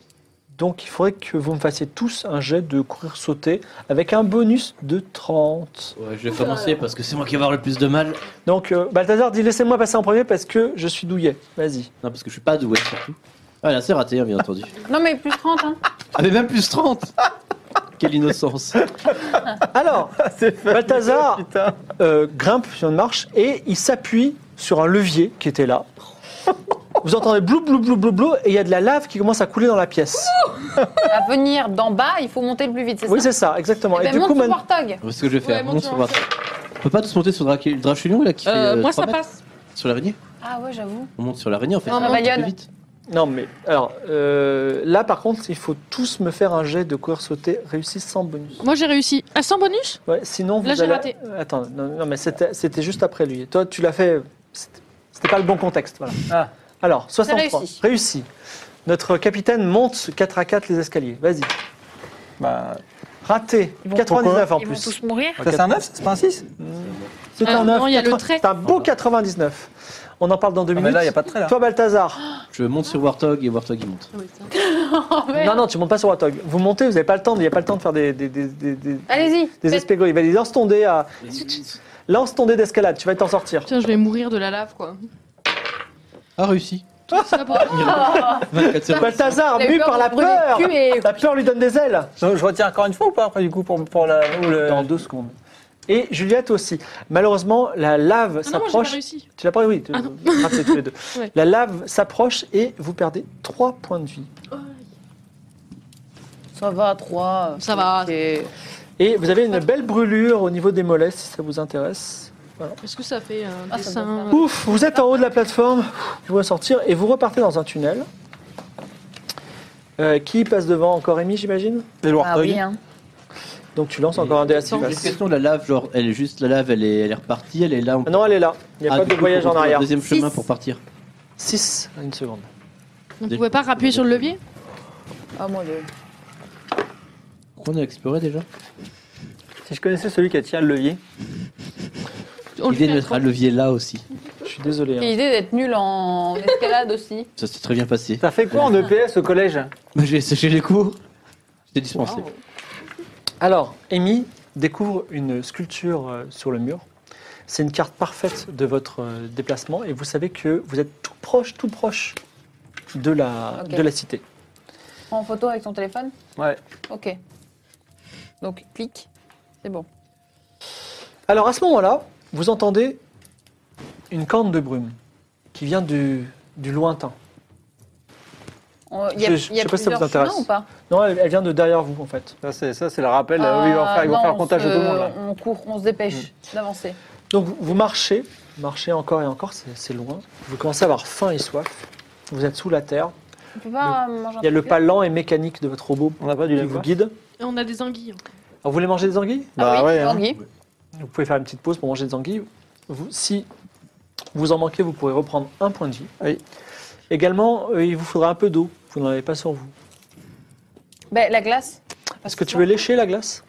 Donc, il faudrait que vous me fassiez tous un jet de courir-sauter avec un bonus de 30.
Ouais, je vais commencer parce que c'est moi qui vais avoir le plus de mal.
Donc, euh, Balthazar dit Laissez-moi passer en premier parce que je suis douillet. Vas-y.
Non, parce que je suis pas doué surtout. Ah là, c'est raté, hein, bien entendu.
Non, mais plus 30, hein.
Ah, mais même plus 30 Quelle innocence
Alors, Balthazar
Putain.
euh, grimpe sur une marche et il s'appuie sur un levier qui était là. Vous entendez blou blou blou blou blou et il y a de la lave qui commence à couler dans la pièce.
À venir d'en bas, il faut monter le plus vite, c'est
Oui,
ça
c'est ça, exactement.
Eh
Et,
ben,
du
monte
coup,
sur
man-
Warthog.
C'est ce que je vais faire.
Ouais, monte
Monte
sur
sur
un
Warthog. On peut pas tous monter sur le Dracu- le Drachulion là qui fait
Euh,
euh,
moi,
3
ça
mètres
passe.
sur l'araignée
Ah ouais, j'avoue.
On monte sur l'araignée en fait.
Non,
ça
on
va un
baillonne.
peu vite.
Non, mais alors euh, là, par contre, il faut tous me faire un jet de courir sauter réussi sans bonus.
Moi, j'ai réussi. À 100 bonus
Ouais, sinon, vous
Là, j'ai
allez-
raté.
Attends, non, non, mais c'était c'était juste après lui. Toi, tu l'as fait. c'était- C'était pas le bon contexte. Voilà.
Ah.
Alors, 63.
réussi.
réussi. Notre capitaine monte 4 à 4 les escaliers. Vas-y.
Bah,
Raté.
Ils vont-
99 en
Ils vont
plus.
tous mourir.
ça c'est un 9 C'est pas un 6
C'est
Ah,
un
non,
neuf,
il y a le
80
trait.
C'est un beau 99. On en parle dans deux
Ah,
minutes.
mais là, il n'y a pas de trait là.
Toi, Balthazar.
Je monte sur Warthog et Warthog il monte.
Non, non, tu montes pas sur Watog. Vous montez, vous n'avez pas le temps. de- Il n'y a pas le temps de faire des, des, des, des, des,
Allez-y.
des
faites-
espégo. Il va dire, lance ton dé à- lance ton dé d'escalade. Tu vas t'en sortir.
Putain, je vais mourir de la lave, quoi.
Ah, réussi
Tout ça pour-
24 sur
Balthazar,
Il a eu
mu
peur
par
de
la
brûler
peur.
le cul et-
La peur lui donne des ailes.
Je, je retire encore une fois ou pas après du coup pour, pour la. ou le-
Dans deux secondes. Et Juliette aussi. Malheureusement, la lave
Ah non, moi, j'ai pas
s'approche.
réussi. Ah
Tu l'as pas Oui, tu- raté tous les deux.
Ouais.
La lave s'approche et vous perdez 3 points de vie.
Oh,
Ça va, 3.
Ça va.
Et vous avez une belle brûlure au niveau des mollets, si ça vous intéresse.
Est-ce que ça fait un
Ah, ça doit
dessin
faire-
Ouf, vous êtes en haut de la plateforme, vous pouvez sortir et vous repartez dans un tunnel. Euh, qui passe devant Encore Amy, j'imagine
Les
Ah
Warthog.
oui, hein.
Donc tu lances encore un dé à six
Attends,
J'ai une
faces.
question de la lave, genre, elle est juste la lave, elle est, elle est repartie, elle est là. on-
Ah Non, elle est là. Il n'y a
Ah,
pas
du
de
coup,
voyage
faut
en
trouver un
arrière.
Deuxième chemin
Six.
pour partir.
6, une seconde.
On pouvait pas rappuyer sur le levier
Ah, mon dieu.
On a exploré déjà.
Si je connaissais celui qui a tiré le levier.
On le
L'idée de
fait
mettre
à
un levier là aussi.
Je suis désolé. hein.
Et l'idée d'être nul en escalade aussi.
Ça s'est très bien passé.
T'as fait quoi en EPS au collège
Bah, J'ai séché les cours. J'étais dispensé.
Alors, Amy découvre une sculpture euh, sur le mur. C'est une carte parfaite de votre euh, déplacement et vous savez que vous êtes tout proche, tout proche de la,
Ok.
de la cité.
En photo avec ton téléphone
Ouais.
Ok. Donc, clique. C'est bon.
Alors à ce moment-là, vous entendez une corne de brume qui vient du, du lointain.
On- Il y a,
Je-
il
je
y a
sais pas si ça vous
plusieurs chemins
intéresse.
ou pas
Non, elle, elle vient de derrière vous en fait.
Ça, c'est, ça, c'est le rappel. euh, oui, ils vont faire, ils vont
Ah,
faire
non,
comptage de
on
tout le
se-
monde. Là.
On court, on se dépêche
Mm.
d'avancer.
Donc vous, vous marchez, marchez encore et encore, c'est c'est loin. Vous commencez à avoir faim et soif. Vous êtes sous la terre.
On peut pas euh, manger un
Mm. Il y a le
truc
pas lent et mécanique de votre robot
On n'a pas du hein.
qui
lait,
vous
quoi.
guide.
Et on a des anguilles.
Alors, vous voulez manger des anguilles
Ah
Bah
oui,
ouais, hein.
l'anguille.
Vous pouvez faire une petite pause pour manger des anguilles. Vous- si vous en manquez, vous pourrez reprendre un point de vie.
Oui.
Également, euh, il vous faudra un peu d'eau. Vous n'en avez pas sur vous.
Ben, la glace.
Est-ce que tu veux lécher la glace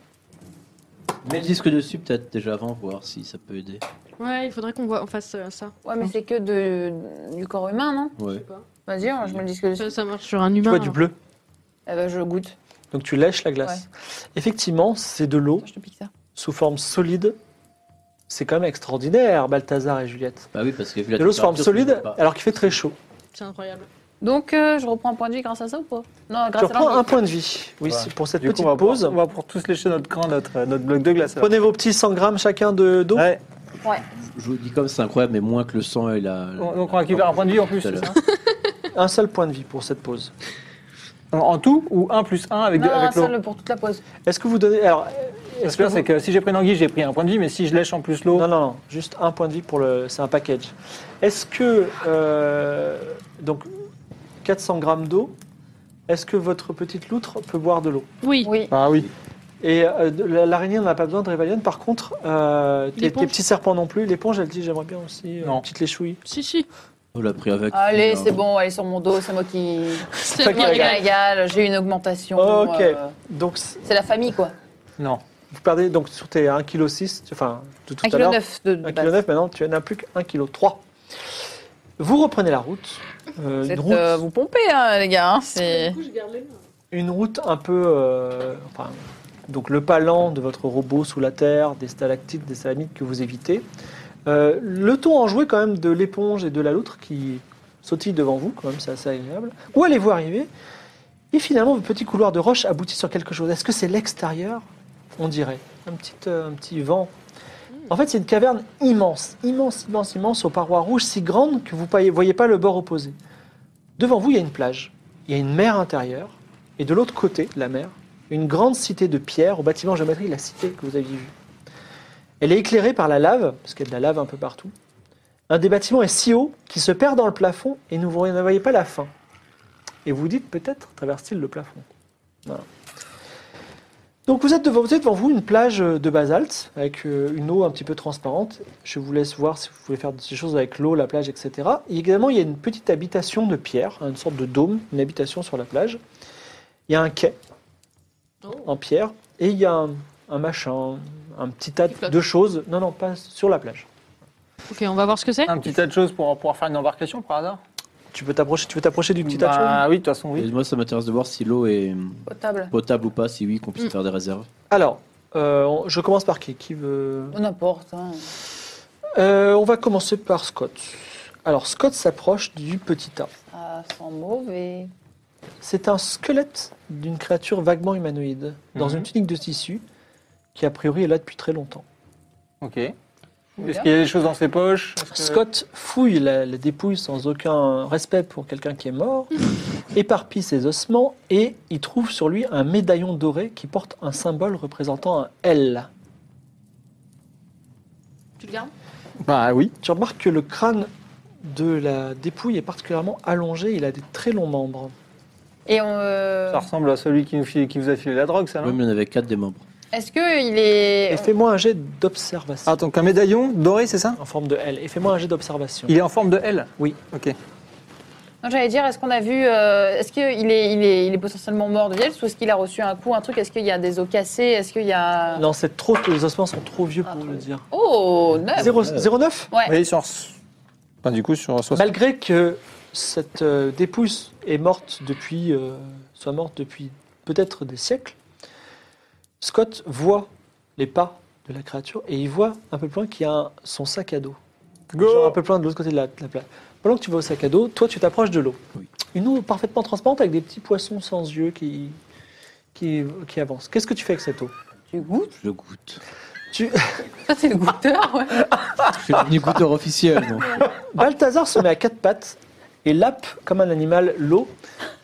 Mets le disque dessus peut-être déjà avant, voir si ça peut aider.
Ouais, il faudrait qu'on voit, on fasse euh, ça.
Ouais, mais c'est que de, du corps humain, non
Ouais.
Vas-y, on- je me le dis que
Ça, ça marche sur un
Tu
humain. hein.
vois du
alors.
bleu.
Eh ben, je goûte.
Donc tu lèches la glace. Effectivement, c'est de l'eau
Attends, je te pique ça.
sous forme solide. C'est quand même extraordinaire, Balthazar et Juliette.
Bah oui, parce que vu la
De l'eau sous forme
température, tu
solide,
peux pas.
alors qu'il fait très chaud.
C'est incroyable.
Donc, euh, je reprends un point de vie grâce à ça ou pas Non, grâce
tu
à
reprends
l'anguille.
un point de vie. Oui,
Voilà.
c'est pour cette
Du coup,
petite
on va, pour-
pause.
on va pour tous lécher notre cran, notre, euh, notre bloc de glace. alors.
Prenez vos petits 100 grammes chacun de d'eau.
Ouais.
Je vous dis comme c'est incroyable, mais moins que le sang et la.
On-
la-
donc on
la-
récupère un point de vie en plus,
tout à
c'est
l'heure.
Un seul point de vie pour cette pause.
En, en tout ou 1 plus 1 avec,
Non,
deux-
non, un
avec l'eau
seul pour toute la pause.
Est-ce que vous donnez. Alors,
Ce que là, c'est que si j'ai pris une anguille, j'ai pris un point de vie, mais si je lèche en plus l'eau.
Non, non, non, juste un point de vie pour le. C'est un package. Est-ce que. euh, donc, 400 grammes d'eau. Est-ce que votre petite loutre peut boire de l'eau
Oui.
Oui.
Ah oui.
Et euh, de- la- l'araignée n'en a pas besoin de Révalion. Par contre, euh, tes,
L'éponge.
tes petits serpents non plus. L'éponge, elle dit j'aimerais bien aussi euh,
Non.
une petite léchouille.
Si, si.
On l'a pris avec.
Allez,
Là.
c'est bon, allez sur mon dos, c'est moi qui.
C'est
Toi
C'est
qui
moi
bien
qui
régales.
égal.
régale, j'ai une augmentation.
Ok.
euh,
Donc, c-
c'est la famille, quoi.
Non.
vous perdez donc sur tes 1,6 kg, enfin, de tout à l'heure.
1,9 kg de, de
1,9
base.
kg, maintenant tu n'as plus qu'un kg. 3. Vous reprenez la route. euh,
Vous
une
êtes,
route.
euh, vous pompez, hein, les gars. hein, c'est...
une route un peu. euh, enfin, donc le pas lent de votre robot sous la terre, des stalactites, des salamites que vous évitez. Euh, le ton enjoué quand même de l'éponge et de la loutre qui sautillent devant vous, quand même, c'est assez agréable. Où allez-vous arriver Et finalement, votre petit couloir de roche aboutit sur quelque chose. Est-ce que c'est l'extérieur On dirait. Un petit, euh, un petit vent. En fait, c'est une caverne immense, immense, immense, immense, aux parois rouges, si grande que vous ne voyez pas le bord opposé. Devant vous, il y a une plage, il y a une mer intérieure, et de l'autre côté de la mer, une grande cité de pierre au bâtiment géométrique, la cité que vous aviez vue. Elle est éclairée par la lave, parce qu'il y a de la lave un peu partout. Un des bâtiments est si haut qu'il se perd dans le plafond et ne vous ne voyez pas la fin. Et vous dites peut-être traverse-t-il le plafond. Voilà. Donc vous êtes, devant, vous êtes devant vous une plage de basalte avec euh, une eau un petit peu transparente. Je vous laisse voir si vous voulez faire des choses avec l'eau, la plage, etc. Et également, il y a une petite habitation de pierre, hein, une sorte de dôme, une habitation sur la plage. Il y a un quai en pierre et il y a un, un machin, un petit tas
Qui flotte.
de choses. Non, non, pas sur la plage.
Ok, on va voir ce que c'est.
Un petit tas de choses pour pouvoir faire une embarcation par hasard
Tu peux t'approcher, tu veux t'approcher du petit tas de choses
Ah oui, de toute façon,
Et
oui.
moi, ça m'intéresse de voir si l'eau est
Potable.
potable ou pas, si oui, qu'on puisse
Mm.
faire des réserves.
Alors, euh, on- je commence par qui Qui veut
On apporte. hein.
Euh, On va commencer par Scott. Alors, Scott s'approche du petit tas.
Ça sent Ah, mauvais.
C'est un squelette d'une créature vaguement humanoïde, dans
Mhm.
une tunique de tissu, qui a priori est là depuis très longtemps.
Ok. Est-ce qu'il y a des choses dans ses poches Est-ce que-
Scott fouille la, la dépouille sans aucun respect pour quelqu'un qui est mort, éparpille ses ossements et il trouve sur lui un médaillon doré qui porte un symbole représentant un L.
Tu le gardes
Bah oui.
Tu remarques que le crâne de la dépouille est particulièrement allongé, il a des très longs membres.
Et on, euh,
Ça ressemble à celui qui, nous file- qui vous a filé la drogue, ça,
Oui,
Ah non
mais il y en avait quatre des membres.
est-ce que il est.
Et fais-moi un jet d'observation.
Attends, Ah, un médaillon doré, c'est ça
En forme de L. Et fais-moi un jet d'observation.
Il est en forme de L
Oui.
Ok.
Non, j'allais dire, est-ce qu'on a vu. euh, est-ce qu'il est, il est, il est potentiellement mort de vieillesse ou est-ce qu'il a reçu un coup, un truc Est-ce qu'il y a des os cassés Est-ce qu'il y a.
Non, c'est trop, les ossements sont trop vieux
Ah,
pour
trop
le
vieux.
dire.
Oh, neuf
Zéro- 0,9
Ouais.
Oui, sur. Enfin, du coup, sur. sur-
Malgré que cette euh, dépouille est morte depuis, euh, soit morte depuis peut-être des siècles, Scott voit les pas de la créature et il voit un peu plus loin qu'il y a un- son sac à dos. Genre un peu plus loin de l'autre côté de la, de la plage. Pendant que tu vas au sac à dos, toi, tu t'approches de l'eau.
Oui.
Une eau parfaitement transparente avec des petits poissons sans yeux qui, qui, qui avancent. Qu'est-ce que tu fais avec cette eau
Tu goûtes
Je le goûte.
tu...
Toi, t'es le goûteur, ouais.
Je suis devenu goûteur officiel. donc.
Balthazar se met à quatre pattes et lappe comme un animal l'eau.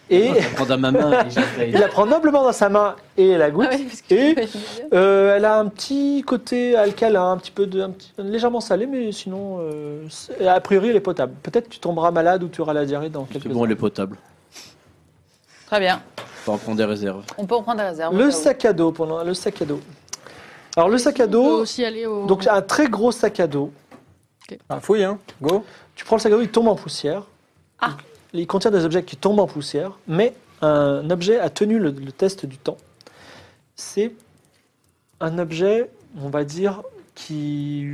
Et
Je vais prendre à ma main et
il la
j'essaye.
prend noblement dans sa main et la goûte.
Ah ouais, parce que
Et-
j'imagine bien.
Euh, elle a un petit côté alcalin, un petit peu de, un petit- légèrement salé, mais sinon, euh, c'est- a priori, elle est potable. Peut-être tu tomberas malade ou tu auras la diarrhée dans
C'est
quelques
bon, elle est potable.
Très bien.
Faut en prendre des réserves.
On peut en prendre des réserves. au
Le
cas où.
sac à dos, pendant le sac à dos. Alors le sac à
On peut
dos,
aussi aller au.
donc un très gros sac à dos.
Ah, fouille, hein. Go.
Tu prends le sac à dos, il tombe en poussière.
Ah.
Il, il contient des objets qui tombent en poussière, mais un objet a tenu le, le test du temps. C'est un objet, on va dire, qui,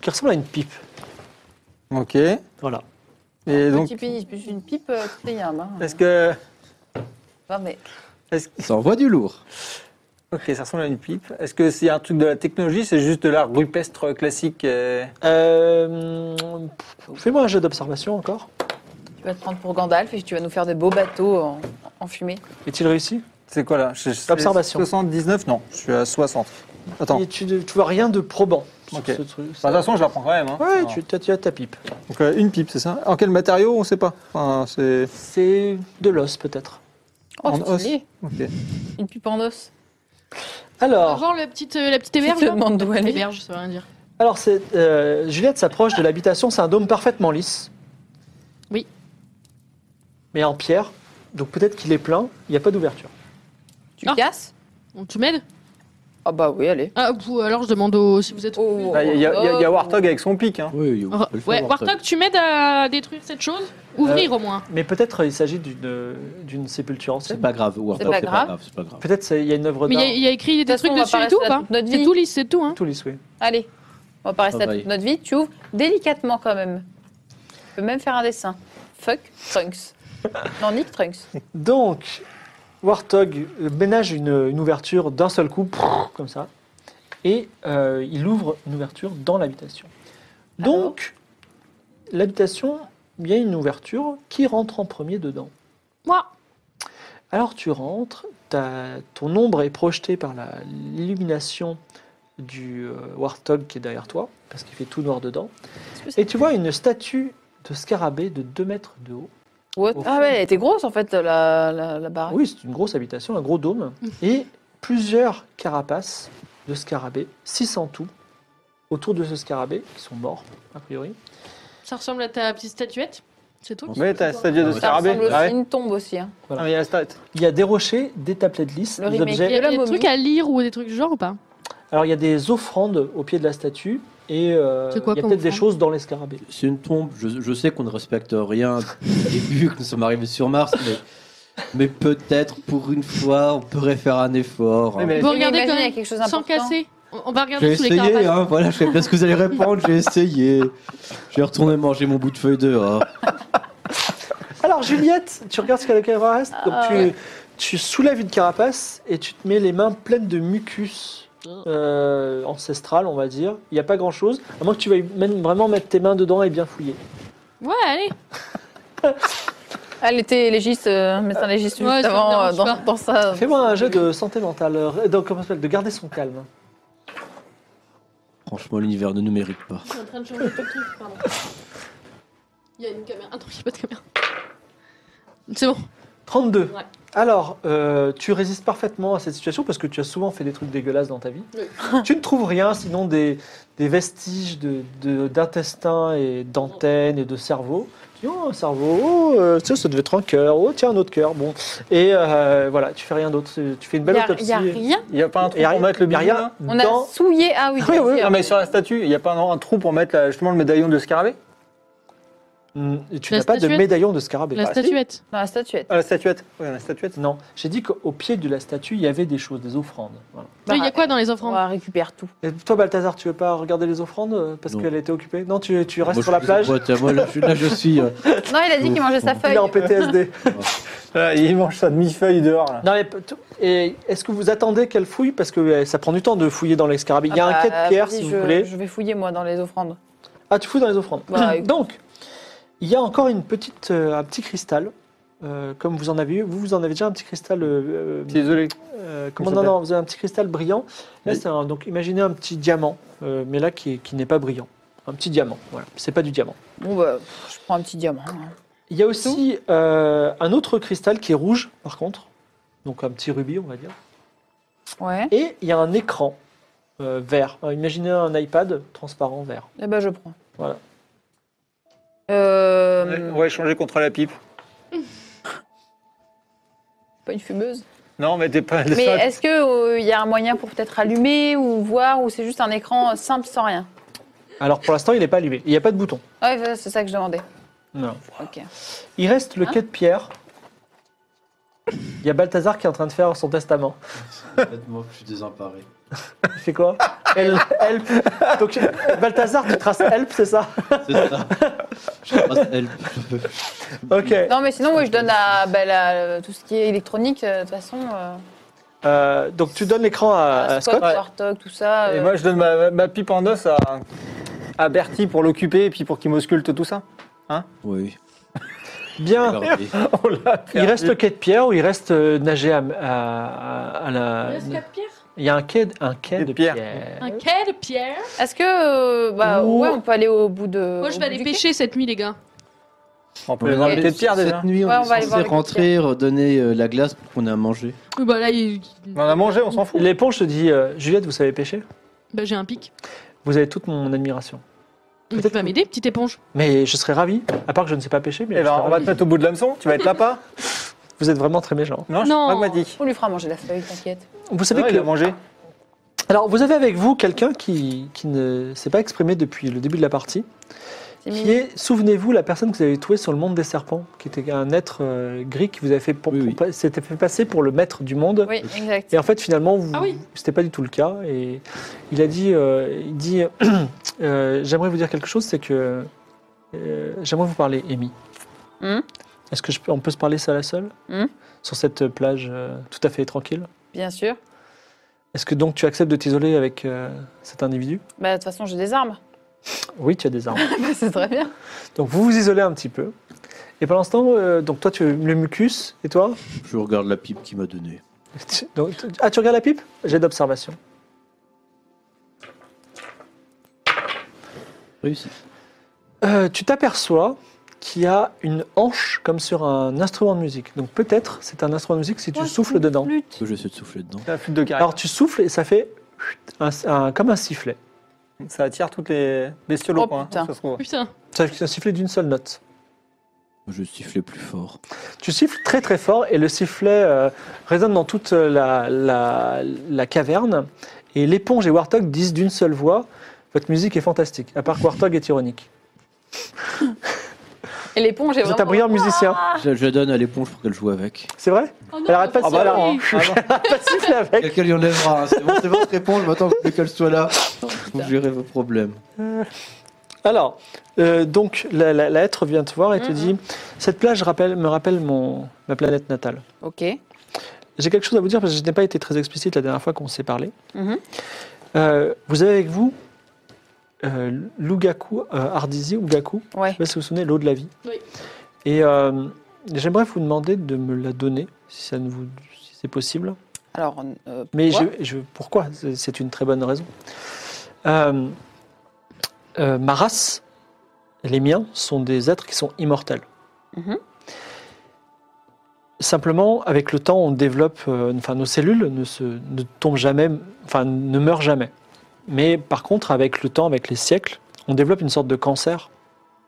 qui ressemble à une pipe.
Ok. Et
Voilà.
donc,
Petit pénis, plus une pipe, euh, tu sais, il y a un bain.
est-ce que.
Non, mais
est-ce-
Ça envoie du lourd.
Ok, ça ressemble à une pipe. Est-ce que c'est un truc de la technologie C'est juste de l'art rupestre classique euh,
Euh, Fais-moi un jeu d'observation encore.
tu vas te prendre pour Gandalf et tu vas nous faire des beaux bateaux en, en fumée.
Est-il réussi
C'est quoi là Je- je-
Observation.
79 Non, je suis à 60. Attends.
Et Tu ne tu vois rien de probant sur
Ok.
ce truc.
Bah, de toute façon, je la prends quand même. Hein.
Ouais,
Alors.
tu tu as ta pipe.
Donc, euh, une pipe, c'est ça En quel matériau On ne sait pas. Enfin, c'est.
C'est de l'os peut-être.
Oh,
En os.
stylé.
Ok.
Une pipe en os.
On va
Alors,
voir la petite, euh, la petite
Tu
héberge.
te
là
demandes d'où elle
Les
est.
berges, ça veut rien dire.
alors c'est, euh, Juliette s'approche de l'habitation. C'est un dôme parfaitement lisse.
Oui.
Mais en pierre. Donc peut-être qu'il est plein. Il n'y a pas d'ouverture.
Tu
Ah.
casses
Donc, tu m'aides
Ah bah oui, allez.
ah, ou Alors je demande au, si vous êtes.
Oh.
Bah, Il y, a- il y a- il y a Warthog avec son pic. Hein.
Oui, on peut le faire,
Ouais,
Warthog.
Warthog, tu m'aides à détruire cette chose Ouvrir
Euh,
au moins.
Mais peut-être il s'agit d'une d'une sépulture
C'est
ancienne.
pas grave, Warthog.
pas
C'est pas
grave.
grave. C'est pas grave.
Peut-être c'est- il y a une œuvre
Mais il y
d'art.
a- il y, a écrit des
toute façon,
trucs
on va
dessus et
pas
tout,
rester là
ou pas
toute notre
C'est
vie.
tout lisse, c'est tout, hein
Tous les souhaits.
Allez, on va pas rester
Ah
à
bah,
toute notre vie. Tu ouvres délicatement quand même. Tu peux même faire un dessin. Fuck Trunks. non, Nick Trunks.
Donc, Warthog euh, ménage une, une ouverture d'un seul coup, prrr, comme ça, et euh, il ouvre une ouverture dans l'habitation. Donc, l'habitation, il y a une ouverture qui rentre en premier dedans.
Moi
Alors tu rentres, t'as- ton ombre est projetée par la- l'illumination du euh, Warthog qui est derrière toi, parce qu'il fait tout noir dedans, et tu vois une statue de scarabée de 2 mètres de haut.
What
Au
ah
fond.
ouais, elle était grosse en fait, la, la, la
Ah.
baraque.
Oui, c'est une grosse habitation, un gros dôme. Et plusieurs carapaces de scarabées, 6 en tout, autour de ce scarabée, qui sont morts, a priori.
Ça ressemble à ta petite statuette C'est tout
On
Mais t'as la statue
Ça
de
Ça
Scarabée.
ressemble aussi à
Ouais.
une tombe aussi. hein.
Ah, mais il y a la stat.
Il y a des rochers, des tablettes lisses,
Le
des
remake
Il y
objets.
est-
a,
Et la
des
momie
trucs à lire ou des trucs du genre
Euh,
ou pas
Alors, il y a des offrandes au pied de la statue. Et euh,
C'est quoi
il y a
comme
peut-être des
offrande
choses dans les scarabées.
C'est une tombe. Je, je sais qu'on ne respecte rien au début, que nous sommes arrivés sur Mars, mais, mais peut-être pour une fois, on pourrait faire un effort.
Oui, mais-
Vous
Mais
regardez
imagine,
quand
il y a
même,
quelque chose
Sans
d'important.
casser. On on va regarder
J'ai
sous les
essayé,
carapaces.
hein, voilà, je sais pas ce que vous allez répondre, j'ai essayé. J'ai retourné manger mon bout de feuille dehors.
Alors, Juliette, tu regardes ce qu'il y a dans le reste. Donc,
Ah,
tu,
ouais.
tu soulèves une carapace et tu te mets les mains pleines de mucus
Oh.
euh, ancestral, on va dire. Il n'y a pas grand-chose, à moins que tu veuilles même vraiment mettre tes mains dedans et bien fouiller. hein.
Ouais, allez.
Ah, Elle était légiste, euh, médecin légiste
Ouais,
juste
ça me
avant euh,
dérange
dans,
pas.
dans sa.
Fais-moi un jeu de santé mentale, euh, donc, comment ça s'appelle, de garder son calme.
Franchement, l'univers ne nous mérite pas.
Je suis en train de changer de truc, pardon. Il y a une caméra. Attends, il n'y a pas de caméra. C'est bon.
32.
Ouais.
Alors, euh, tu résistes parfaitement à cette situation parce que tu as souvent fait des trucs dégueulasses dans ta vie. Tu ne trouves rien sinon des, des vestiges de- de- d'intestins et d'antennes et de cerveau. Tu dis, oh, un cerveau, oh, euh, tiens, ça devait être un cœur, oh, tiens, un autre cœur. Bon. Et euh, voilà, tu fais rien d'autre. Tu fais une
Il
belle
n'y a,
autopsie.
y a rien.
Il n'y a pas un
Il
trou
y a
pour
rien-
mettre le
il y a
bijou,
rien
là
On a
dans-
souillé. Ah oui,
Oui,
bien
oui,
sûr.
Non, mais sur la statue, il n'y a pas un, un trou pour mettre la- justement le médaillon de scarabée
Mm, et Tu
La
n'as pas de
statuette
médaillon de scarabée.
La
Bah, si.
statuette.
Dans la statuette.
Ah, la statuette. Oui, la statuette.
Non, j'ai dit qu'au pied de la statue, il y avait des choses, des offrandes. Voilà.
Mais il y
Bah,
a quoi dans les
On
euh,
offrandes
va récupérer tout.
Et toi, Balthazar, tu veux pas regarder les offrandes euh, parce
Non.
qu'elle était occupée Non, tu, tu restes
Moi,
sur
je
la
suis-
plage
ouais, moi, là, je, suis- là, je suis. euh,
Non, il a dit qu'il mangeait sa
Il
Il
feuille.
est en PTSD.
Ah, il mange sa demi-feuille dehors. Là.
non, mais p- tout- et est-ce que vous attendez qu'elle fouille Parce que euh, ça prend du temps de fouiller dans les scarabées. Il y a
Ah
un
bah,
quai de pierre,
vas-y,
si vous
je-
voulez.
Je vais fouiller moi dans les offrandes.
Ah, tu fouilles dans les offrandes.
Bah, écoute.
Donc, Il y a encore une petite, euh, un petit cristal. euh, comme vous en avez eu, vous, vous en avez déjà un petit cristal. euh, euh,
Désolé.
euh, comment
il
non,
s'appelle
non, vous avez un petit cristal brillant. Là,
Oui.
c'est un- donc imaginez un petit diamant, euh, mais là qui, est- qui n'est pas brillant. Un petit diamant, voilà. C'est pas du diamant.
Bon, bah, je prends un petit diamant. hein.
Il y a aussi euh, un autre cristal qui est rouge, par contre. Donc un petit rubis, on va dire.
Ouais.
Et il y a un écran euh, vert. Euh, Imaginez un iPad transparent vert.
Eh ben, je prends.
Voilà.
Euh,
On va échanger contre la pipe.
Pas une fumeuse.
Non, mais t'es pas.
Mais est-ce qu'il y a un moyen pour peut-être allumer ou voir ou c'est juste un écran euh, simple sans rien Ah
Alors pour l'instant, il n'est pas allumé. Il n'y a pas de bouton.
Ouais, voilà, c'est ça que je demandais.
Non.
Ok.
Il reste le
Hein
quai de pierre. Il y a Balthazar qui est en train de faire son testament.
Honnêtement, je suis désemparé.
Il fait quoi Help. help. Donc Balthazar, tu traces help, c'est ça
C'est ça. Je passe help.
Ok.
Non, mais sinon, oui, je donne à, bah, la- tout ce qui est électronique, euh, de toute façon. euh,
Euh, donc tu donnes l'écran à, à
Scott,
Scott.
Warthog, tout ça.
Et
euh,
moi, je donne ma, ma pipe en os à, à Bertie pour l'occuper et puis pour qu'il m'ausculte tout ça.
Oui.
Bien.
regardez.
On l'a
Il
perdu.
reste le quai de pierre ou il reste euh, nager à, à- à- à la.
Reste quatre pierres
Il y a un quai, de- un quai
Quai
de
de pierre.
pierre.
Un quai de pierres
Est-ce que. euh, bah,
Ouh.
ouais, on peut aller au bout
Euh,
de.
Moi, je
au
vais
bout
aller
du
pêcher cette nuit, les gars.
On peut aller voir le quai de pierre déjà.
Cette nuit, on
Ouais, on va
est
aller voir
censé
le quai de
rentrer, redonner euh, la glace pour qu'on ait à manger.
Oui, Bah là, il-
On en a mangé, on s'en fout.
L'éponge te dit euh, Juliette, vous savez pêcher
bah, j'ai un pic.
Vous avez toute mon admiration.
Mais Tu
Peut-être
vas
que-
m'aider, petite éponge.
Mais je serais ravi, à part que je ne sais pas pêcher, mais
Eh
je
ben,
serais
on va
ravi.
te mettre au bout de l'hameçon, tu vas être lapin.
vous êtes vraiment très méchant.
Non, je suis
Non.
pragmatique.
quai. On lui fera manger la feuille, t'inquiète.
Vous savez
Non,
que
il a mangé.
Alors, vous avez avec vous quelqu'un qui, qui ne s'est pas exprimé depuis le début de la partie,
C'est
qui
mignon.
est, souvenez-vous, la personne que vous avez trouvée sur le monde des serpents, qui était un être euh, gris qui vous avait fait, pour-
Oui,
pour- s'était fait passer pour le maître du monde.
Oui, exact.
Et en fait, finalement, vous,
Ah oui.
c'était pas du tout le cas. Et il a dit, euh, il dit, euh, j'aimerais vous dire quelque chose, c'est que euh, j'aimerais vous parler, Amy.
Hum
Est-ce que je peux- on peut se parler seul à seul
Hmm.
Hum.
sur cette plage euh, tout à fait tranquille
Bien sûr.
Est-ce que donc tu acceptes de t'isoler avec euh, cet individu
Bah, de toute façon, j'ai des armes.
Oui, tu as des armes.
Bah, c'est très bien.
Donc vous vous isolez un petit peu. Et pendant ce temps, euh, donc toi tu le mucus et toi
Je regarde la pipe qu'il m'a donnée.
Tu- donc, tu- Ah tu regardes la pipe J'ai d'observation.
Réussi.
Euh, tu t'aperçois qu'il y a une hanche comme sur un instrument de musique. Donc peut-être c'est un instrument de musique si tu
Ouais,
souffles
une
dedans.
flûte.
Je vais essayer de souffler dedans.
La flûte de carré.
Alors tu souffles et ça fait un- un- comme un sifflet.
Ça attire toutes les bestioles
Oh,
au coin. hein,
putain.
ça se trouve.
Putain.
Ça fait un sifflet d'une seule note.
Je sifflais plus fort.
Tu siffles très très fort et le sifflet euh, résonne dans toute la, la- la caverne. Et l'éponge et Warthog disent d'une seule voix Votre musique est fantastique, à part que Warthog est ironique.
Et l'éponge est
Vous êtes un
vraiment.
brillant musicien,
Je, je la donne à l'éponge pour qu'elle joue avec.
c'est vrai
Oh non,
Elle arrête pas de hein.
Ah bah
siffler. Elle
non.
arrête pas de siffler avec.
Quelqu'un lui enlèvera. hein. C'est bon, c'est bon, je réponds. Je m'attends que qu'elle soit là. Vous gérez vos problèmes.
Euh, Alors, euh, donc la, la- la hêtre vient te voir et te
Mhm.
dit Cette plage rappelle- me rappelle mon, ma planète natale.
Ok.
J'ai quelque chose à vous dire parce que je n'ai pas été très explicite la dernière fois qu'on s'est parlé.
Mhm.
Euh, vous avez avec vous euh, Lugaku euh, Ardizi, Lugaku
Ouais.
Je sais pas si vous vous souvenez, l'eau de la vie.
Oui.
Et euh, j'aimerais vous demander de me la donner, si ça ne vous, si c'est possible.
Alors. euh,
Mais
pourquoi
je, je- pourquoi C'est- C'est une très bonne raison. Euh, euh, ma race, les miens, sont des êtres qui sont immortels.
Mhm.
Simplement, avec le temps, on développe, euh, enfin, nos cellules ne, se, ne tombent jamais, enfin, ne meurent jamais. Mais par contre, avec le temps, avec les siècles, on développe une sorte de cancer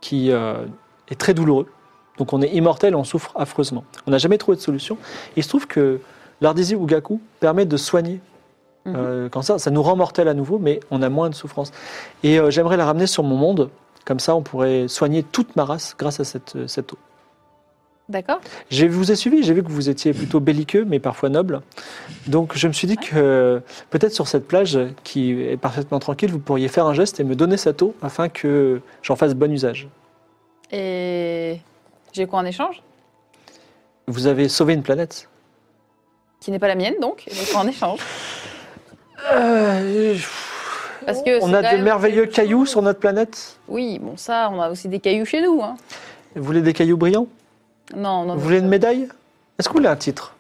qui euh, est très douloureux. Donc on est immortel, on souffre affreusement. On n'a jamais trouvé de solution. Il se trouve que l'ardésie Ugaku permet de soigner
Mhm.
euh, le cancer. Ça nous rend mortel à nouveau, mais on a moins de souffrance. Et euh, j'aimerais la ramener sur mon monde. Comme ça, on pourrait soigner toute ma race grâce à cette, euh, cette eau.
D'accord.
Je vous ai suivi, j'ai vu que vous étiez plutôt belliqueux, mais parfois noble. Donc je me suis dit que euh, peut-être sur cette plage qui est parfaitement tranquille, vous pourriez faire un geste et me donner cette eau afin que j'en fasse bon usage.
Et. J'ai quoi en échange
Vous avez sauvé une planète.
Qui n'est pas la mienne, donc. J'ai quoi en échange
Euh,
Parce que.
on
c'est
a
quand
des
même
merveilleux
quelque chose-
cailloux sur notre planète.
Oui, bon, ça, on a aussi des cailloux chez nous. Hein.
Vous voulez des cailloux brillants
Non, non.
Vous voulez une médaille Est-ce que vous voulez un titre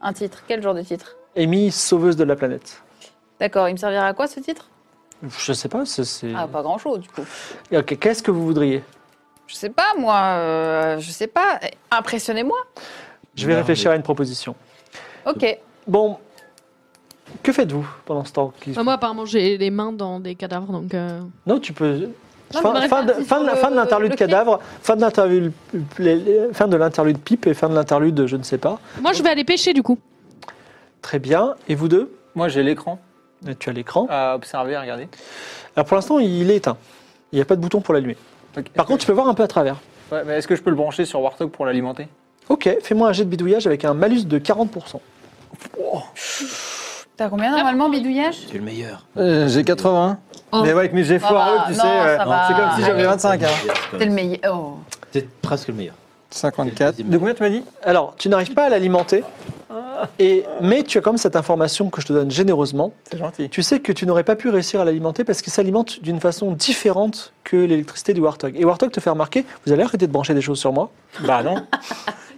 Un titre. Quel genre de titre
Amy, sauveuse de la planète.
D'accord, il me servira à quoi ce titre
Je sais pas, c'est- c'est...
Ah, pas grand chose du coup.
Ok, qu'est-ce que vous voudriez
Je sais pas, moi. euh, je sais pas. Eh, Impressionnez-moi.
Je vais
Merde.
réfléchir à une proposition.
Ok.
Bon, que faites-vous pendant ce temps qui-
Bah, moi, apparemment, j'ai les mains dans des cadavres, donc. euh,
Non, tu peux.
Non,
fin,
mais on
fin de,
réfléchit
fin de-
sur
fin de
le-
l'interlude
le clip.
cadavre, fin de l'interlude, les- les- fin de l'interlude pipe et fin de l'interlude je ne sais pas.
Moi, je vais aller pêcher du coup.
Très bien. Et vous deux
Moi, j'ai l'écran
Et Tu as l'écran.
à observer, à regarder.
Alors pour l'instant, il est éteint. Il n'y a pas de bouton pour l'allumer.
Ok.
Par contre, tu peux voir un peu à travers.
Ouais, mais est-ce que je peux le brancher sur Warthog pour l'alimenter
Ok, fais-moi un jet de bidouillage avec un malus de 40%.
T'as combien normalement, bidouillage
Tu es le meilleur.
Euh, J'ai 80.
Oh.
Mais ouais, avec mes jets
Ça
foireux,
va,
tu
non,
sais, euh,
ça va.
c'est comme si j'avais
Allez.
25. hein.
T'es le meilleur. Oh.
T'es presque le meilleur.
54. De combien tu m'as dit
Alors, tu n'arrives pas à l'alimenter, et mais tu as quand même cette information que je te donne généreusement.
C'est gentil.
Tu sais que tu n'aurais pas pu réussir à l'alimenter parce qu'il s'alimente d'une façon différente que l'électricité du Warthog. Et Warthog te fait remarquer, vous allez arrêter de brancher des choses sur moi.
Bah non.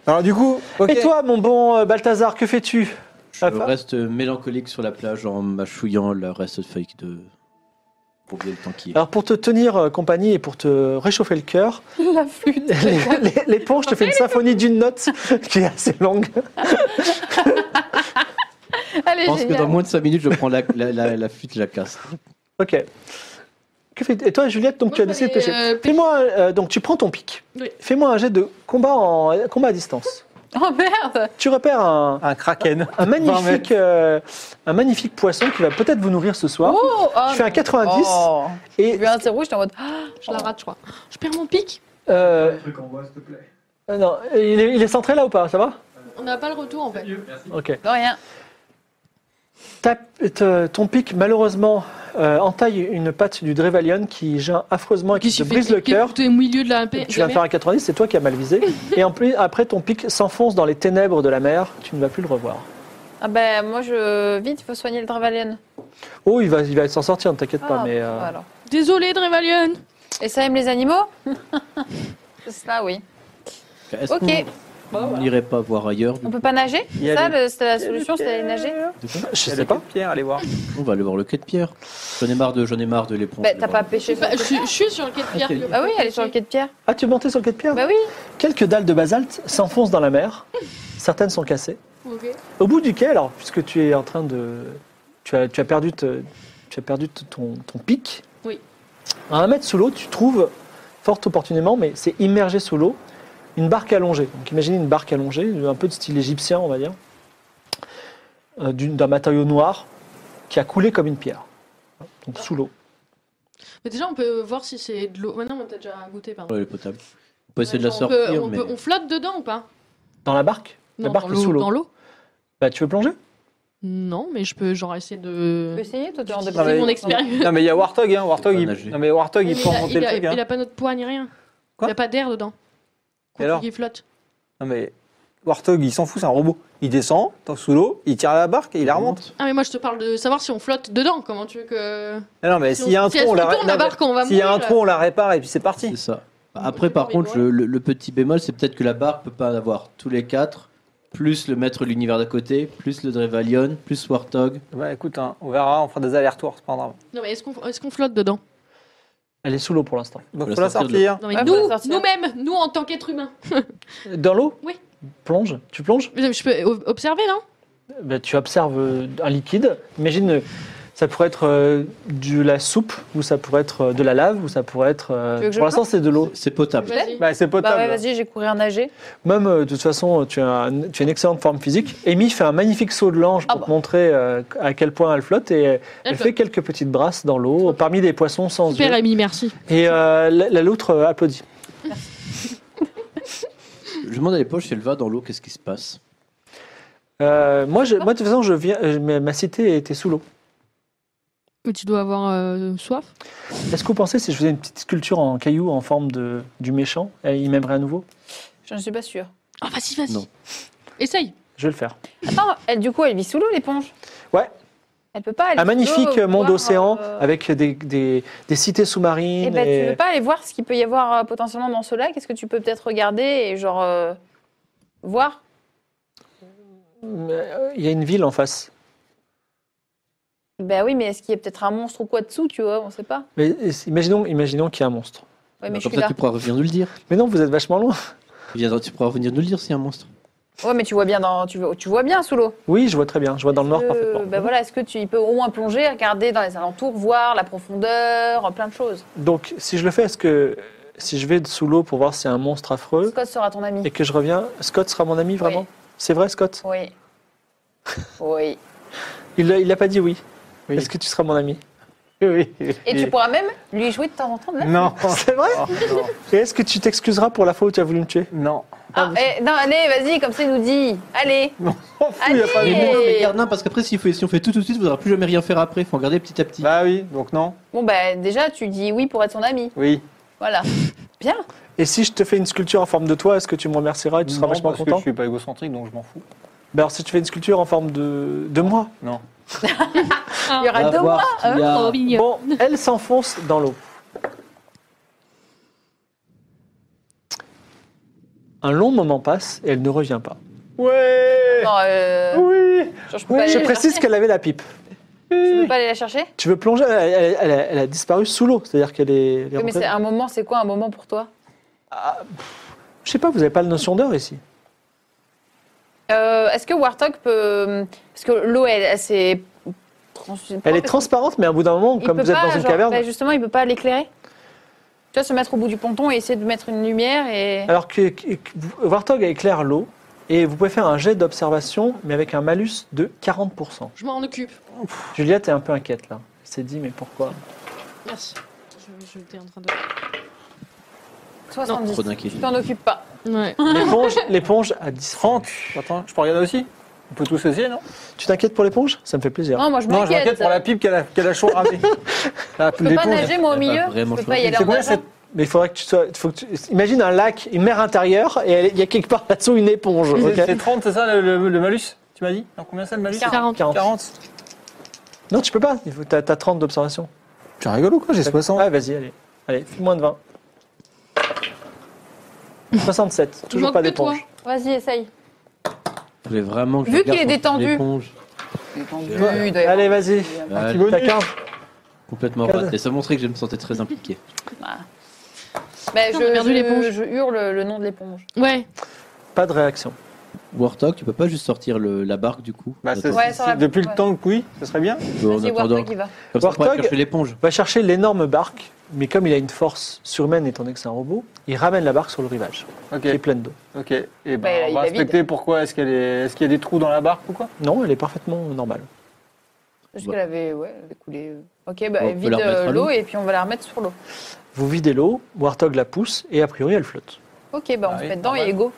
Alors du coup, ok.
Et toi, mon bon euh, Balthazar, que fais-tu
Je
Alpha
reste mélancolique sur la plage en mâchouillant le reste de feuille de. Pour oublier le temps qui est.
Alors, pour te tenir euh, compagnie et pour te réchauffer le cœur,
La flûte.
les- les- l'éponge te fait une symphonie d'une note qui est assez longue.
Allez,
Je pense que
génial.
dans moins de 5 minutes, je prends la, la, la, la fuite, je la casse.
Ok. Que fais- et toi, Juliette, donc
Moi,
tu as
je
décidé de
vais,
pêcher.
euh, pêcher.
Fais-moi, euh, donc tu prends ton pic.
Oui.
Fais-moi un jet de combat, en, euh, combat à distance.
Oh merde
Tu repères un,
Un kraken.
un
Vingt mètres.
magnifique, euh, un magnifique poisson qui va peut-être vous nourrir ce soir.
Oh, oh,
tu fais un 90
Oh. J'ai
et
vu un zéro, j'étais en mode. ah,
Je la rate, je crois. Je perds mon pic.
euh, euh, non, il est, il est centré là ou pas Ça va
On n'a pas le retour en fait.
Ok.
De rien.
Ta- te- ton pic, malheureusement, euh, entaille une patte du Drevalion qui geint affreusement et qui
Qu'est-ce
te
qu'il fait
brise le
cliquer
cœur.
tout au milieu de la paix.
Tu viens de faire un 90, c'est toi qui as mal visé. Et en plus, après, ton pic s'enfonce dans les ténèbres de la mer. Tu ne vas plus le revoir.
Ah ben moi je. Vite, il faut soigner le Dravalion.
Oh, il va, il va s'en sortir, ne t'inquiète pas.
Ah,
Mais euh,
voilà.
Désolé, Drevalion.
Et ça aime les animaux C'est ça, oui.
Est-ce
Ok.
qu'on n'irait pas voir ailleurs du
On peut pas nager
Il y a
Ça,
des-
le- c'est la solution, c'est d'aller nager
coup
je
Elle
sais
est
pas.
de Pierre, allez voir.
On va aller voir le quai de pierre. J'en ai marre de, j'en ai marre de l'éponge.
Bah, t'as pas pêché.
Bah, je, suis- je suis sur le quai de pierre.
Ok.
que-
Ah oui, elle est sur le quai de pierre.
Ah, tu es monté sur le quai de pierre
Bah oui.
Quelques dalles de basalte s'enfoncent dans la mer. Certaines sont cassées.
Ok.
Au bout du quai, alors, puisque tu es en train de. Tu as, tu as perdu, te- tu as perdu t- ton, ton pic.
Oui.
À un mètre sous l'eau, tu trouves, fort opportunément, mais c'est immergé sous l'eau, une barque allongée. Donc imaginez une barque allongée, un peu de style égyptien, on va dire, euh, d'une- d'un matériau noir qui a coulé comme une pierre. Donc sous l'eau.
Mais déjà, on peut voir si c'est de l'eau. Maintenant, on t'a déjà goûté, pardon.
Elle est potable. On peut essayer de la
on, peut-
sortir,
on,
mais
peut- on flotte dedans ou pas
Dans la barque La
Non,
barque
dans
est sous
l'eau.
l'eau.
Dans l'eau
Bah, tu veux plonger
Non, mais je peux genre essayer
Tu
de.
peux essayer, toi, tu es en
d'utiliser
Non, mais-
mon expérience.
Non mais il y a Warthog, hein. Warthog,
pas
il...
nager.
non, mais Warthog, il
Mais
peut
il a-
remonter
il
le
a-
truc.
Il
Hein.
a pas notre poids ni rien.
Quoi
il a pas d'air dedans. Quand
alors
il flotte.
Non mais Warthog, il s'en fout, c'est un robot. Il descend, tant que sous l'eau, il tire à la barque et il la remonte.
Ah, mais moi, je te parle de savoir si on flotte dedans. Comment tu veux que.
Ah Non, non, mais
Si
s'il y a
on-
un
si
trou,
elle
on
se
la
retourne, la
non, mais
barque, on va
S'il y a un
mourir,
trou, on la répare et puis c'est
c'est
parti.
ça.
Moi,
Après,
j'ai
par
envie de
contre,
voir.
le, le- le petit bémol, c'est peut-être que la barque peut pas en avoir tous les quatre, plus le maître de l'univers d'à côté, plus le Drevalion, plus Warthog.
Bah écoute, hein, on verra, on fera des allers-retours, c'est pas grave.
Non, mais est-ce qu'on est qu'on flotte dedans
Elle est sous l'eau pour l'instant.
Donc
la
faut la
sortir de-
Non,
sortir.
mais
Ouais, faut la
nous,
sortir.
nous-mêmes, nous en tant qu'êtres humains.
Dans l'eau
Oui.
Plonge Tu plonges
Mais Je peux o- observer, non
Ben, Tu observes euh, un liquide. Imagine, euh, ça pourrait être euh, de la soupe, ou ça pourrait être euh, de la lave, ou ça pourrait être. euh,
Tu veux que je
pour l'instant, c'est de l'eau.
C'est potable.
Vas-y.
Bah c'est
Bah
potable.
ouais, vas-y, j'ai couru à nager.
Même, euh, de toute façon, tu as, un- tu as une excellente forme physique. Amy fait un magnifique saut de l'ange pour
Ah bah.
te montrer euh, à quel point elle flotte et elle,
Elle
fait quelques petites brasses dans l'eau, parmi des poissons sans
Super,
yeux.
Amy, merci.
Et euh, la, la loutre euh, applaudit.
Je demande à l'époque si elle va dans l'eau, qu'est-ce qui se passe
Euh, moi, je- moi, de toute façon, je viens, euh, ma ma cité était sous l'eau.
Mais tu dois avoir euh, soif.
Est-ce que vous pensez si je faisais une petite sculpture en caillou en forme de, du méchant, eh, il m'aimerait à nouveau
Je ne suis pas sûre.
Ah, vas-y, vas-y.
Non.
Essaye.
Je vais le faire.
Attends, elle, du coup, elle vit sous l'eau, l'éponge
Ouais.
Elle peut pas aller
Un Ah, magnifique
plutôt
monde
voir,
océan
euh,
avec des, des- des cités
Eh
sous-marines.
ben,
et-
tu veux pas aller voir ce qu'il peut y avoir euh, potentiellement dans ce lac Est-ce que tu peux peut-être regarder et genre euh, voir
Mais, euh, Il y a une ville en face.
Ben oui, mais est-ce qu'il y a peut-être un monstre ou quoi dessous, tu vois On sait pas.
Mais et- imaginons, imaginons qu'il y a un monstre.
Ouais,
Bah,
mais je
Comme
suis
ça,
là.
tu pourras revenir nous le dire.
Mais non, vous êtes vachement loin.
Tu viendras- Tu pourras revenir nous le dire s'il y a un monstre.
Ouais, mais tu vois bien dans, tu vois, tu vois bien sous l'eau.
Oui, je vois très bien. Je vois dans le nord
Euh,
parfaitement.
ben voilà, est-ce que tu il peut au moins plonger, regarder dans les alentours, voir la profondeur, plein de choses.
Donc, si je le fais, est-ce que si je vais sous l'eau pour voir s'il y a un monstre affreux
Scott sera ton ami.
et que je reviens, Scott sera mon ami vraiment C'est vrai, Scott
Oui. Oui.
Il l'a il a pas dit oui.
Oui.
Est-ce que tu seras mon ami
hein. Oui.
Et tu pourras même lui jouer de temps en temps de la
Non.
C'est vrai
Oh, non.
Et est-ce que tu t'excuseras pour la fois où tu as voulu me tuer
Non.
Ah, eh, non, allez, vas-y, comme ça il nous dit. Allez.
On fout, il y a pas
Allez.
de-
Mais non, mais garde, non, parce qu'après, si, si on fait tout tout de suite, vous n'aurez plus jamais rien faire après. Il faut regarder petit à petit.
Bah oui, donc non.
Bon, ben déjà, tu dis oui pour être son ami.
Oui.
Voilà. Bien.
Et si je te fais une sculpture en forme de toi, est-ce que tu me remercieras et tu seras
Non,
vachement
parce que
content
Je suis pas égocentrique, donc je m'en fous.
Ben alors, si tu fais une sculpture en forme de, de moi.
Non.
Il y aura
On va
deux
voir
mois.
s'il y a-
Oh,
Trop Oh, mignon.
Bon, elle s'enfonce dans l'eau. Un long moment passe et elle ne revient pas.
Ouais.
Non, euh,
Oui.
genre, je peux pas
Je
aller,
précise qu'elle avait la pipe.
je peux pas aller la chercher.
Tu veux plonger Elle, elle- elle a- elle a disparu sous l'eau, c'est-à-dire qu'elle est. elle est
Oui, mais
rentrée-
c'est un moment, c'est quoi un moment pour toi
Je sais pas, vous n'avez pas la notion d'heure ici.
Euh, Est-ce que Warthog peut. Parce que l'eau, elle, elle s'est. trans-
Elle est transparente, mais à bout d'un moment,
Il
comme
peut
vous êtes
pas,
dans une
genre,
caverne,
bah, justement, il peut pas l'éclairer. Tu vois, se mettre au bout du ponton et essayer de mettre une lumière
Ah.
et.
Alors que, que- que- Warthog éclaire l'eau et vous pouvez faire un jet d'observation, mais avec un malus de 40%.
Je m'en occupe.
Juliette est un peu inquiète là. Elle s'est dit, mais pourquoi
Merci. Je, je t'ai en train de.
70.
Trop
Tu
d'inquiétude.
t'en occupes pas.
Ouais.
L'éponge, l'éponge a 10
30. Attends, je peux regarder aussi On peut tous essayer, non
Tu t'inquiètes pour l'éponge Ça me fait plaisir.
Non, moi, je
Non, je m'inquiète
m'inquiète.
pour la pipe qu'elle a, qu'elle a chaud ramée. La
Je peux pas
l'éponge.
nager, moi, au
Elle va
milieu. Je
Eh ben, vraiment
peux
se
pas y
faire-
aller
C'est
en
quoi
nageant.
cette.
Mais il faudrait que tu sois. Faut que tu- imagine un lac, une mer intérieure, et elle- il y a quelque part là-dessous une éponge. ok
C'est 30, c'est ça le, le- le malus Tu m'as dit Non, combien c'est le malus
40.
40.
40.
Non, tu peux pas. il faut- T'as as 30 d'observation.
Tu rigoles ou quoi J'ai 60.
Ah, vas-y, allez. Allez, fais moins de 20. 67. Toujours
manque
pas
que toi.
d'éponge.
Vas-y, essaye.
Je voulais vraiment que je
Vu
regarde
qu'il est
quand il y
détendu.
a une
Ah,
éponge.
Oui, il doit y avoir-
Allez, vas-y.
Ouais,
T'as 15.
complètement
Cadre.
raté. Ça montrait que je me sentais très impliqué.
Bah,
On a perdu l'éponge.
je, je, je hurle le nom de l'éponge.
Ouais.
Pas de réaction.
Warthog, tu peux pas juste sortir le- la barque du coup
Bah, c'est-
Attends,
Ouais, sans la-
Depuis le
ouais.
temps que oui, ça serait bien.
tu peux en
Vas-y,
attendant.
Warthog, il va.
Comme ça, on pourra
Warthog.
chercher l'éponge.
va chercher l'énorme barque, mais comme il a une force surhumaine étant donné que c'est un robot, il ramène la barque sur le rivage,
Ok,
qui est pleine d'eau.
ok. Et ben,
Bah, il a-
on
il
va
a
respecter pourquoi. Est-ce qu'elle est... est-ce qu'il y a des trous dans la barque ou quoi
Non, elle est parfaitement normale.
Parce
Ouais.
qu'elle avait, ouais, elle avait coulé. euh. Ok, bah,
On peut
vide
la remettre
euh,
à
l'eau
l'eau.
et puis on va la remettre sur l'eau.
Vous videz l'eau, Warthog la pousse, et a priori elle flotte.
Ok, bah, on
Ah
se
oui,
met dedans
normal.
et go.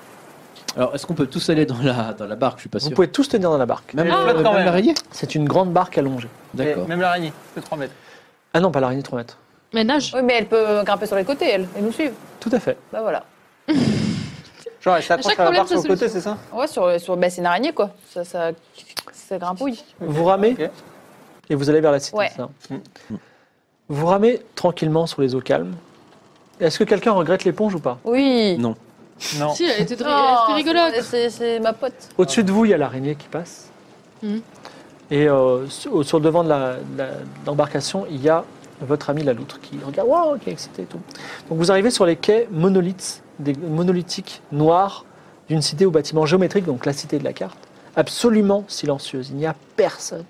Alors, est-ce qu'on peut tous aller dans la, dans la barque Je suis pas
Vous
sûr.
pouvez tous tenir dans la barque.
Même,
Elle flotte
euh,
quand
même
même.
l'araignée
C'est une grande barque allongée.
D'accord.
Et Même l'araignée, c'est 3 mètres.
Ah non, pas l'araignée 3 mètres.
Mais nage.
Oui, mais elle peut grimper sur les côtés, elle, et nous suivre.
Tout à fait.
Bah voilà.
Genre, elle s'accroche
chaque
à la
problème,
barque
sa
sur le côté,
solution.
c'est ça
Ouais, sur, sur bah, c'est une araignée, quoi. Ça, ça, ça grimpouille.
Vous ramez
Ok.
et vous allez vers la cité.
Ouais.
c'est ça
Mm.
Vous ramez tranquillement sur les eaux calmes. Est-ce que quelqu'un regrette l'éponge ou pas
Oui.
Non.
Non.
Si, elle était, dri-
Non,
elle était rigolote.
c'est- C'est c'est ma pote.
Au-dessus de vous, il y a l'araignée qui passe.
Mm.
Et euh, sur, sur le devant de la- de la- de l'embarcation, il y a votre ami la loutre qui regarde, waouh, qui est excité et tout. Donc vous arrivez sur les quais monolithes, des monolithiques noirs d'une cité aux bâtiments géométriques, donc la cité de la carte, absolument silencieuse. Il n'y a personne.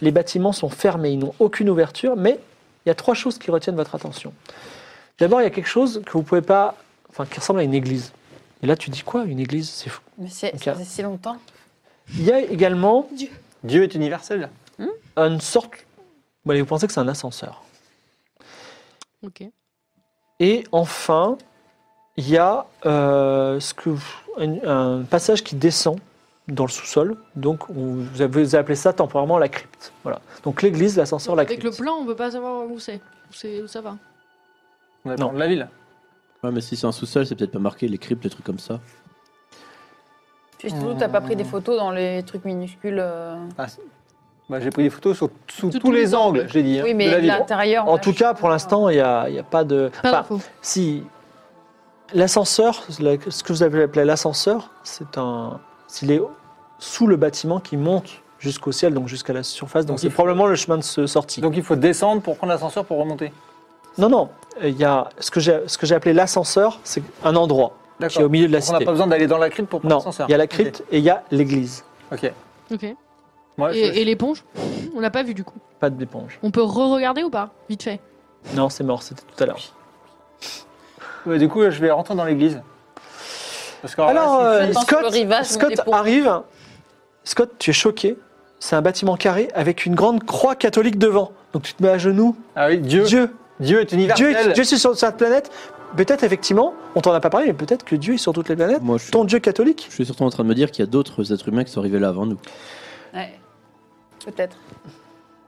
Les bâtiments sont fermés, ils n'ont aucune ouverture, mais il y a trois choses qui retiennent votre attention. D'abord, il y a quelque chose que vous pouvez pas, enfin, qui ressemble à une église. Et là, tu dis quoi, une église C'est fou.
Mais c'est
Ok.
ça faisait si longtemps.
Il y a également
Dieu est universel.
une sorte. Bon, allez, vous pensez que c'est un ascenseur.
Ok.
Et enfin, il y a euh, ce que vous- un, un passage qui descend dans le sous-sol. Donc, on- vous avez vous avez appelé ça temporairement la crypte. Voilà. Donc, l'église, l'ascenseur, la
Avec
crypte.
le plan, on peut pas savoir où c'est. Où, c'est- où ça va.
On
Non.
attend de la ville.
Ouais, mais si c'est un sous-sol, c'est peut-être pas marqué, les cryptes, les trucs comme ça.
Puis surtout, t'as pas pris des photos dans les trucs minuscules. euh.
Ah, c'est- Bah, j'ai pris des photos sur, sous
Sous
tous les angles, j'ai dit. hein,
Oui,
de
mais
la ville.
l'intérieur.
En
là,
tout
je-
cas, pour l'instant, il n'y a, il y a pas de.
Pas
enfin,
d'infos.
si. L'ascenseur, la- ce que vous avez appelé l'ascenseur, c'est un. Il est sous le bâtiment qui monte jusqu'au ciel, donc jusqu'à la surface. Donc
Donc
c'est
il faut-
probablement le chemin de se- sortie.
Donc il faut descendre pour prendre l'ascenseur pour remonter.
non, non. euh, Il y a ce que j'ai ce que j'ai appelé l'ascenseur, c'est un endroit qui est au milieu de la
On n'a
cité.
pas besoin d'aller dans la crypte pour prendre
Non,
l'ascenseur.
il y a la crypte et il y a l'église.
Ok. Ok.
Ok. Et,
Moi, Ah, je-
et l'éponge On l'a pas vu du coup.
Pas de d'éponge.
On peut re-regarder ou pas Vite fait.
Non, c'est mort, c'était tout à l'heure.
Ouais, du coup, je vais rentrer dans l'église. Parce que
Alors,
là,
euh,
Attends, sur le
Scott,
rivage,
Scott
on est pour-
arrive. Scott, tu es choqué. C'est un bâtiment carré avec une grande croix catholique devant. Donc tu te mets à genoux.
c'est- ah oui, Dieu, Dieu,
Dieu,
est
Dieu,
universel.
est, Dieu est sur cette planète. Peut-être effectivement, on t'en a pas parlé, mais peut-être que Dieu est sur toutes les planètes.
Moi, je suis,
Ton Dieu catholique
je suis surtout en train de me dire qu'il y a d'autres êtres humains qui sont arrivés là avant nous.
Ouais. Peut-être.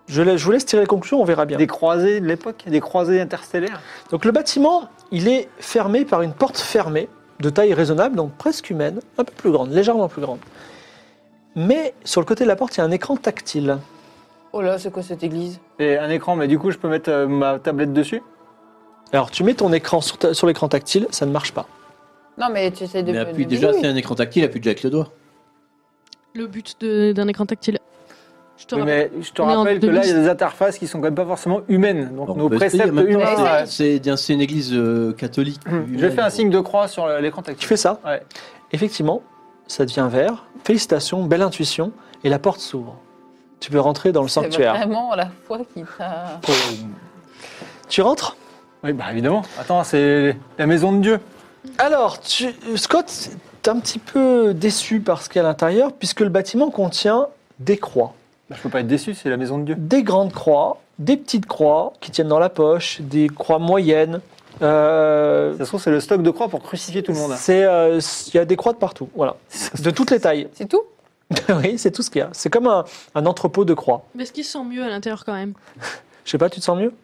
je, la- je vous laisse tirer les conclusions, on verra bien.
Des croisés de l'époque, des croisés interstellaires.
Donc le bâtiment, il est fermé par une porte fermée, de taille raisonnable, donc presque humaine, un peu plus grande, légèrement plus grande. Mais sur le côté de la porte, il y a un écran tactile.
Oh là, c'est quoi cette église
Et un écran, mais du coup, je peux mettre euh, ma tablette dessus.
Alors tu mets ton écran sur, ta- sur l'écran tactile, ça ne marche pas.
Non, mais tu essaies de.
mais
de-
appuie
de-
déjà,
Oui.
c'est un écran tactile, appuie déjà avec le doigt.
Le but de- d'un écran tactile. Je te
Oui,
rappelle.
mais je te
On est en
rappelle que là, il y a des interfaces qui sont quand même pas forcément humaines. Donc
Bon,
nos
bah,
préceptes
essaye, en même temps,
humains.
Mais
ouais.
C'est bien- c'est une église euh, catholique.
Je fais un signe de croix sur l'écran
Tu
tactile.
fais ça
Ouais.
Effectivement, ça devient vert. Félicitations, belle intuition. Et la porte s'ouvre. Tu peux rentrer dans le
C'est
sanctuaire.
vraiment la foi qui t'a.
Tu rentres
Oui, bah évidemment. Attends, c'est la maison de Dieu.
Alors, tu- Scott, t'es un petit peu déçu par ce qu'il y a à l'intérieur, puisque le bâtiment contient des croix.
Bah, je peux pas être déçu, c'est la maison de Dieu.
Des grandes croix, des petites croix qui tiennent dans la poche, des croix moyennes. Euh,
Ça se trouve, c'est le stock de croix pour crucifier tout le monde.
c'est, euh, Il y a des croix de partout, voilà. De toutes les tailles.
C'est tout
oui, c'est tout ce qu'il y a. C'est comme un, un entrepôt de croix.
Mais est-ce qu'il se sent mieux à l'intérieur quand même
Je sais pas, tu te sens mieux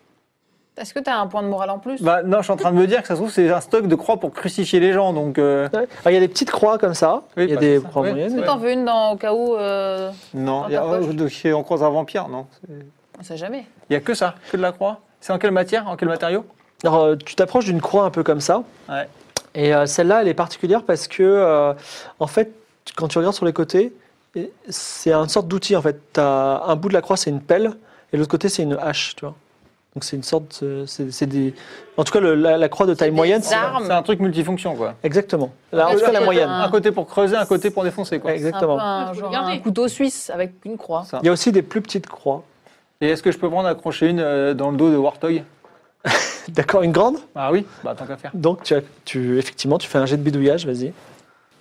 Est-ce que t'as un point de morale en plus
Bah non, je suis en train de me dire que ça se trouve, c'est un stock de croix pour crucifier les gens. Donc euh,
Ouais. Alors, Il y a des petites croix comme ça,
Oui,
il y a
bah,
des
c'est ça.
croix
Ouais.
moyennes.
Est-ce que
Ouais.
t'en veux une dans, au cas où euh,
non,
Dans
il y a,
ta poche.
oh, donc, c'est- on croise un vampire, non
On sait jamais.
Il y a que ça, que de la croix. C'est en quelle matière, en quel matériau
Alors, euh, tu t'approches d'une croix un peu comme ça.
Ouais.
Et euh, celle-là, elle est particulière parce que, euh, en fait, tu- quand tu regardes sur les côtés, et- c'est une sorte d'outil. En fait, T'as- un bout de la croix, c'est une pelle, et l'autre côté, c'est une hache, tu vois. Donc c'est une sorte, euh, c'est c'est des, en tout cas, le- la, la croix de taille
des
moyenne, c'est
armes. Arme.
C'est un truc multifonction, quoi.
exactement.
Ah,
La, en
Ouais,
tout cas, la
c'est
moyenne.
un-
Un côté pour creuser, un côté pour défoncer, quoi.
C'est un peu
Exactement.
un,
Ah, Faut
genre
regarder.
un couteau suisse avec une croix.
Ça.
Il y a aussi des plus petites croix.
Et est-ce que je peux prendre accrocher une euh, dans le dos de Warthog
D'accord, une grande.
Ah oui, bah tant qu'à faire.
Donc tu, as- tu, effectivement, tu fais un jet de bidouillage, vas-y.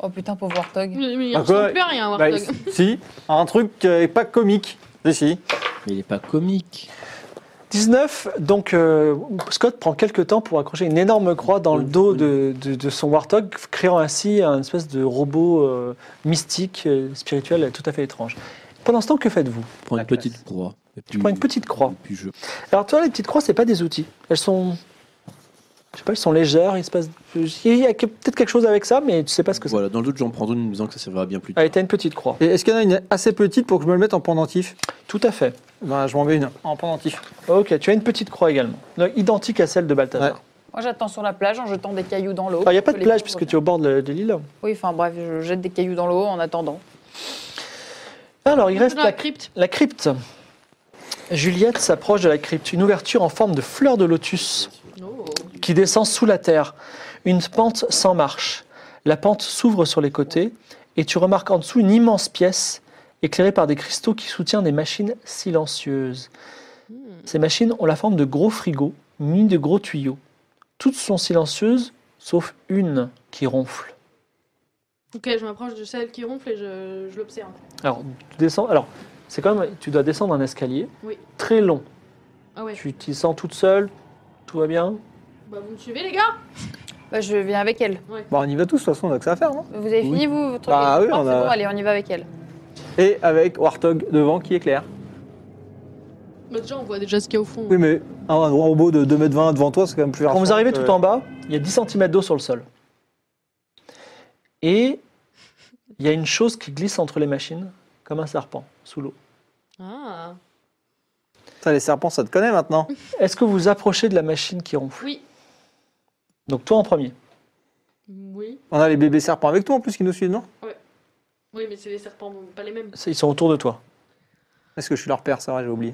Oh putain, pauvre Warthog.
Mais mais il
Bah,
ressemble
quoi
plus à rien,
Bah,
Warthog.
si, un truc euh, pas comique. Si, si.
Mais il n'est pas comique.
19, donc euh, Scott prend quelques temps pour accrocher une énorme croix dans le dos de, de- de son Warthog, créant ainsi un espèce de robot euh, mystique, euh, spirituel, euh, tout à fait étrange. Pendant ce temps, que faites-vous
Prends
La
une petite
classe.
croix. Et
Tu
puis-
prends une petite croix.
Et puis je.
Alors toi, les petites croix, c'est pas des outils. Elles sont, je sais pas, elles sont légères. Il se passe, il y a que- peut-être quelque chose avec ça, Ah, mais tu sais pas ce que c'est.
Voilà, dans le doute, j'en prends une, me disant que ça servira bien plus tard.
Allez, t'as une petite croix.
Et est-ce qu'il y en a une assez petite pour que je me le mette en pendentif
Tout à fait.
Bah je m'en mets une en pendentif.
Ok, tu as une petite croix également, Donc, identique à celle de Balthazar.
Ouais.
Moi, j'attends sur la plage en jetant des cailloux dans l'eau.
Alors, Il n'y Ah, a pas de
Les
plage
pauvres.
puisque tu es au bord de, de l'île.
Oui, enfin bref, je jette des cailloux dans l'eau en attendant.
Ah, Alors, il
On est
reste
dans la
la
crypte.
La crypte. Juliette s'approche de la crypte, une ouverture en forme de fleur de lotus qui descend sous la terre, une pente sans marche. La pente s'ouvre sur les côtés et tu remarques en dessous une immense pièce éclairée par des cristaux qui soutient des machines silencieuses. Ces machines ont la forme de gros frigos munis de gros tuyaux. Toutes sont silencieuses sauf une qui ronfle.
Ok, je m'approche de celle qui ronfle et je, je l'observe.
Alors, tu descends. Alors, c'est quand même. Tu dois descendre un escalier
Oui.
très long.
Ah ouais.
Tu t'y sens toute seule. Tout va bien.
Bah, vous me suivez, les gars
Bah, je viens avec elle.
Bon, on y va tous, de toute façon, on a que ça à faire, non
Vous avez
Oui.
fini, vous, votre
Bah oui, on
C'est
a-
bon, allez, on y va avec elle.
Et avec Warthog devant qui éclaire.
bah, Déjà, on voit déjà ce qu'il y a au fond.
Oui, mais Ah, un un robot de 2m20 devant toi, c'est quand même plus
Quand vous
rassurant
arrivez
que-
tout en bas, il y a 10 cm d'eau sur le sol. Et il y a une chose qui glisse entre les machines, comme un serpent, sous l'eau.
Ah. Ah.
Putain, les serpents, ça te connaît maintenant.
Est-ce que vous vous approchez de la machine qui ronfle
Oui.
Donc toi en premier.
Oui.
On a les bébés serpents avec toi en plus qui nous suivent, non
Oui, mais c'est les serpents, pas les mêmes.
C'est- Ils sont autour de toi.
Est-ce que je suis leur père, c'est vrai, j'ai oublié.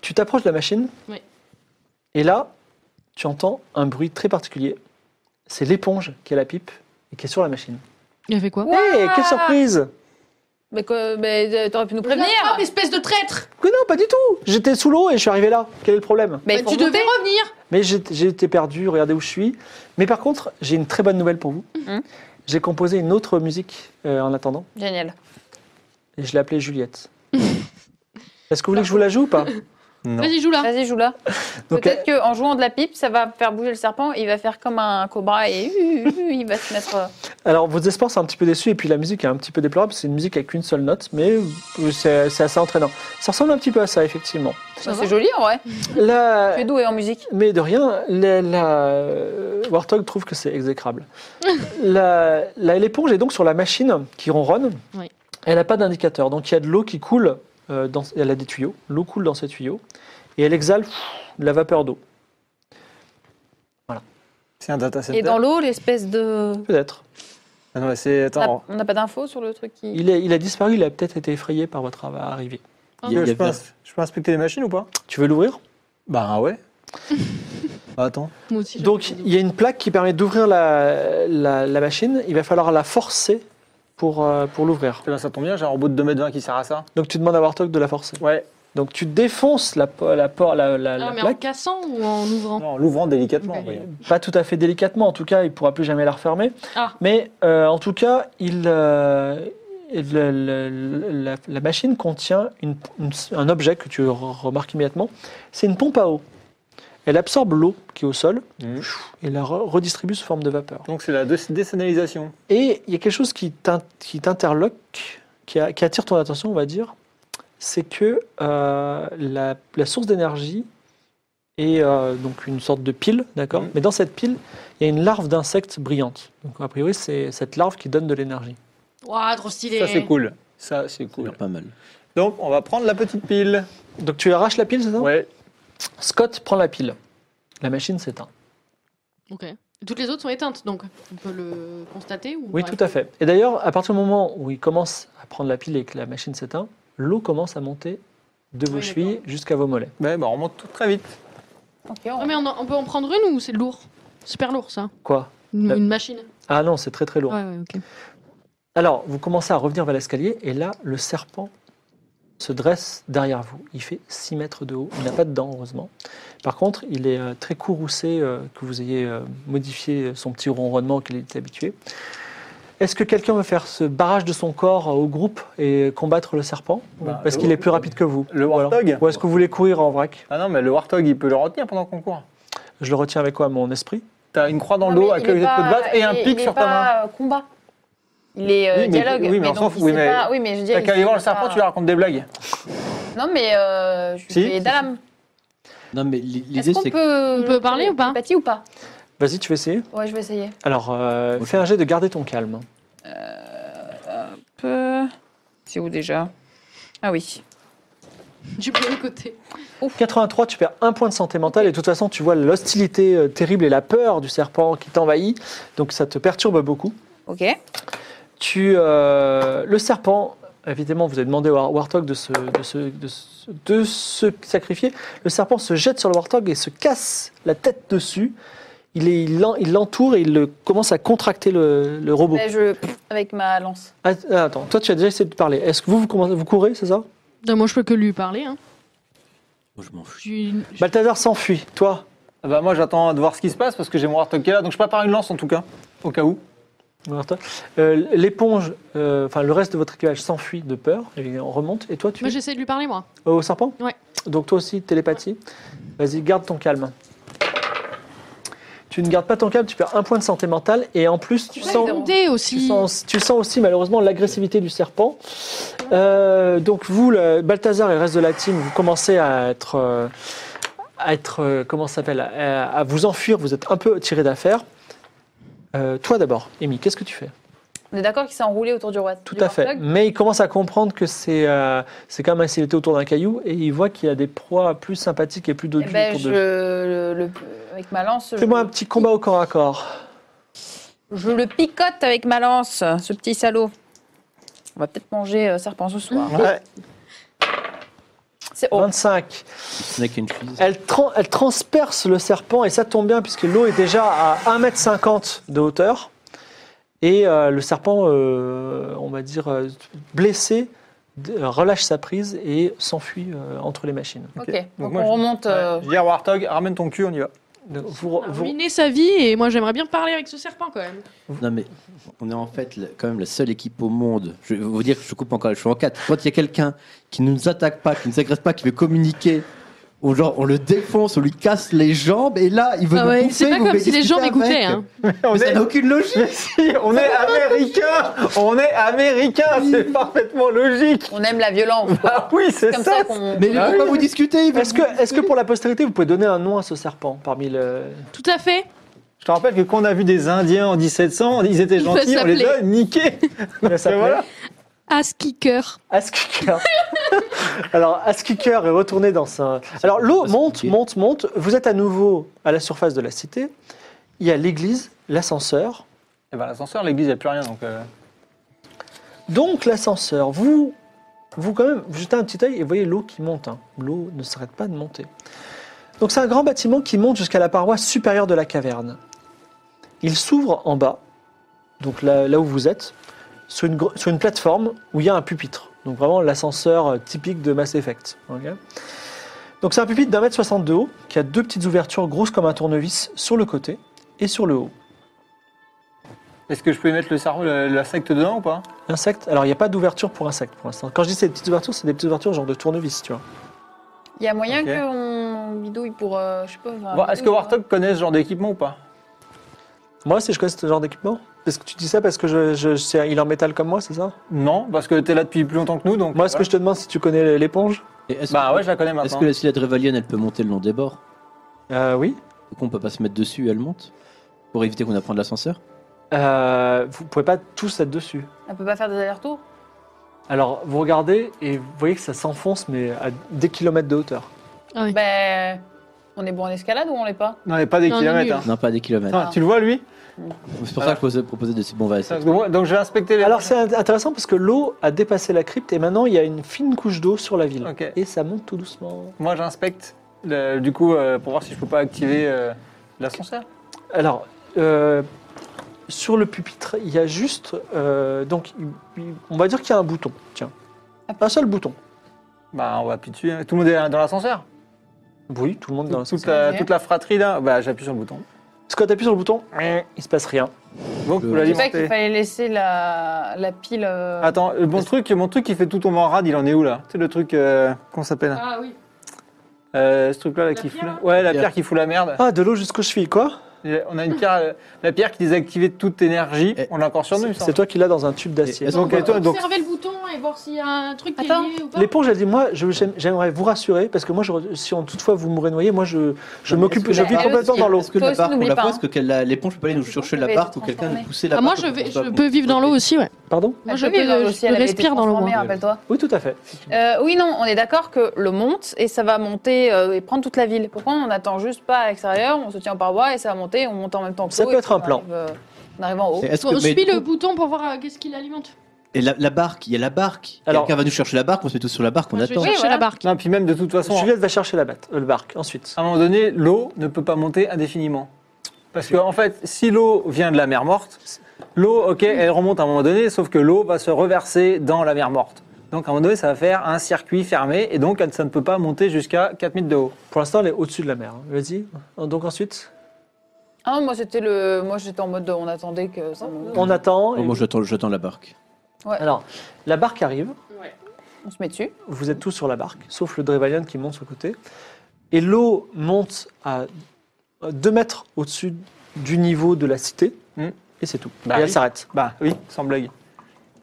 Tu t'approches de la machine.
Oui.
Et là, tu entends un bruit très particulier. C'est l'éponge qui a la pipe et qui est sur la machine.
Il a fait quoi
Hé, Eh,
Ah.
quelle surprise
Mais, que- mais, euh, t'aurais pu nous prévenir.
espèce de traître
Mais non, pas du tout J'étais sous l'eau et je suis arrivé là. Quel est le problème
Mais
Bah, Tu devais revenir
Mais j'ai j'ai été perdu, regardez où je suis. Mais par contre, j'ai une très bonne nouvelle pour vous.
Mhm.
J'ai composé une autre musique euh, en attendant
Génial.
et je l'ai appelée Juliette. Est-ce que vous voulez que je vous la joue ou pas
Non.
Vas-y, joue là
Vas-y, joue là.
Donc,
Peut-être qu'en jouant de la pipe, ça va faire bouger le serpent. Il va faire comme un cobra et euh, euh, il va se mettre. euh,
Alors, vos espoirs sont un petit peu déçus, et puis la musique est un petit peu déplorable, c'est une musique avec une seule note, mais euh, c'est c'est assez entraînant. Ça ressemble un petit peu à ça, effectivement.
Ça va
C'est joli en vrai.
La-
Tu es doué en musique.
Mais de rien, la, la- Warthog trouve que c'est exécrable. La- la- L'éponge est donc sur la machine qui ronronne.
Oui.
Elle n'a pas d'indicateur, donc il y a de l'eau qui coule, euh, dans, elle a des tuyaux, l'eau coule dans ces tuyaux, et elle exhale pff, de la vapeur d'eau,
C'est un data
Et
center.
dans l'eau, l'espèce de.
peut-être.
Ah non, mais c'est.
On a-
Attends,
On n'a pas d'infos sur le truc qui.
Il, est- il a disparu, il a peut-être été effrayé par votre arrivée.
Il y a- il y
je,
a
peux,
bien-
ins- je peux inspecter les machines ou pas
Tu veux l'ouvrir
Bah ouais. Bah, Attends.
Moi aussi, j'ai
Donc
envie de-
il y a une plaque qui permet d'ouvrir la, la- la machine. Il va falloir la forcer pour, euh, pour l'ouvrir.
Eh ben, ça tombe bien, j'ai un robot de 2m20 qui sert à ça.
Donc tu demandes à Warthog de la forcer.
Ouais.
Donc tu défonces la, po- la, por- la, la- la
Ah, mais en
plaque.
cassant ou en ouvrant
Non, en l'ouvrant délicatement.
Mais-
voyons.
Pas tout à fait délicatement, en tout cas, il ne pourra plus jamais la refermer.
Ah.
Mais euh, en tout cas, il, euh, le- le- le- la, la machine contient une- une- un objet que tu re- remarques immédiatement. C'est une pompe à eau. Elle absorbe l'eau qui est au sol
Mhm.
et la re- redistribue sous forme de vapeur.
Donc c'est la dé- désannalisation.
Et il y a quelque chose qui t'in- qui t'interloque, qui, a- qui attire ton attention, on va dire, c'est que euh, la, la source d'énergie est euh, donc une sorte de pile, d'accord
Mhm.
Mais dans cette pile, il y a une larve d'insecte brillante. Donc a priori, c'est cette larve qui donne de l'énergie.
Ouah, trop stylé
Ça c'est cool. Ça c'est
Ça a
cool.
l'air pas mal.
Donc on va prendre la petite pile.
Donc tu arraches la pile, c'est ça
Ouais.
Scott prend la pile. La machine s'éteint.
Ok. Toutes les autres sont éteintes, donc on peut le constater ou
Oui,
pas
tout à fait. Et d'ailleurs, à partir du moment où il commence à prendre la pile et que la machine s'éteint, l'eau commence à monter de vos
Oui,
chevilles
d'accord.
jusqu'à vos mollets.
Ouais, bah on remonte tout très vite.
Ok,
Ah,
on-
mais on, en- on peut en prendre une ou c'est lourd Super lourd ça.
Quoi
Une,
Bah,
Euh,
une machine.
Ah non, c'est très très lourd.
Ouais, ouais, ok.
Alors, vous commencez à revenir vers l'escalier, et là, le serpent se dresse derrière vous. Il fait 6 mètres de haut. Il n'a pas de dents, heureusement. Par contre, il est euh, très courroucé euh, que vous ayez euh, modifié son petit ronronnement qu'il est habitué. Est-ce que quelqu'un veut faire ce barrage de son corps euh, au groupe et combattre le serpent
Bah,
Parce
le
qu'il est plus
Warthog.
rapide que vous.
Le
Ou alors-
Warthog
Ou est-ce que vous voulez courir en vrac
Ah non, mais le Warthog il peut le retenir pendant qu'on court.
Je le retiens avec quoi Mon esprit
T'as une croix dans le
Non,
dos
mais
avec
il est
le jet de peau de
pas-
batte et un
il est-
pic
il est
sur ta main.
pas, euh, combat. Il est euh,
Oui, mais-
dialogue.
oui, mais on
donc,
s'en
il
fout,
sait
oui, mais-
pas- oui, mais je veux dire,
T'as
il
qu'à aller
sait
voir le serpent,
pas-
tu lui racontes des blagues.
Non, mais euh, je
Si.
suis Dalam.
Non, mais l-
Est-ce
l'idée,
qu'on
c'est que.
peut...
On peut parler ou pas
Empathie ou pas
Vas-y, tu veux essayer
Ouais, je vais essayer.
Alors, euh,
Ok.
fais un jet de garder ton calme.
Peu... C'est où déjà Ah oui.
Du bon côté.
83, tu perds un point de santé mentale et de toute façon, tu vois l'hostilité euh, terrible et la peur du serpent qui t'envahit. Donc ça te perturbe beaucoup.
Ok.
Tu, euh, le serpent, évidemment, vous avez demandé au War- Warthog de se, de, se, de, se, de se sacrifier. Le serpent se jette sur le Warthog et se casse la tête dessus. Il est- il l'en- il l'entoure et il le- commence à contracter le, le robot.
Là, Ben, je... Avec ma lance.
Ah, ah, Attends, toi, tu as déjà essayé de parler. Est-ce que vous, vous, commencez- vous courez, c'est ça
Non, moi je peux que lui parler. Hein.
Oh, je m'en fous.
Je suis- je-
Balthazar s'enfuit. Toi
Ah Bah moi j'attends de voir ce qui se passe parce que j'ai mon Warthog qui est là, donc je prépare une lance en tout cas, au cas où.
Martin. Euh, L'éponge, euh, enfin le reste de votre équipage s'enfuit de peur, et on remonte. Et toi, tu
Moi j'essaie de lui parler, moi.
au serpent
Ouais.
Donc toi aussi, télépathie. Vas-y, garde ton calme. Tu ne gardes pas ton calme, tu perds un point de santé mentale et en plus, tu,
Ouais,
sens,
zéro.
Idée aussi.
tu, sens, tu sens aussi malheureusement l'agressivité du serpent. Euh, donc vous, le, Balthazar et le reste de la team, vous commencez à être, euh, à être euh, comment ça s'appelle, à, à vous enfuir, vous êtes un peu tiré d'affaire. Euh, toi d'abord, Amy, qu'est-ce que tu fais
On est d'accord qu'il s'est enroulé autour du roi.
Tout à fait. Mais il commence à comprendre que c'est euh, c'est comme s'il était autour d'un caillou et il voit qu'il y a des proies plus sympathiques et plus dodues
ben,
autour
je,
de lui.
le, le- avec ma lance, je,
Fais-moi un petit combat au corps à corps.
je le picote avec ma lance, ce petit salaud. On va peut-être manger euh, serpent ce soir.
Mmh.
C'est oh,
25.
Ce n'est qu'une fille.
Elle, tran- elle transperce le serpent et ça tombe bien puisque l'eau est déjà à 1m50 de hauteur. Et euh, le serpent, euh, on va dire, euh, blessé, d- euh, relâche sa prise et s'enfuit euh, entre les machines.
ok.
ok.
Donc,
Donc moi,
on
je-
remonte. euh,
Je dis à Warthog, ramène ton cul, on y va.
Donc, vous-
On a
Ah
vous-
ruiné sa vie et moi j'aimerais bien parler avec ce serpent quand même.
Euh,
Non mais on est en fait la- quand même la seule équipe au monde. Je vais vous dire que je coupe encore les cheveux en quatre. Quand il y a quelqu'un qui ne nous attaque pas, qui ne nous agresse pas, qui veut communiquer, on, genre, on le défonce, on lui casse les jambes et là il veut
Ah
nous
ouais,
bouffer,
c'est pas
vous
comme
voulez
si les
discuter
gens
avec.
m'écoutaient. hein.
On
Mais ça
est,
n'a aucune logique.
Mais si, on est américain On est américain, c'est parfaitement logique
on aime la violence. quoi.
Ah oui, c'est
C'est comme
ça,
ça, qu'on.
Mais pourquoi vous discutez il veut
Ah Est-ce que, est que pour la postérité, vous pouvez donner un nom à ce serpent parmi le...
Tout à fait.
Je te rappelle que quand on a vu des Indiens en 1700, ils étaient
Il faut
gentils, on les a
s'appeler.
niqués
Ça s'appelait
voilà.
Askicker.
Askicker. Alors, Askicker est retourné dans sa... Alors, l'eau
pas
monte,
compliqué.
monte, monte. Vous êtes à nouveau à la surface de la cité. Il y a l'église, l'ascenseur.
Eh ben, l'ascenseur, l'église, il n'y a plus rien, donc... euh,
Donc, l'ascenseur, vous... Vous, quand même, vous jetez un petit œil et voyez l'eau qui monte. hein. L'eau ne s'arrête pas de monter. Donc, c'est un grand bâtiment qui monte jusqu'à la paroi supérieure de la caverne. Il s'ouvre en bas, donc là, là où vous êtes, sur une, gro- sur une plateforme où il y a un pupitre. Donc vraiment l'ascenseur euh, typique de Mass Effect. ok donc c'est un pupitre d'un mètre soixante de haut qui a deux petites ouvertures grosses comme un tournevis sur le côté et sur le haut.
Est-ce que je peux y mettre le cerveau, le- la secte dedans ou pas
Insecte, alors il n'y a pas d'ouverture pour insecte pour l'instant. Quand je dis ces petites ouvertures, c'est des petites ouvertures genre de tournevis, tu vois.
Il y a moyen
Ok.
qu'on bidouille pour. euh, je sais pas.
Ah,
un
Bon, Est-ce que
bidouille,
Warthog connaît ce genre d'équipement ou pas
Moi, si je connais ce genre d'équipement, parce que tu dis ça parce que je, je- c'est- il est en métal comme moi, c'est ça
Non, parce que t'es là depuis plus longtemps que nous, donc...
Moi, est-ce que je te demande si tu connais l'éponge
Et Est-ce
Bah
que,
ouais, je la connais
est-ce
maintenant.
que la silhouette révalienne elle peut monter le long des bords
Euh, Oui.
Pourquoi on peut pas se mettre dessus et elle monte pour éviter qu'on apprenne l'ascenseur
Euh, vous pouvez pas tous être dessus.
euh, On peut pas faire des allers-retours
Alors, vous regardez et vous voyez que ça s'enfonce, mais à des kilomètres de hauteur.
Ben. On est bon en escalade ou on l'est pas
Non, mais pas des
Non,
kilomètres.
nul.
hein.
Non pas des kilomètres.
Ah, tu le vois, lui
C'est pour ça que je vous ai proposé dessus. Bon on va essayer.
Parce que moi- Donc je vais inspecter les...
Alors, c'est int- intéressant parce que l'eau a dépassé la crypte et maintenant il y a une fine couche d'eau sur la ville.
Ok.
Et ça monte tout doucement.
Moi, j'inspecte, le- du coup, euh, pour voir si je peux pas activer euh, l'ascenseur.
Alors, euh, sur le pupitre, il y a juste. euh, donc, il- il- on va dire qu'il y a un bouton. Tiens. Un seul bouton.
Bah, on va appuyer dessus. hein. Tout le monde est dans l'ascenseur
Oui, tout le monde dans la
toute, la-
Ok.
toute la fratrie, là Bah, j'appuie sur le bouton.
Parce que quand t'appuies sur le bouton, il se passe rien.
Donc, vous
C'est vrai
Euh,
qu'il
l'alimentez.
fallait laisser la, la pile. euh,
Attends, euh, mon truc, mon truc qui fait tout tomber en rade, il en est où, là C'est le truc... euh, Comment ça s'appelle
Ah oui.
Euh, Ce truc-là, là, qui
pierre,
fout la...
là
Ouais, la
Pierre.
pierre qui fout la merde.
Ah, de l'eau jusqu'aux chevilles, quoi
Et On a une pierre... euh, La pierre qui désactive toute énergie.
Eh,
On l'a encore sur nous, il me
C'est
semble.
toi qui l'as dans un tube d'acier.
Est-ce qu'on
Donc,
peut-
et toi, donc-
Observez bah, le bouton et voir s'il y a un truc qui est
Attends.
lié ou pas.
L'éponge, elle dit Moi, je- j'aime- j'aimerais vous rassurer, parce que moi, je- si on, toutefois vous mourrez noyé, moi, je, je
Non, mais
m'occupe,
est-ce
je
que-
vis
Mais
complètement
aussi,
dans l'eau.
Bah, Est-ce que
Toi
la
aussi,
barque, on
n'oublie
la
pas,
voit
hein.
Est-ce que quel- la- l'éponge peut pas aller nous
Je
chercher
pense
la
qu'elle va
barque ou
être
quelqu'un nous
transformée.
pousser la
Ah,
barque
moi
pour
je, vais-
qu'on
je
soit-
peux vivre dans l'eau aussi, ouais.
Pardon
Moi
elle
je,
peut vivre
peux,
l'eau
je
aussi, elle avait été
respire dans l'eau.
transformée,
moi.
Rappelle-toi.
Oui, tout à fait.
Euh, oui, non, on est d'accord que l'eau monte et ça va monter euh, et prendre toute la ville. Pourquoi on n'attend juste pas à l'extérieur, on se tient par bois et ça va monter, on monte en même temps que
Ça
l'eau
peut
et
être
puis
un plan.
On arrive, euh, on arrive en haut.
Et Est-ce
On
que mais
suit
du
le
coup-
bouton pour voir euh, qu'est-ce qu'il alimente.
et la, la barque, il y a la barque.
Alors-
Quelqu'un va nous chercher la barque, on se met tous sur la barque, on
Moi, je vais
attend.
chercher
Oui, voilà.
la barque.
Non, puis même, de toute façon...
Juliette va chercher la, batte, euh, le barque ensuite.
à un moment donné, l'eau ne peut pas monter indéfiniment. Parce que, en fait, si l'eau vient de la mer morte, l'eau, ok, elle remonte à un moment donné, sauf que l'eau va se reverser dans la mer morte. Donc, à un moment donné, ça va faire un circuit fermé, et donc, ça ne peut pas monter jusqu'à 4 mètres de haut.
Pour l'instant, elle est au-dessus de la mer. hein. Vas-y. Donc ensuite,
Ah, moi c'était le, moi j'étais en mode, de- on attendait que ça monte.
on attend.
Oh,
et-
moi j'attends, j'attends la barque.
Alors, la barque arrive.
On se met dessus.
Vous êtes tous sur la barque, sauf le Drevalian qui monte sur le côté. Et l'eau monte à 2 mètres au-dessus du niveau de la cité.
Hmm.
Et c'est tout.
Bah
et elle
oui.
s'arrête.
Bah oui, sans blague.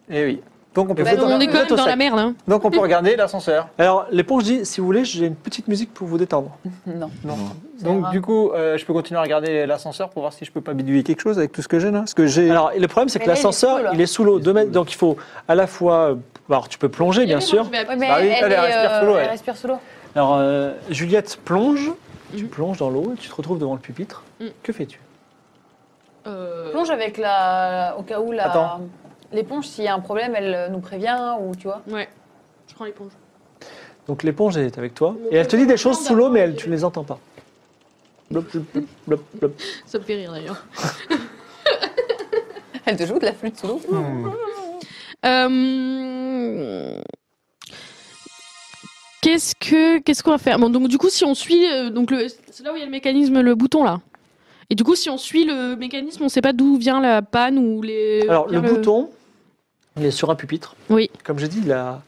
Eh oui. Donc on peut,
Bah,
donc,
au-
on est
vous
quand
êtes au
même dans
sac.
la merde. hein.
on peut regarder l'ascenseur.
Alors, l'éponge dit si vous voulez, j'ai une petite musique pour vous détendre.
Non.
Non.
Ça
Donc
ira.
du coup, euh, je peux continuer à regarder l'ascenseur pour voir si je peux pas bidouiller quelque chose avec tout ce que j'ai là. Parce que j'ai.
Alors, le problème, c'est que
Mais là, il est sous
l'ascenseur,
l'eau,
il est sous l'eau,
est
deux
sous
mètres.
l'eau.
Donc, il faut à la fois. euh, Alors, tu peux plonger,
Eh,
bien sûr.
Ouais, mais
Bah oui,
elle,
elle, elle
est,
respire sous l'eau,
euh,
elle.
elle respire sous l'eau.
Alors, euh, Juliette plonge.
Mm.
Tu
Mhm.
plonges dans l'eau et tu te retrouves devant le pupitre.
Mhm.
Que fais-tu
Euh,
Plonge avec la. Au cas où la.
Attends.
L'éponge, s'il y a un problème, elle euh, nous prévient ou tu vois.
Ouais. Je prends l'éponge.
Donc, l'éponge est avec toi. Et elle te dit des choses sous l'eau, mais elle, tu ne les entends pas. Blop, blop, blop, blop, blop.
Ça me fait rire d'ailleurs.
Elle te joue de la flûte sous l'eau.
Hmm.
Euh, Qu'est-ce que qu'est-ce qu'on va faire Bon donc du coup si on suit euh, donc le c'est là où il y a le mécanisme le bouton là. Et du coup si on suit le mécanisme on sait pas d'où vient la panne ou les
Alors,
vient
le bouton, il est sur un pupitre.
Oui.
Comme j'ai dit, il a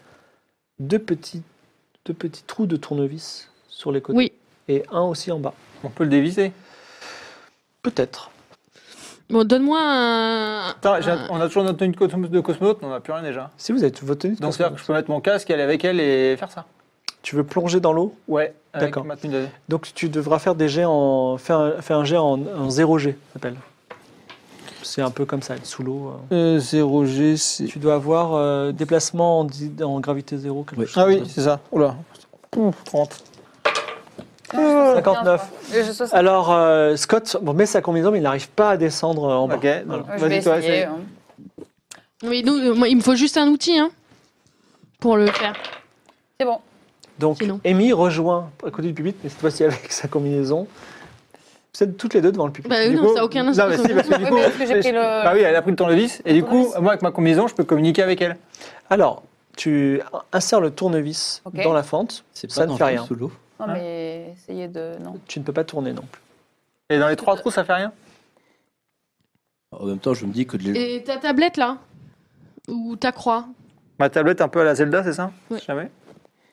deux petits, deux petits trous de tournevis sur les côtés.
Oui.
Et un aussi en bas.
On peut le dévisser.
Peut-être.
Bon donne-moi un
Attends, j'ai-
un-
on a toujours notre tenue de cosmo- de cosmonaute, mais on n'a plus rien déjà.
Si vous êtes votre tenue de
Donc c'est-à-dire
cosmonaute.
que je peux mettre mon casque, aller avec elle et faire ça.
Tu veux plonger dans l'eau
Ouais, avec
D'accord.
ma tenue de-
Donc tu devras faire des jets en faire un, faire un jet en, en 0 G, ça s'appelle. C'est un peu comme ça, être sous l'eau. euh.
0G, c'est.
Tu dois avoir euh, déplacement en, di- en gravité 0 quelque
Oui.
chose.
Ah oui,
comme ça.
c'est ça. Oula. Ouf, 30.
59.
Je je- je-
Alors euh, Scott, bon, met sa combinaison mais il n'arrive pas à descendre euh, en bas.
Ok, donc
Voilà.
je vais
vas-y, toi,
essayer.
essaye.
hein.
Oui, donc, euh, moi, il me faut juste un outil hein, pour le faire.
C'est bon.
Donc
Sinon.
Amy rejoint à côté du pupitre, mais cette fois-ci avec sa combinaison. Vous êtes toutes les deux devant le pupitre.
Bah,
Du
non,
coup-
ça n'a aucun
Non, mais
sens.
si, parce que du
Oui,
coup.
mais est-ce que j'ai
je-
pris le-
Bah oui, elle a pris le tournevis. Et du coup, moi, avec ma combinaison, je peux communiquer avec elle.
Alors tu insères le tournevis
Ok.
dans la fente.
C'est
Ça ne
dans
fait
tout
rien.
Sous l'eau.
Non,
Hein
mais essayez de. Non.
Tu ne peux pas tourner non plus.
Et dans les trois trous, ça fait rien
En même temps, je me dis que les...
Et ta tablette là Ou ta croix
Ma tablette un peu à la Zelda, c'est ça
Oui.
Jamais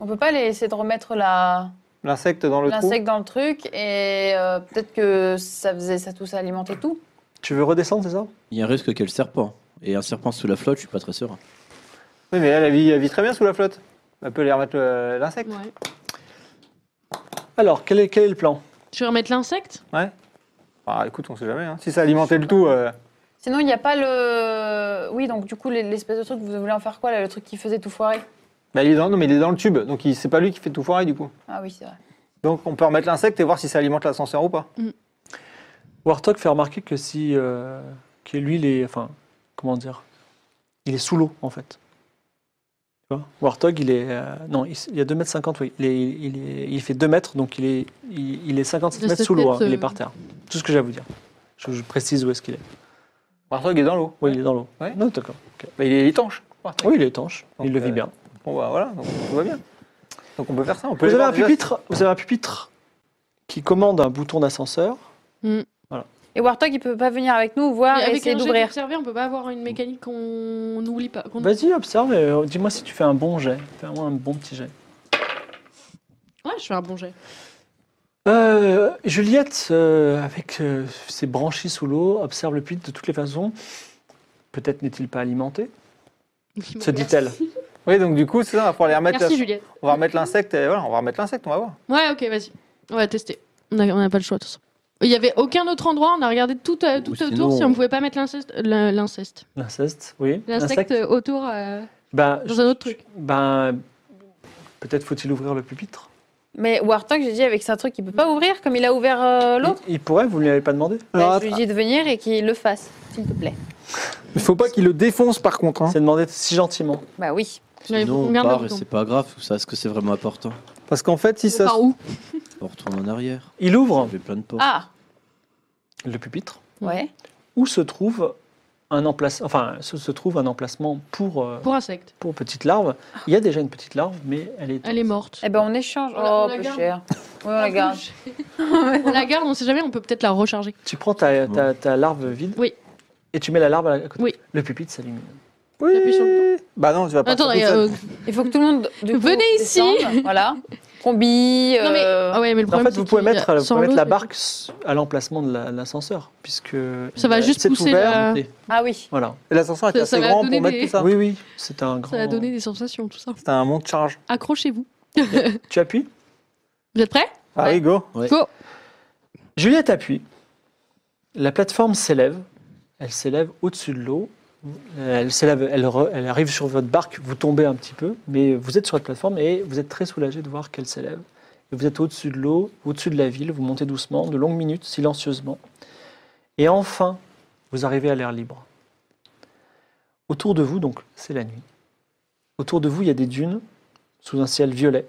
On peut pas les- essayer de remettre la.
L'insecte dans le trou.
l'insecte dans le truc et euh, peut-être que ça faisait ça tout ça alimentait tout.
Tu veux redescendre, c'est ça
il y a un risque qu'il y ait le serpent. Et un serpent sous la flotte, je suis pas très serein.
Oui, mais elle, elle vit, elle vit très bien sous la flotte. Elle peut les remettre euh, l'insecte.
Ouais.
Alors quel est- quel est le plan
Je vais remettre l'insecte
Ah, écoute, on sait jamais. hein. Si ça alimentait le tout. euh,
Sinon, il n'y a pas le. Oui, donc du coup, les- l'espèce de truc, vous voulez en faire quoi là, Le truc qui faisait tout foirer
Bah, il est dans, non, mais il est dans le tube, donc il- c'est pas lui qui fait tout foirer du coup.
Ah oui, c'est vrai.
Donc on peut remettre l'insecte et voir si ça alimente l'ascenseur ou pas.
Warthog fait remarquer que si. euh, que lui, il est. Enfin, comment dire Il est sous l'eau, en fait. Tu vois Warthog, il est. euh, non, il, s- il y a 2m50, oui. Il, est, il, est- il fait 2 mètres, donc il est, il, il est 57
De
mètres
cette
sous l'eau. hein.
tête,
Il est
euh,
par terre. Tout ce que j'ai à vous dire. Je, je précise où est-ce qu'il est.
Barthog est dans l'eau.
Oui, il est dans l'eau.
Ouais.
Non, d'accord. ok.
Bah, il est étanche. Barthog.
Oui, il est étanche. il
Donc,
le vit
euh,
bien.
Bon bah voilà, donc tout va bien. Donc on peut faire ça. On peut
Vous
les
avez,
voir
un
déjà.
pupitre, vous avez un pupitre qui commande un bouton d'ascenseur.
Et Warthog, il peut pas venir avec nous voir
Mais
et
Avec
essayer
un jet
d'ouvrir.
d'observer, on peut pas avoir une mécanique qu'on n'oublie pas. qu'on-
Vas-y, observe. et, euh, Dis-moi si tu fais un bon jet. Fais-moi un bon petit jet.
Ouais, je fais un bon jet.
Euh, Juliette, euh, avec euh, ses branchies sous l'eau, observe le puits de toutes les façons. Peut-être n'est-il pas alimenté, se dit-elle.
Oui, donc du coup, c'est ça, on va pouvoir les remettre.
Merci Juliette.
on va remettre l'insecte et voilà, on va remettre l'insecte, on va voir.
Ouais, ok, vas-y. On va tester. On n'a on a pas le choix, de toute façon. Il n'y avait aucun autre endroit, on a regardé tout, euh, tout
Ou sinon-
autour si on ne pouvait pas mettre l'inceste. la- L'inceste.
L'inceste, oui.
L'insecte
L'insecte.
autour euh,
Ben,
dans un autre truc.
ben, peut-être faut-il ouvrir le pupitre.
Mais Warthog, j'ai dit avec un truc, il peut pas ouvrir comme il a ouvert euh, l'autre.
Il, il pourrait, vous ne lui avez pas demandé.
Bah, je lui dis de venir et qu'il le fasse, s'il te plaît.
Il faut pas qu'il le défonce par contre. hein.
C'est demandé si gentiment.
Bah oui.
Là, il faut
Sinon,
qu'on
on
garde le
part et
bouton.
c'est pas grave. tout Ça, est-ce que c'est vraiment important
Parce qu'en fait, si
On
ça.
part où
On retourne en arrière.
Il ouvre
J'avais plein de portes.
Ah
le pupitre
Ouais.
où se trouve un emplacement, enfin, se, se trouve un emplacement pour, euh,
Pour insecte.
pour petite larve. Il y a déjà une petite larve, mais elle est.
Elle est morte.
Eh ben on échange.
On la- on
Oh,
la
peu
garde.
cher. Oui, on la garde.
on la garde, on sait jamais, on peut peut-être la recharger.
Tu prends ta, ta- ta larve vide
Oui.
et tu mets la larve à la- à côté.
Oui.
Le pupitre s'illumine.
Oui.
T'appuies sur
Bah non, tu vas pas.
Attends,
faire tout
euh,
seul.
Il faut que tout le monde. du coup,
Venez ici.
descende, Voilà. Combi.
Non, mais,
euh,
ah ouais, mais le
En
problème,
fait,
c'est
vous pouvez
qu'il y a-
mettre, euh, vous
sans
pouvez mettre
l'eau,
la
ça-
barque s- à l'emplacement de la- l'ascenseur, puisque
Ça va
il-
juste
c'est
pousser
ouvert.
la-
Ah oui.
Voilà.
Et l'ascenseur était
Ça- ça
assez
va
grand
donner
pour mettre
des-
tout ça.
Oui, oui, c'est un grand.
Ça a donné des sensations, tout ça.
C'était un monte charge.
Accrochez-vous.
Tu appuies.
Vous êtes prêts
Ah
Ouais.
oui, go.
Juliette appuie. La plateforme s'élève. Elle s'élève au-dessus de l'eau. Elle s'élève, elle, re- elle arrive sur votre barque. Vous tombez un petit peu, mais vous êtes sur la plateforme et vous êtes très soulagé de voir qu'elle s'élève. Et Vous êtes au-dessus de l'eau, au-dessus de la ville. Vous montez doucement, de longues minutes, silencieusement. Et enfin, vous arrivez à l'air libre. Autour de vous, donc, c'est la nuit. Autour de vous, il y a des dunes sous un ciel violet.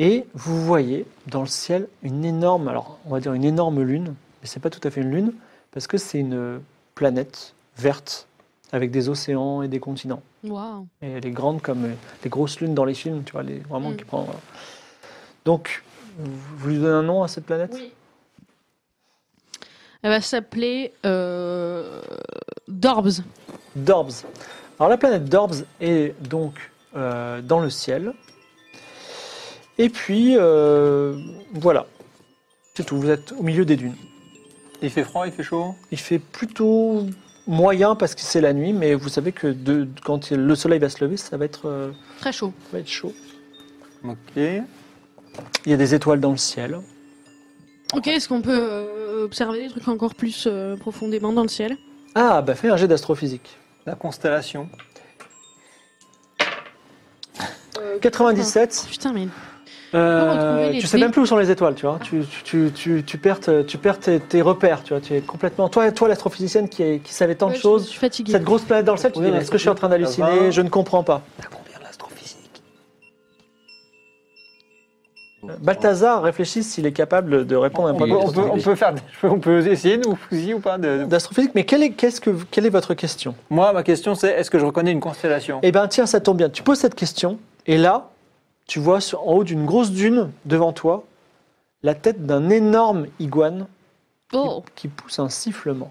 Et vous voyez dans le ciel une énorme, alors on va dire une énorme lune, mais c'est pas tout à fait une lune parce que c'est une planète verte avec des océans et des continents.
Waouh.
Et elle est grande comme euh, les grosses lunes dans les films, tu vois, les, vraiment
Mm.
qui prend. voilà. Donc, vous vous lui donnez un nom à cette planète
Elle va s'appeler euh, Dorbs.
Dorbs. Alors la planète Dorbs est donc euh, dans le ciel. Et puis euh, voilà, c'est tout. Vous êtes au milieu des dunes.
Il fait froid, il fait chaud.
Il fait plutôt moyen parce que c'est la nuit, mais vous savez que de, quand il- le soleil va se lever, ça va, être, euh,
Très chaud.
ça va être chaud.
Ok.
Il y a des étoiles dans le ciel.
Ok, est-ce qu'on peut euh, observer des trucs encore plus euh, profondément dans le ciel
Ah, bah fais un jet d'astrophysique.
La constellation.
Euh, 97.
Putain, mais Ah.
euh,
retrouver les
tu sais
clés.
même plus où sont les étoiles, tu vois. Tu, tu, tu, tu perds, te- tu perds tes, tes repères, tu vois. Tu es complètement. Toi, toi l'aastrophysicienne qui, est- qui savait tant
Ouais,
de
je-
choses,
je suis fatiguée.
Cette grosse planète dans le ciel, tu te dis, mais est-ce que je suis en train
Ça va.
d'halluciner Je ne comprends pas.
T'as combien l'astrophysique
Euh, Balthazar réfléchit s'il est capable de répondre à un
on peut,
problème
on peut- on peut faire, des- on peut essayer nous aussi ou pas de- de-
d'astrophysique. Mais quelle est, qu'est-ce que, quelle est votre question
Moi, ma question c'est est-ce que je reconnais une constellation
Eh bien, tiens, ça tombe bien. Tu poses cette question, et là, tu vois sur- en haut d'une grosse dune devant toi la tête d'un énorme iguane
Oh.
qui pousse un sifflement.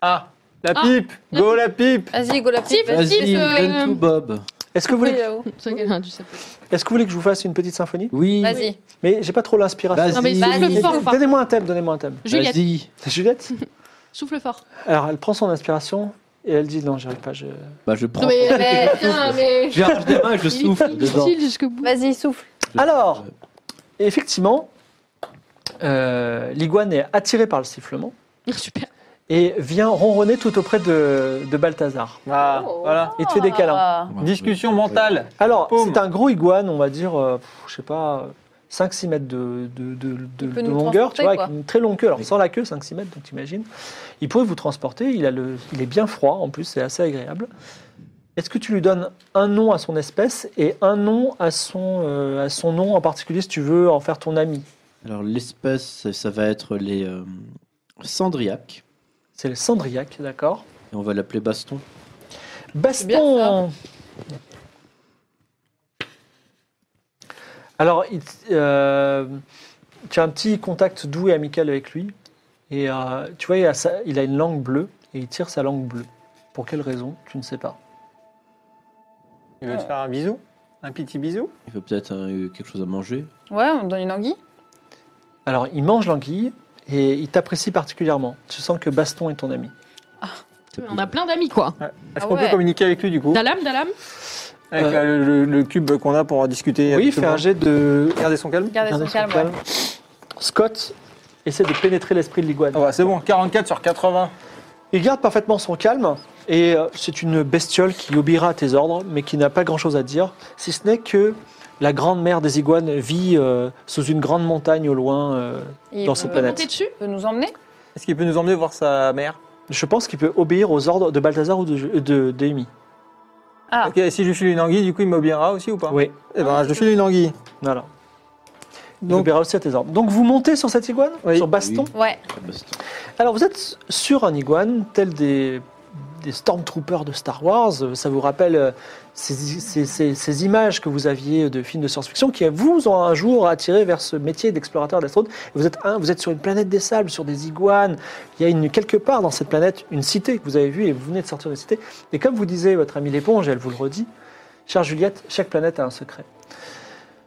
Ah, la
Ah,
pipe
la
Go la pipe
Vas-y, go la petite.
Vas-y,
Vas-y,
euh,
donne tout, Bob.
Est-ce que, vous voulez,
Ça, quelqu'un a dû s'appeler.
est-ce que vous voulez que je vous fasse une petite symphonie
Oui.
Vas-y.
Mais j'ai pas trop l'inspiration.
Non, mais
Vas-y.
souffle fort, enfin.
Donnez-moi un thème, donnez-moi un thème.
Juliette,
Vas-y.
Juliette
souffle fort.
Alors, elle prend son inspiration et elle dit Non, j'y arrive pas. Je...
Eh
Bah, je prends.
Non, mais,
Mais-
putain, mais.
Je rapproche des mains et je
Il
souffle
est
dedans.
difficile jusqu'au bout.
Vas-y, souffle.
Alors, effectivement, euh, l'iguane est attirée par le sifflement
Super.
et vient ronronner tout auprès de, de Balthazar.
Ah,
Oh.
voilà.
Il te fait des câlins.
Ah.
Discussion mentale.
Alors,
Paume.
c'est un gros iguane, on va dire, euh, pff, je sais pas, 5-6 mètres de, de- de- de-
Il peut
de
nous
longueur, tu
transporter,
vois, avec
quoi.
une très longue queue. Alors,
Oui.
sans la queue, 5-6 mètres, donc t'imagines. Il pourrait vous transporter, il, a le, il est bien froid, en plus, c'est assez agréable. Est-ce que tu lui donnes un nom à son espèce et un nom à son, euh, à son nom en particulier, si tu veux en faire ton ami
Alors, l'espèce, ça- ça va être les euh, Cendriac.
C'est le Cendriac, d'accord
Et on va l'appeler Baston.
C'est bien
Baston Alors, il- euh, tu as un petit contact doux et amical avec lui. Et euh, tu vois, il a, sa- il a une langue bleue et il tire sa langue bleue. Pour quelle raison Tu ne sais pas.
Il veut te faire un bisou Un petit bisou
Il veut peut-être euh, quelque chose à manger.
Ouais, on donne une anguille.
Alors, il mange l'anguille et il t'apprécie particulièrement. Tu sens que Baston est ton ami.
On a plein d'amis, quoi.
Est-ce
Ah
qu'on
ouais.
peut communiquer avec lui du coup
Dalam, Dalam.
Avec
Euh,
euh, le, le- le cube qu'on a pour discuter
Oui,
avec
il
tout
fait
le
un
monde.
jet de.
Gardez son calme.
Gardez son calme. ouais.
Scott essaie de pénétrer l'esprit de l'iguane.
Ah ouais, c'est bon, 44 sur 80.
Il garde parfaitement son calme et euh, c'est une bestiole qui obéira à tes ordres mais qui n'a pas grand-chose à dire, si ce n'est que la grande mère des iguanes vit euh, sous une grande montagne au loin. euh.
Il
Dans
peut-
ses
On peut
planètes.
monter dessus
peut nous emmener
Est-ce qu'il peut nous emmener voir sa mère
je pense qu'il peut obéir aux ordres de Balthazar ou de, de, d'Amy.
Ah,
Ok, si je lui file une anguille, du coup il m'obéira aussi ou pas
Oui,
Eh ben, je lui file une anguille.
voilà. Il
Donc-
obéira aussi à tes ordres. Donc vous montez sur cette iguane
Oui.
Sur Baston
Oui.
ouais.
Baston.
Alors vous êtes sur un iguane, tel des, des Stormtroopers de Star Wars. Euh, Ça vous rappelle euh, ces, ces- ces- ces images que vous aviez de films de science-fiction qui vous ont un jour attiré vers ce métier d'explorateur d'astronaute. Vous êtes, un, vous êtes sur une planète des sables, sur des iguanes. Il y a une, quelque part dans cette planète une cité que vous avez vue et vous venez de sortir de la cité. Et comme vous disait votre amie l'éponge, et elle vous le redit, chère Juliette, chaque planète a un secret.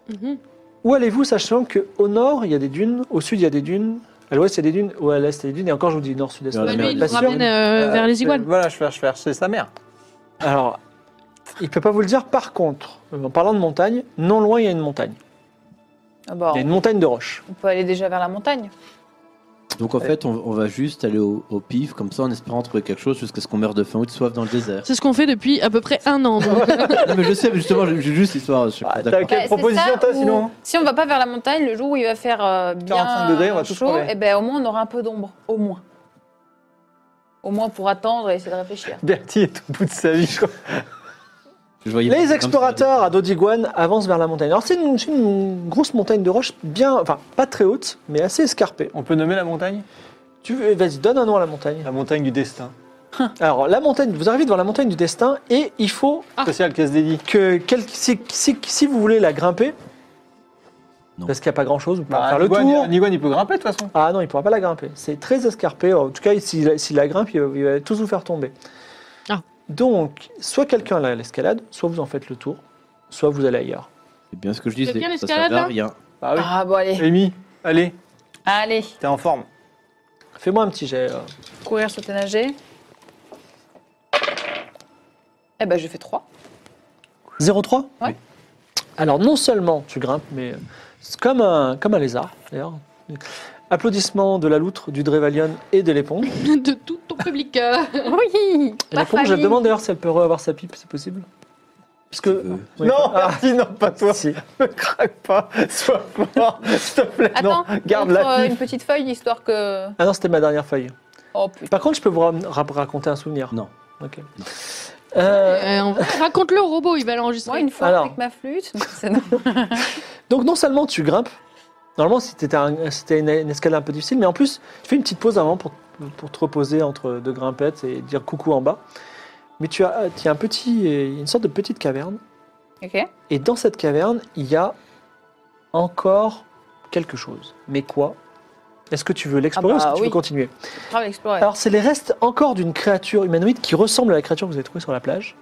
Mhm.
Où allez-vous, sachant qu'au nord, il y a des dunes, au sud, il y a des dunes, à l'ouest, il y a des dunes, ou à l'est, il y a des dunes, et encore, je vous dis nord-sud-est.
Bah,
ouest,
Bah,
je
lui,
suis
il
pas
nous
sûr.
ramène euh,
Euh,
vers les iguanes.
Voilà, je vais je vais c'est sa mère.
Alors, il peut pas vous le dire. Par contre, en parlant de montagne, non loin, il y a une montagne.
Ah bah,
Il y a une montagne de roches.
On peut aller déjà vers la montagne.
Donc en fait, on, on va juste aller au, au pif, comme ça, en espérant trouver quelque chose jusqu'à ce qu'on meure de faim ou de soif dans le désert.
C'est ce qu'on fait depuis à peu près un an. donc.
non, mais je sais, mais justement, j'ai j'ai juste histoire. Je suis pas
Ah,
d'accord.
Quelle
Bah, c'est
proposition
ça,
t'as,
ou-
sinon
Si on va pas vers la montagne, le jour où il va faire euh, bien
45 degrés, on va tous
chaud,
crever.
eh ben, au moins on aura un peu d'ombre. Au moins. Au moins pour attendre et essayer de réfléchir.
Bertie est au bout de sa vie. je crois.
Je voyais pas
Les
comme
explorateurs à Dodigouane avancent vers la montagne. Alors, c'est une, c'est une grosse montagne de roches, bien, enfin, pas très haute, mais assez escarpée.
On peut nommer la montagne
Tu veux, vas-y, donne un nom à la montagne.
La montagne du destin.
Alors, la montagne, vous arrivez devant la montagne du destin et il faut
Ah.
Spécial casse dédiée.
que, quel- si, si- si vous voulez la grimper,
Non.
parce qu'il n'y a pas grand chose, vous pouvez
Bah,
faire
un
le
iguane,
tour.
un iguane, il peut grimper de toute façon.
Ah non, il pourra pas la grimper. C'est très escarpé. En tout cas, s'il s'il la grimpe, il va, il va tous vous faire tomber.
Ah.
Donc, soit quelqu'un l'a- l'escalade, soit vous en faites le tour, soit vous allez ailleurs.
C'est bien ce que je disais.
Quelqu'un
Ça
l'escalade,
servait à
là
rien.
Bah oui.
Ah bon, allez.
Amy, allez,
Allez,
t'es en forme.
Fais-moi un petit jet. euh.
courir, sauter, nager. Eh ben, j'ai fait 3.
0,3
Ouais.
Alors, non seulement tu grimpes, mais euh, c'est comme un, comme un lézard, d'ailleurs. Applaudissements de la loutre, du Drevalion et de l'éponge.
de tout ton public. euh.
Oui.
Et L'éponge, je demande d'ailleurs si elle peut avoir sa pipe, c'est possible Parce que.
Euh,
Oui.
Non,
Ah,
Bertie, non, pas toi.
si.
Ne craque pas, sois fort, s'il te plaît.
Attends,
non, garde
montre,
la
euh,
vie.
une petite feuille histoire que.
Ah non, c'était ma dernière feuille.
Oh putain.
Par contre, je peux vous ra- ra- raconter un souvenir.
Non.
Ok. Euh,
Euh, on- Raconte-le au robot, il va l'enregistrer.
Moi, une fois
Alors.
avec ma flûte. C'est non.
donc non seulement tu grimpes, normalement c'était un- c'était une, une escalade un peu difficile, mais en plus tu fais une petite pause avant pour, pour te reposer entre deux grimpettes et dire coucou en bas. Mais tu as, tu as un petit, euh, une sorte de petite caverne,
Ok.
et dans cette caverne il y a encore quelque chose. Mais quoi Est-ce que tu veux l'explorer
Ah
ou est-ce
bah
que tu veux
oui.
continuer
Grave explorer.
Alors c'est les restes encore d'une créature humanoïde qui ressemble à la créature que vous avez trouvée sur la plage.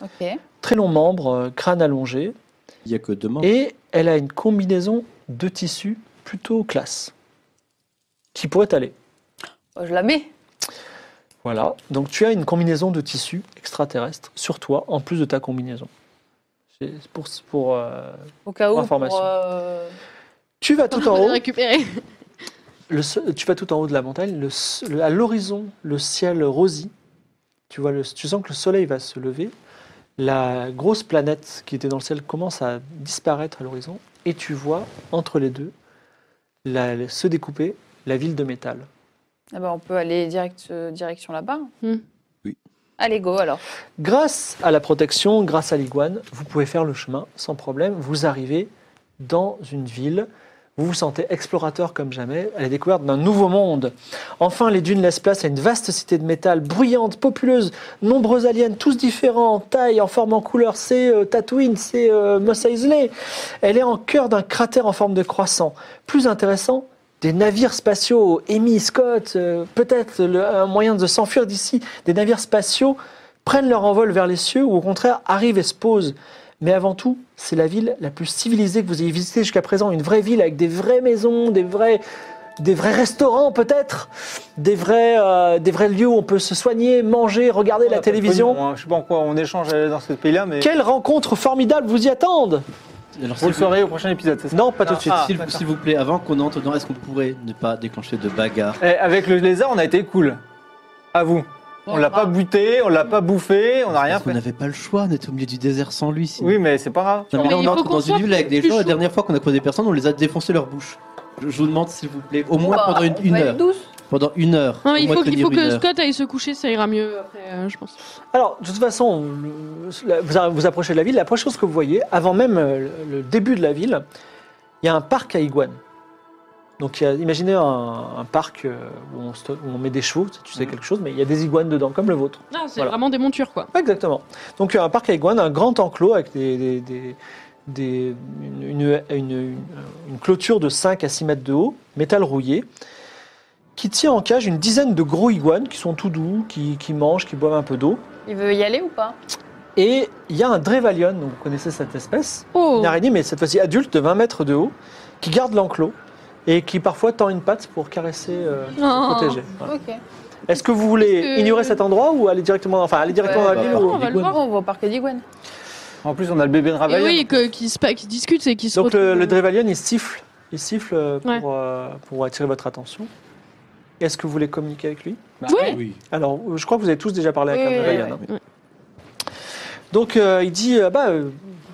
Ok.
Très long membre, euh, crâne allongé,
Il n'y a que deux membres.
Et elle a une combinaison de tissus plutôt classe. Qui pourrait t'aller.
Bah, je la mets.
Voilà. Donc tu as une combinaison de tissus extraterrestres sur toi, en plus de ta combinaison. C'est pour, pour, euh,
Au cas où. Pour,
Information.
euh,
Tu vas tout en
On
haut.
va récupérer.
le se- tu vas tout en haut de la montagne. le se- le- à l'horizon, le ciel rosy. Tu vois, le- tu sens que le soleil va se lever. La grosse planète qui était dans le ciel commence à disparaître à l'horizon, et tu vois entre les deux la- se découper la ville de métal.
ah bah, on peut aller direct, euh, direction là-bas.
Hmm.
Oui.
Allez, go alors.
Grâce à la protection, grâce à l'iguane, vous pouvez faire le chemin sans problème. Vous arrivez dans une ville. Vous vous sentez explorateur comme jamais, à la découverte d'un nouveau monde. Enfin, les dunes laissent place à une vaste cité de métal, bruyante, populeuse, nombreux aliens, tous différents, en taille, en forme, en couleur. C'est euh, Tatooine, c'est euh, Mos Eisley. Elle est en cœur d'un cratère en forme de croissant. Plus intéressant, des navires spatiaux, Amy, Scott, euh, peut-être le- un moyen de s'enfuir d'ici, des navires spatiaux prennent leur envol vers les cieux ou au contraire arrivent et se posent. Mais avant tout, c'est la ville la plus civilisée que vous ayez visitée jusqu'à présent. Une vraie ville avec des vraies maisons, des vrais, des vrais restaurants peut-être, des, vrais, euh, des vrais lieux où on peut se soigner, manger, regarder
On
la
a pas de
télévision.
pognon, hein. Je sais pas en quoi on échange euh, dans ce pays-là, mais.
Quelles rencontres formidables vous y attendent
Alors,
Vous
s'il
le
vous,
saurez au prochain épisode, c'est ça
Non, pas tout
Ah,
de suite.
ah.
s'il- s'il vous plaît, avant qu'on entre dedans, est-ce qu'on pourrait ne pas déclencher de bagarre
Eh, Avec le lézard, on a été cool. À vous. On l'a pas buté, on l'a pas bouffé, on n'a rien
Parce qu'on
fait.
n'avait pas le choix, on était au milieu du désert sans lui. sinon.
Oui, mais c'est pas grave.
Non, mais
Mais
là, on
il faut
entre
qu'on
dans une
soit
ville avec des
plus
gens. La
chaud.
dernière fois qu'on a croisé des personnes, on les a défoncé leur bouche. Je je vous demande, s'il vous plaît, au moins
Bah,
pendant une,
on
une
va aller
heure.
douce.
Pendant une heure.
Non, mais
au
il
moins
faut, qu'il
tenir
faut
une
que
heure.
Scott aille se coucher, ça ira mieux après, euh, je pense.
Alors, de toute façon, le- la- vous, a- vous approchez de la ville. La première chose que vous voyez, avant même euh, le le début de la ville, il y a un parc à iguanes. Donc, il y a- imaginez un, un parc euh, où, on sto- où on met des chevaux, tu sais,
Mhm.
quelque chose, mais il y a des iguanes dedans, comme le vôtre.
Ah, c'est
Voilà.
vraiment des montures, quoi.
Ouais, Exactement. Donc, il y a un parc à iguanes, un grand enclos avec des, des- des- des- une, une- une- une- une clôture de 5 à 6 mètres de haut, métal rouillé, qui tient en cage une dizaine de gros iguanes qui sont tout doux, qui, qui mangent, qui boivent un peu d'eau.
Il veut y aller ou pas
Et il y a un Drevalion, donc vous connaissez cette espèce,
Oh
une araignée, mais cette fois-ci adulte de 20 mètres de haut, qui garde l'enclos et qui parfois tend une patte pour caresser, euh,
Oh.
protéger. Voilà.
Ok.
Est-ce que vous voulez
Est-ce que-
ignorer cet endroit ou aller directement, enfin aller directement dans la
Ouais,
ville
bah,
ou-
On va le voir.
On va au parc d'Iguen.
En plus, on a le
Eh
bébé de
Et
Ravalion.
oui, que- qui se pa- qui discute et qui se
Donc le,
retrouvent-
le Drevalion, il siffle. Il siffle euh, pour,
Ouais.
euh, pour attirer votre attention. Est-ce que vous voulez communiquer avec lui
Bah,
Oui.
ouais.
Oui.
Alors, euh, je crois que vous avez tous déjà parlé avec
Oui,
un
oui,
Drevalion.
oui,
hein. Donc euh, il dit, euh, bah, euh,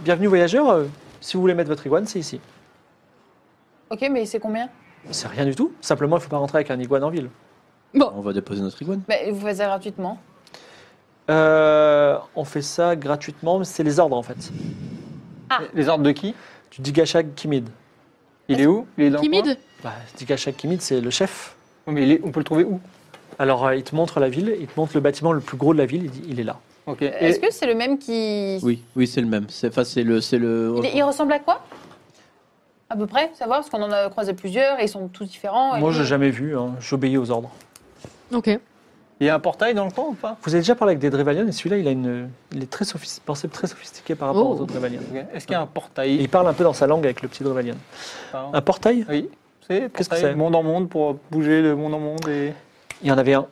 bienvenue voyageur, euh, si vous voulez mettre votre iguane, c'est ici.
Ok, mais c'est combien
C'est rien du tout. Simplement, il ne faut pas rentrer avec un iguane en ville.
On va déposer notre iguane.
Bah, Vous faites ça gratuitement.
Euh, on fait ça gratuitement, mais c'est les ordres en fait.
eh, Les ordres de qui
Tu dis Gachag Kimid.
Il est où Il est dans quoi
timide.
Bah, Digashak Kimid, c'est le chef.
Oui, mais il est- on peut le trouver où
Alors, euh, il te montre la ville, il te montre le bâtiment le plus gros de la ville, il dit, il est là.
Ok.
Est-ce
Et
que c'est le même qui.
Oui, oui, c'est le même. C'est enfin, c'est le, c'est le.
Il, il ressemble à quoi À peu près, savoir, parce qu'on en a croisé plusieurs et ils sont tous différents. et-
Moi, je n'ai jamais vu, hein, j'obéis aux ordres.
Ok.
il y a un portail dans le coin ou pas
Vous avez déjà parlé avec des Drevalians, et celui-là, il, a une, il est très sophistiqué, très sophistiqué par rapport
Oh.
aux autres Drevalians.
Ok. Est-ce qu'il y a un
Et
portail
il parle un peu dans sa langue avec le petit Drevalian.
Pardon.
Un portail
Oui. C'est
Qu'est-ce que
portail,
c'est
Monde en monde pour bouger le monde en monde et.
Il y en avait un.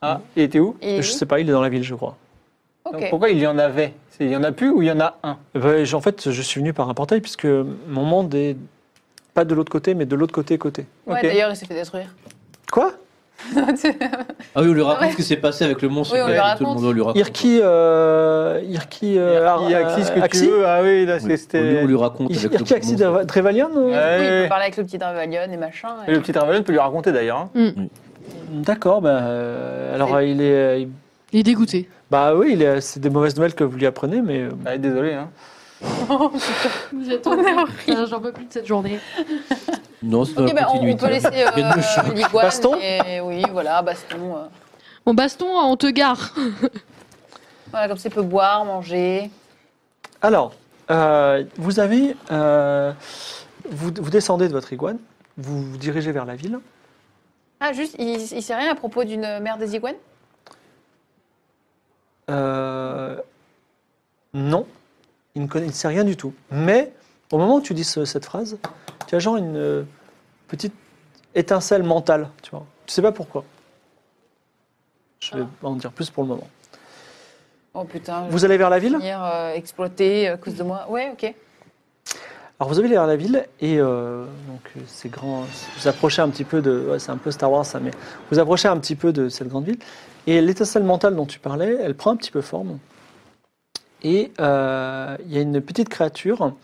Ah, il était où
Et-
Je sais pas, il est dans la ville, je crois.
Ok.
Donc, Pourquoi il y en avait C'est- Il y en a plus ou il y en a un
Euh, bah, j- en fait, je suis venu par un portail, puisque mon monde est pas de l'autre côté, mais de l'autre côté côté.
Ouais,
Ok.
D'ailleurs, il s'est fait détruire.
Quoi
Ah oui, on lui raconte
Ouais.
ce qui s'est passé avec le monstre.
Oui, on
et
lui
Tout le
raconte.
monde on lui raconte.
Irki, euh, Irki, euh, Ar-
Il y a Axis que
Axi
tu veux Ah oui, là
Oui, on lui-
c'était.
on lui raconte
Irki,
avec
Irki
le
Axi
monstre.
Dreva- Drevalian euh
Ouais.
oui, il
ouais.
peut parler avec le petit Drevalion et machin.
Et
et-
le petit Ravalion peut lui raconter d'ailleurs. hein.
D'accord, bah, euh, alors euh, il est. euh, il-
Il est dégoûté.
Bah oui, il est- c'est des mauvaises nouvelles que vous lui apprenez, mais. euh,
Ah, désolé. Hein.
Vous êtes J'en peux plus de cette journée.
Non, c'est
Ok,
euh,
dans la
bah, on- on,
continuité.
peut laisser
Il y a deux chats.
euh, l'iguane
Baston
et oui, voilà, baston. euh.
Bon, baston, on te gare.
Voilà, comme ça, il peut boire, manger.
Alors, euh, vous avez. euh, vous, vous descendez de votre iguane, vous vous dirigez vers la ville.
Ah, juste, il, il sait rien à propos d'une mère des iguanes
Euh, non, il ne, connaît, il ne sait rien du tout. Mais au moment où tu dis ce- cette phrase, tu as genre une euh, petite étincelle mentale, tu vois. Tu sais pas pourquoi. Je vais pas en dire plus pour le moment.
Oh putain,
Vous allez vers la
je vais
ville
venir euh, exploiter à cause de moi. Ouais, ok.
Alors vous allez vers la ville et euh, donc euh, c'est grand. Vous approchez un petit peu de, ouais, c'est un peu Star Wars ça, mais vous approchez un petit peu de cette grande ville et l'étincelle mentale dont tu parlais, elle prend un petit peu forme et euh, il y a une petite créature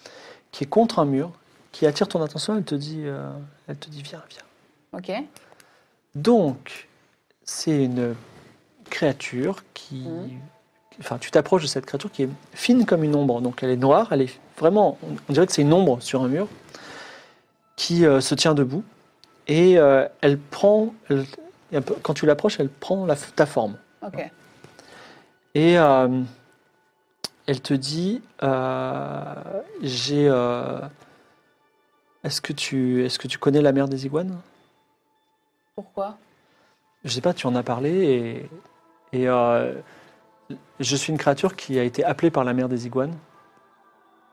qui est contre un mur, qui attire ton attention. Elle te dit, euh, elle te dit viens, viens.
Ok.
Donc c'est une créature qui,
Mhm.
enfin tu t'approches de cette créature qui est fine comme une ombre. Donc elle est noire, elle est vraiment, on- on dirait que c'est une ombre sur un mur qui euh, se tient debout et euh, elle prend, elle- et un peu- quand tu l'approches, elle prend la f- ta forme
Ok.
et euh, elle te dit, euh, j'ai, euh, est-ce que tu, est-ce que tu connais la mère des iguanes
Pourquoi
Je sais pas, tu en as parlé et, et, euh, je suis une créature qui a été appelée par la mère des iguanes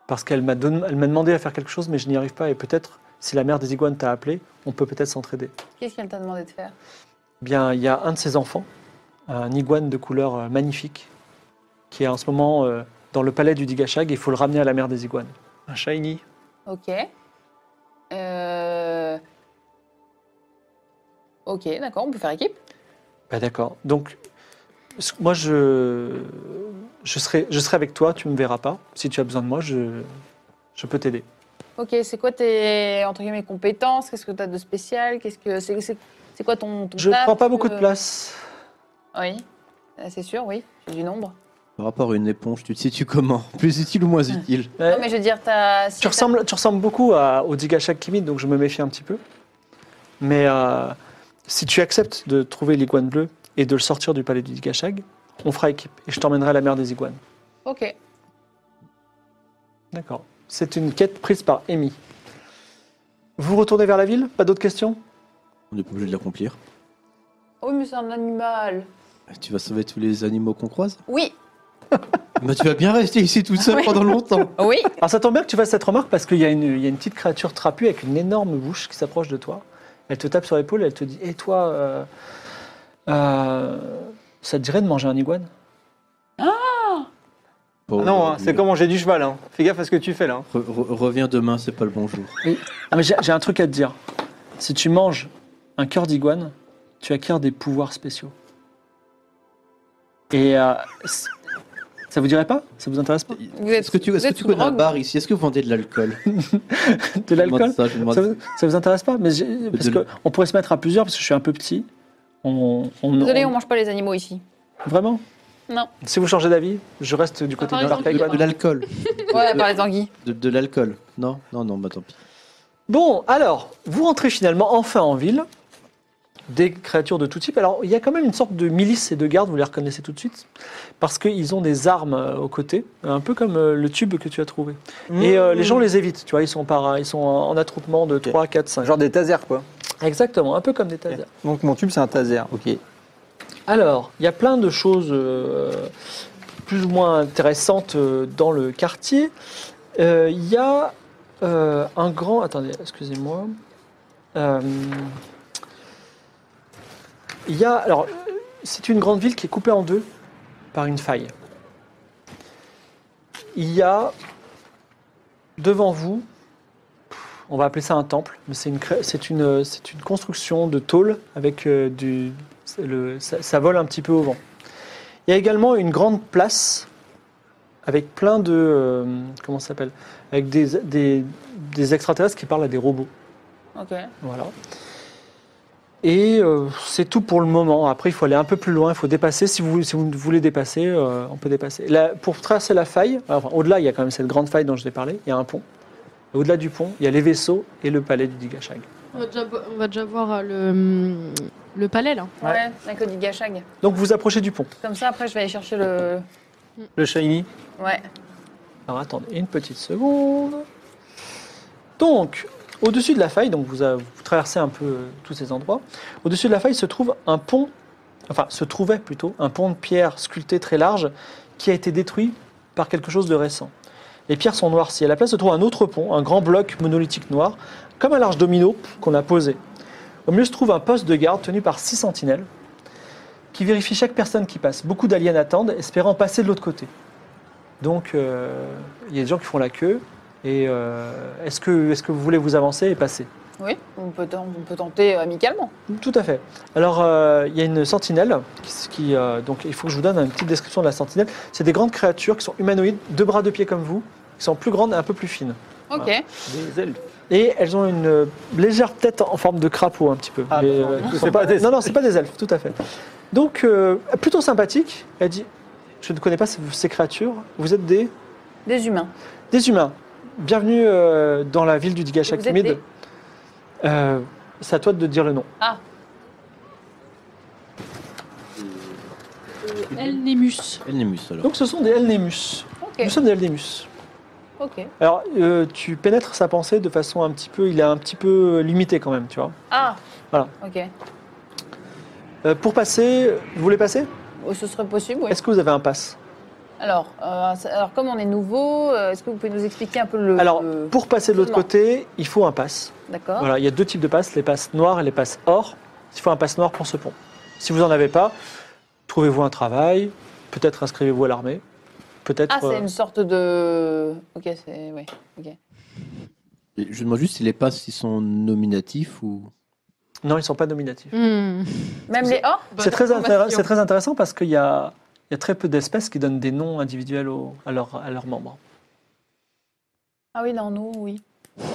parce qu'elle m'a don- elle m'a demandé à faire quelque chose mais je n'y arrive pas et peut-être si la mère des iguanes t'a appelé, on peut peut-être s'entraider.
Qu'est-ce qu'elle t'a demandé de faire
Eh Bien, il y a un de ses enfants, un iguane de couleur euh, magnifique qui est en ce moment euh, dans le palais du Digashag et il faut le ramener à la mère des iguanes.
Un shiny.
Ok. Euh... Ok, d'accord, on peut faire équipe.
Bah, d'accord. Donc ce- moi je je serai je serai avec toi, tu me verras pas. Si tu as besoin de moi, je je peux t'aider.
Ok, c'est quoi tes entre guillemets, compétences Qu'est-ce que tu as de spécial Qu'est-ce que c'est c'est- c'est quoi ton, ton
Je
taf
prends pas beaucoup de
Euh,
place.
Oui, Euh, c'est sûr, oui. J'ai du nombre.
Par rapport à une éponge, tu te situes comment Plus utile ou moins utile
Ouais.
Non, mais je veux dire, t'as. si
tu,
t'as-
ressembles, tu ressembles beaucoup à, au Digashak Kimid, donc je me méfie un petit peu. Mais euh, si tu acceptes de trouver l'iguane bleue et de le sortir du palais du Digashag, on fera équipe et je t'emmènerai à la mer des iguanes.
Ok.
D'accord. C'est une quête prise par Amy. Vous retournez vers la ville Pas d'autres questions
On n'est pas obligé de l'accomplir.
Oh, oui, mais c'est un animal.
Tu vas sauver tous les animaux qu'on croise
Oui.
Bah, tu vas bien rester ici toute seule pendant longtemps.
Oui,
Alors ça tombe bien que tu fasses cette remarque parce qu'il y, a une- il y a une petite créature trapue avec une énorme bouche qui s'approche de toi. Elle te tape sur l'épaule et elle te dit Et toi, euh, euh, ça te dirait de manger un iguane
Bon,
non, hein,
euh,
c'est comme manger du cheval. Hein. Fais gaffe à ce que tu fais là. hein.
re- re- reviens demain, c'est pas le bon jour.
Ah, mais j'ai j'ai un truc à te dire. Si tu manges un cœur d'iguane, tu acquiers des pouvoirs spéciaux. Et euh, c- ça vous dirait pas Ça vous intéresse pas
vous êtes.
Est-ce que tu, est-ce
vous
que
êtes
tu
sous
connais un
drogue.
bar ici Est-ce que vous vendez de l'alcool
De l'alcool
Je demande ça, je demande
ça,
ça.
vous- ça vous intéresse pas Mais j'ai- parce
De-
que on pourrait se mettre à plusieurs parce que je suis un peu petit. On, on-
Désolé, on
on-
mange pas les animaux ici.
Vraiment
Non.
Si vous changez d'avis, je reste du côté
par
du
exemple,
parfait.
il y a
De l'alcool.
Ouais, bah, par les anguilles.
De, de l'alcool. Non, non, non, bah tant pis.
Bon, alors, vous rentrez finalement enfin en ville. Des créatures de tout type. Alors, il y a quand même une sorte de milice et de garde, vous les reconnaissez tout de suite, parce qu'ils ont des armes euh, aux côtés, un peu comme euh, le tube que tu as trouvé. Et euh, les gens les évitent, tu vois, ils sont, par, ils sont en attroupement de 3, 4, 5.
Genre des tasers quoi.
Exactement, un peu comme des tasers.
Donc mon tube c'est un taser. Ok.
Alors, il y a plein de choses euh, plus ou moins intéressantes euh, dans le quartier. Euh, Il y a euh, un grand... Attendez, excusez-moi. Euh, Il y a... Alors, euh, c'est une grande ville qui est coupée en deux par une faille. Il y a devant vous, on va appeler ça un temple, mais c'est une, cré- c'est une, euh, c'est une construction de tôle avec euh, du, c'est le- ça, ça vole un petit peu au vent. Il y a également une grande place avec plein de. euh, comment ça s'appelle Avec des, des, des extraterrestres qui parlent à des robots.
Ok.
Voilà. Et euh, c'est tout pour le moment. Après, il faut aller un peu plus loin, il faut dépasser. Si vous, si vous voulez dépasser, euh, on peut dépasser. Là, pour traverser la faille, enfin, au-delà, il y a quand même cette grande faille dont je t'ai parlé, il y a un pont. Et Au-delà du pont, il y a les vaisseaux et le palais du Digashag.
On va déjà, on va déjà voir euh, le, le palais là.
Ouais.
Ouais, avec du gachag.
Donc vous approchez du pont.
Comme ça, après, je vais aller chercher le.
Le shiny.
Ouais.
Alors attendez une petite seconde. Donc, au-dessus de la faille, donc vous, a- vous traversez un peu euh, tous ces endroits, au-dessus de la faille se trouve un pont, enfin se trouvait plutôt un pont de pierre sculpté très large qui a été détruit par quelque chose de récent. Les pierres sont noircies. À la place se trouve un autre pont, un grand bloc monolithique noir, comme un large domino qu'on a posé. Au milieu se trouve un poste de garde tenu par six sentinelles qui vérifient chaque personne qui passe. Beaucoup d'aliens attendent, espérant passer de l'autre côté. Donc, euh, il y a des gens qui font la queue. Et euh, est-ce que, est que vous voulez vous avancer et passer
Oui, on peut, ten- on peut tenter amicalement.
Tout à fait. Alors, euh, il y a une sentinelle. Qui, qui, euh, donc, il faut que je vous donne une petite description de la sentinelle. C'est des grandes créatures qui sont humanoïdes, deux bras, deux pieds comme vous, qui sont plus grandes et un peu plus fines.
Ok.
Des ailes.
Et elles ont une euh, légère tête en forme de crapaud, un petit peu.
Ah,
Mais,
bah,
euh,
non,
elles
c'est
sont
pas des-
Non, non, c'est pas des elfes, tout à fait. Donc, euh, plutôt sympathique. Elle dit Je ne connais pas ces- ces créatures. Vous êtes des.
Des humains.
Des humains, bienvenue euh, dans la ville du Digashak
Vous êtes
Mid.
des-
Euh, c'est à toi de dire le nom.
El Nemus.
Elle n'est mousse, alors.
Donc ce sont des Elnemus.
Ok.
Nous sommes des Elnemus.
Ok.
Alors euh, tu pénètres sa pensée de façon un petit peu, il est un petit peu limité quand même, tu vois.
Ah
Voilà.
Ok.
Euh, pour passer, vous voulez passer
Oh, Ce serait possible, oui.
Est-ce que vous avez un pass
Alors, euh, ça- alors, comme on est nouveau, euh, est-ce que vous pouvez nous expliquer un peu le.
Alors
le-
pour passer de l'autre
non. Ah.
côté, il faut un pass.
D'accord.
Voilà, il y a deux types de passes, les passes noires et les passes or. Il faut un passe noir pour ce pont. Si vous n'en avez pas, trouvez-vous un travail, peut-être inscrivez-vous à l'armée, peut-être.
Ah, c'est
euh,
une sorte de. Ok, c'est. Ouais.
Et Je demande juste si les passes ils sont nominatifs ou.
Non, ils ne sont pas nominatifs.
Hmm.
Même les or
C'est très, intér-
Bonne information.
c'est très intéressant parce qu'il y a, il y a très peu d'espèces qui donnent des noms individuels aux- à, leurs, à leurs membres.
Ah oui, dans nous, oui.
Vous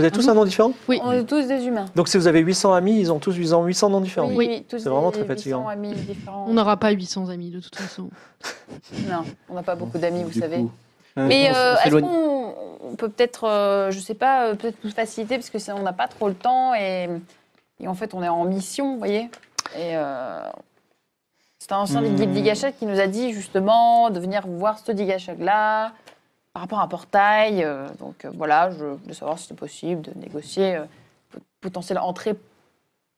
avez
Mhm.
tous un nom différent
Oui.
On est tous des humains.
Donc si vous avez 800 amis, ils ont tous 800, 800 noms différents.
Oui, oui, tous
C'est vraiment
des-
très
des
fatigant.
800 amis différents.
On n'aura pas 800 amis de toute façon.
Non, on n'a pas beaucoup d'amis, vous
Du
savez.
coup,
Mais
on s-
euh,
on
est-ce
s'éloigne.
qu'on on peut peut-être, euh, je sais pas, euh, peut-être nous faciliter parce que c'est- on n'a pas trop le temps et, et en fait on est en mission, vous voyez. Et euh, c'est un ancien
Hmm.
guide Digachak qui nous a dit justement de venir voir ce Digachak là par rapport à un portail. euh, donc euh, voilà, je voulais savoir si c'était possible de négocier euh, pot- potentielle entrée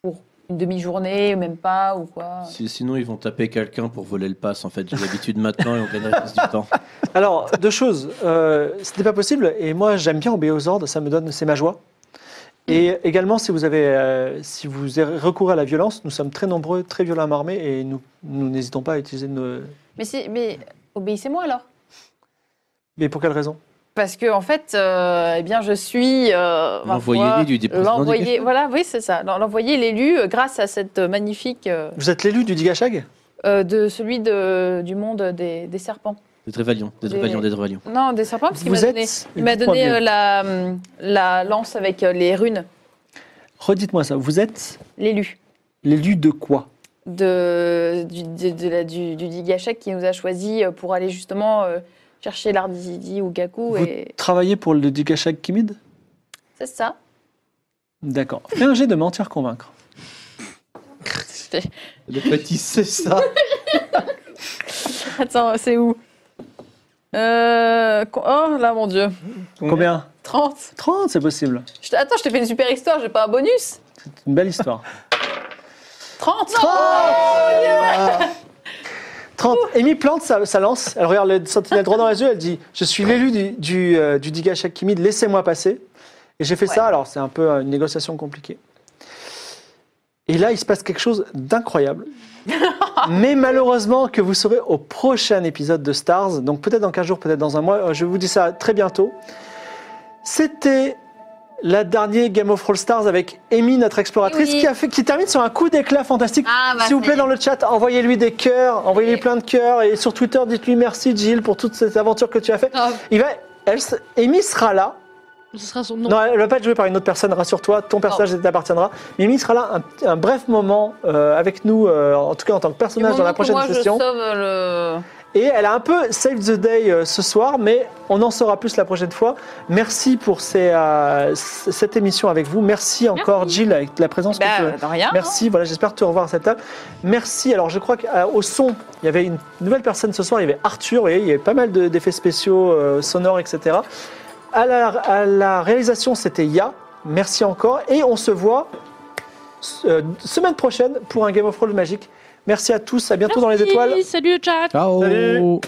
pour une demi-journée, ou même pas, ou quoi.
Si- sinon, ils vont taper quelqu'un pour voler le pass, en fait. J'ai l'habitude maintenant et on gagnerait plus du temps.
Alors, deux choses. Euh, ce n'est pas possible, et moi j'aime bien obéir aux ordres, ça me donne, c'est ma joie. Et également, si vous avez, euh, si vous avez recours à la violence, nous sommes très nombreux, très violemment armés, et nous nous n'hésitons pas à utiliser nos.
Mais, c'est- mais obéissez-moi alors.
Mais pour quelle raison
Parce que en fait, euh, eh bien, je suis euh, ma
L'envoyé
foi,
élu du président du
l'envoyé-
Gachag.
Voilà, oui, c'est ça. L'en- L'envoyé, l'élu, euh, grâce à cette magnifique euh,
Vous êtes l'élu du Digashag
euh, de celui de, du monde des, des serpents.
Des Trévalions, des
Des-
Trévalions, des Trévalions.
Non, des serpents, parce qu'il m'a
Vous
donné,
êtes.
il m'a
dites-moi
donné
bien.
euh, la, hum, la lance avec euh, les runes,
Redites-moi ça. Vous êtes
l'élu
l'élu de quoi
de du de, de la- du, du Digashek qui nous a choisi euh, pour aller justement euh, chercher l'Ardizidi ou Gaku
Vous-
et
Travailler pour le Digashag Kimid
c'est ça.
D'accord. Fais un jet de mentir convaincre.
Le petit, c'est ça.
Attends, c'est où Euh, co- Oh là mon dieu,
Combien
30
30, c'est possible.
Je t- Attends, je t'ai fait une super histoire, j'ai pas un bonus
C'est une belle histoire.
30
30. Amy plante sa, sa lance, elle regarde le sentinelle droit dans les yeux, elle dit Je suis l'élu du, du, euh, du Diga Shakimid, laissez-moi passer. Et j'ai fait ça, alors c'est un peu euh, une négociation compliquée. Et là, il se passe quelque chose d'incroyable. Mais malheureusement, que vous saurez au prochain épisode de Stars, donc peut-être dans 15 jours, peut-être dans un mois, euh, je vous dis ça très bientôt. C'était la dernière Game of All Stars avec Amy, notre exploratrice,
Oui.
qui, a fait, qui termine sur un coup d'éclat fantastique.
Ah, bah,
S'il vous plaît, dans le chat, envoyez-lui des cœurs, envoyez-lui
Ok.
plein de cœurs. Et sur Twitter, dites-lui merci, Jill, pour toute cette aventure que tu as faite.
Ah.
Il va, elle, se- Amy sera là.
Ce sera son
Non.
nom.
elle ne va pas être jouée par une autre personne, rassure-toi.
Oh.
Ton personnage t'appartiendra. Mais Amy sera là un, un bref moment euh, avec nous, euh, en tout cas en tant que
Du
personnage dans
moment
la
que
prochaine
moi,
session.
Je sauve le...
Et elle a un peu save the day euh, ce soir, mais on en saura plus la prochaine fois. Merci pour ces, euh, c- cette émission avec vous. Merci encore, Jill, avec la présence que tu
Bah, de rien.
Merci, voilà, j'espère te revoir à cette table. Merci. Alors, je crois qu'au son, il y avait une nouvelle personne ce soir, il y avait Arthur, vous voyez, il y avait pas mal de- d'effets spéciaux, euh, sonores, etc. À la, à la réalisation, c'était Ya. Merci encore. Et on se voit euh, semaine prochaine pour un Game of Thrones magique. Merci à tous, à bientôt dans les
Merci,
étoiles.
Salut le chat.
Ciao.
Salut.